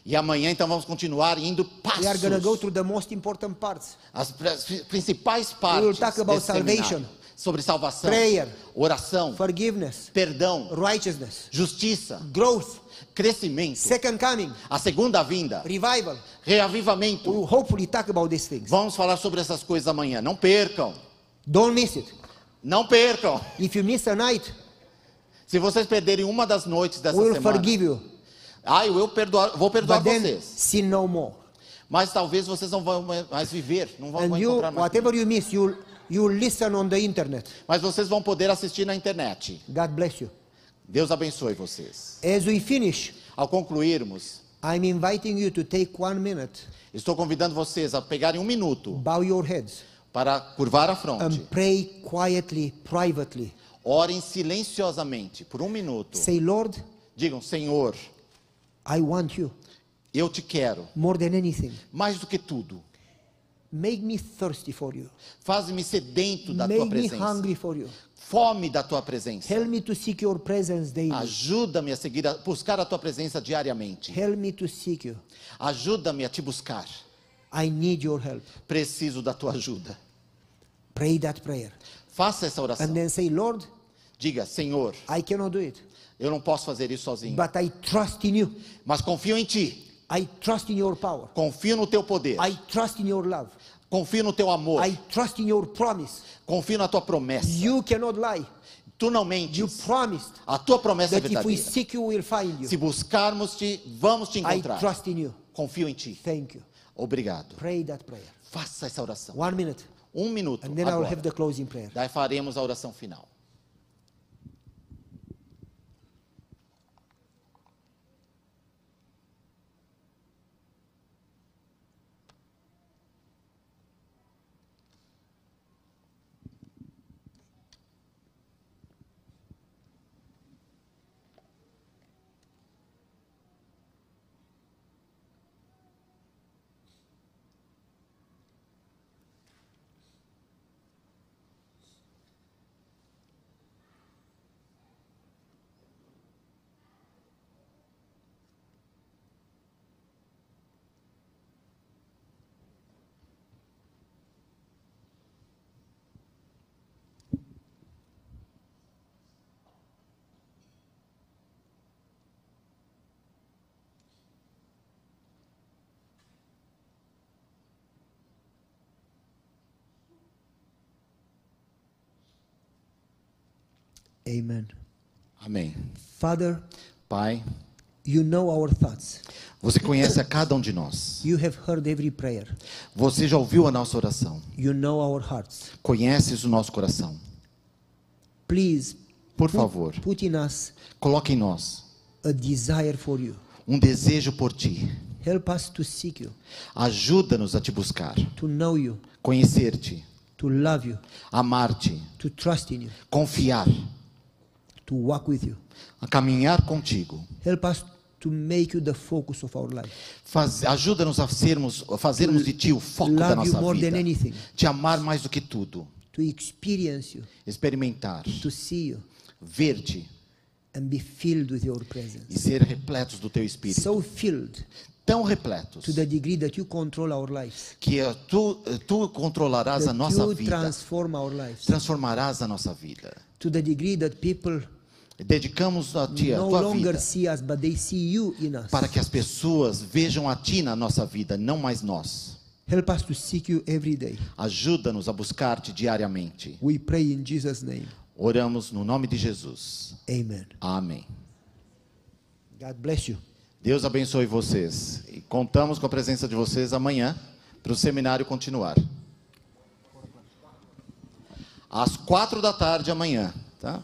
E amanhã então vamos continuar indo We are going to go passos. through the most important parts. As pri- principais will partes talk about desse seminário. salvation, sobre salvação, prayer, oração, Forgiveness, perdão, righteousness, justiça, growth, crescimento, second coming, a segunda vinda, revival. We reavivamento. will hopefully talk about these things. Vamos falar sobre essas coisas amanhã. Não percam. Don't miss it. Não percam. If you miss a night, Se vocês perderem uma das noites dessa we will semana, forgive you. Ah, eu eu perdoar, vou perdoar but then vocês. sin no more. Mas talvez vocês não vão mais viver, não vão And mais you, encontrar mais. whatever you miss, you you listen on the internet. Mas vocês vão poder assistir na internet. God bless you. Deus abençoe vocês. As we finish, Ao concluirmos, I'm inviting you to take one minute, estou convidando vocês a pegarem um minuto bow your heads, para curvar a fronte. and pray quietly, privately. Orem silenciosamente por um minuto. Say, Lord, Digam, Senhor, I want you eu te quero more than anything. mais do que tudo. Make me thirsty for you. Faz-me sedento da tua Make me presença. hungry for you. Fome da tua presença. Help me to seek your presence daily. Ajuda-me a seguir, a buscar a tua presença diariamente. Help me to seek you. Ajuda-me a te buscar. I need your help. Preciso da tua ajuda. Pray that prayer. Faça essa oração. And then say, Lord, Diga, Senhor, I cannot do it, eu não posso fazer isso sozinho, but I trust in you. mas confio em ti. I trust in your power. Confio no teu poder. I trust in your love. Confio no teu amor. I trust in your promise. Confio na tua promessa. You cannot lie. Tu não You mentes. promised A tua promessa é that if we verdadeira. seek you, we'll find Se you. buscarmos-te, vamos te I encontrar. trust in you. Confio em ti. Thank you. Obrigado. Pray that prayer. Faça essa oração. One minute. Um minuto And then I will have agora. the closing prayer. Daí faremos a oração final. Amen. Amém. Father, Pai, you know our thoughts. você conhece a cada um de nós. You have heard every prayer. Você já ouviu a nossa oração. You know our hearts. Conheces o nosso coração. Please Por favor, put in us coloque em nós a desire for you. um desejo por ti. Help us to seek you, Ajuda-nos a te buscar, to know you, conhecer-te, to love you, amar-te, to trust in you, confiar, to walk with you. a caminhar contigo. Help us to make you the focus of our life. Faz- Ajuda-nos a sermos, a fazermos de ti o foco da Love you nossa more than vida. anything, Te amar mais do que tudo. to experience you, Experimentar, to see you, ver-te and be filled with your presence. e ser repletos do teu espírito. So filled Tão repletos to the degree that you control our lives, que eh, tu, eh, tu controlarás a that nossa you vida, transform our lives, transformarás a nossa vida. to the degree that people Dedicamos a ti a no tua longer vida see us, but they see you in us. para que as pessoas vejam a ti na nossa vida, não mais nós. Help us to seek you every day. Ajuda-nos a buscar-te diariamente. We pray in Jesus' name. Oramos no nome de Jesus. Amen. Amém. God bless you. Deus abençoe vocês. E contamos com a presença de vocês amanhã para o seminário continuar. Às quatro da tarde amanhã, tá?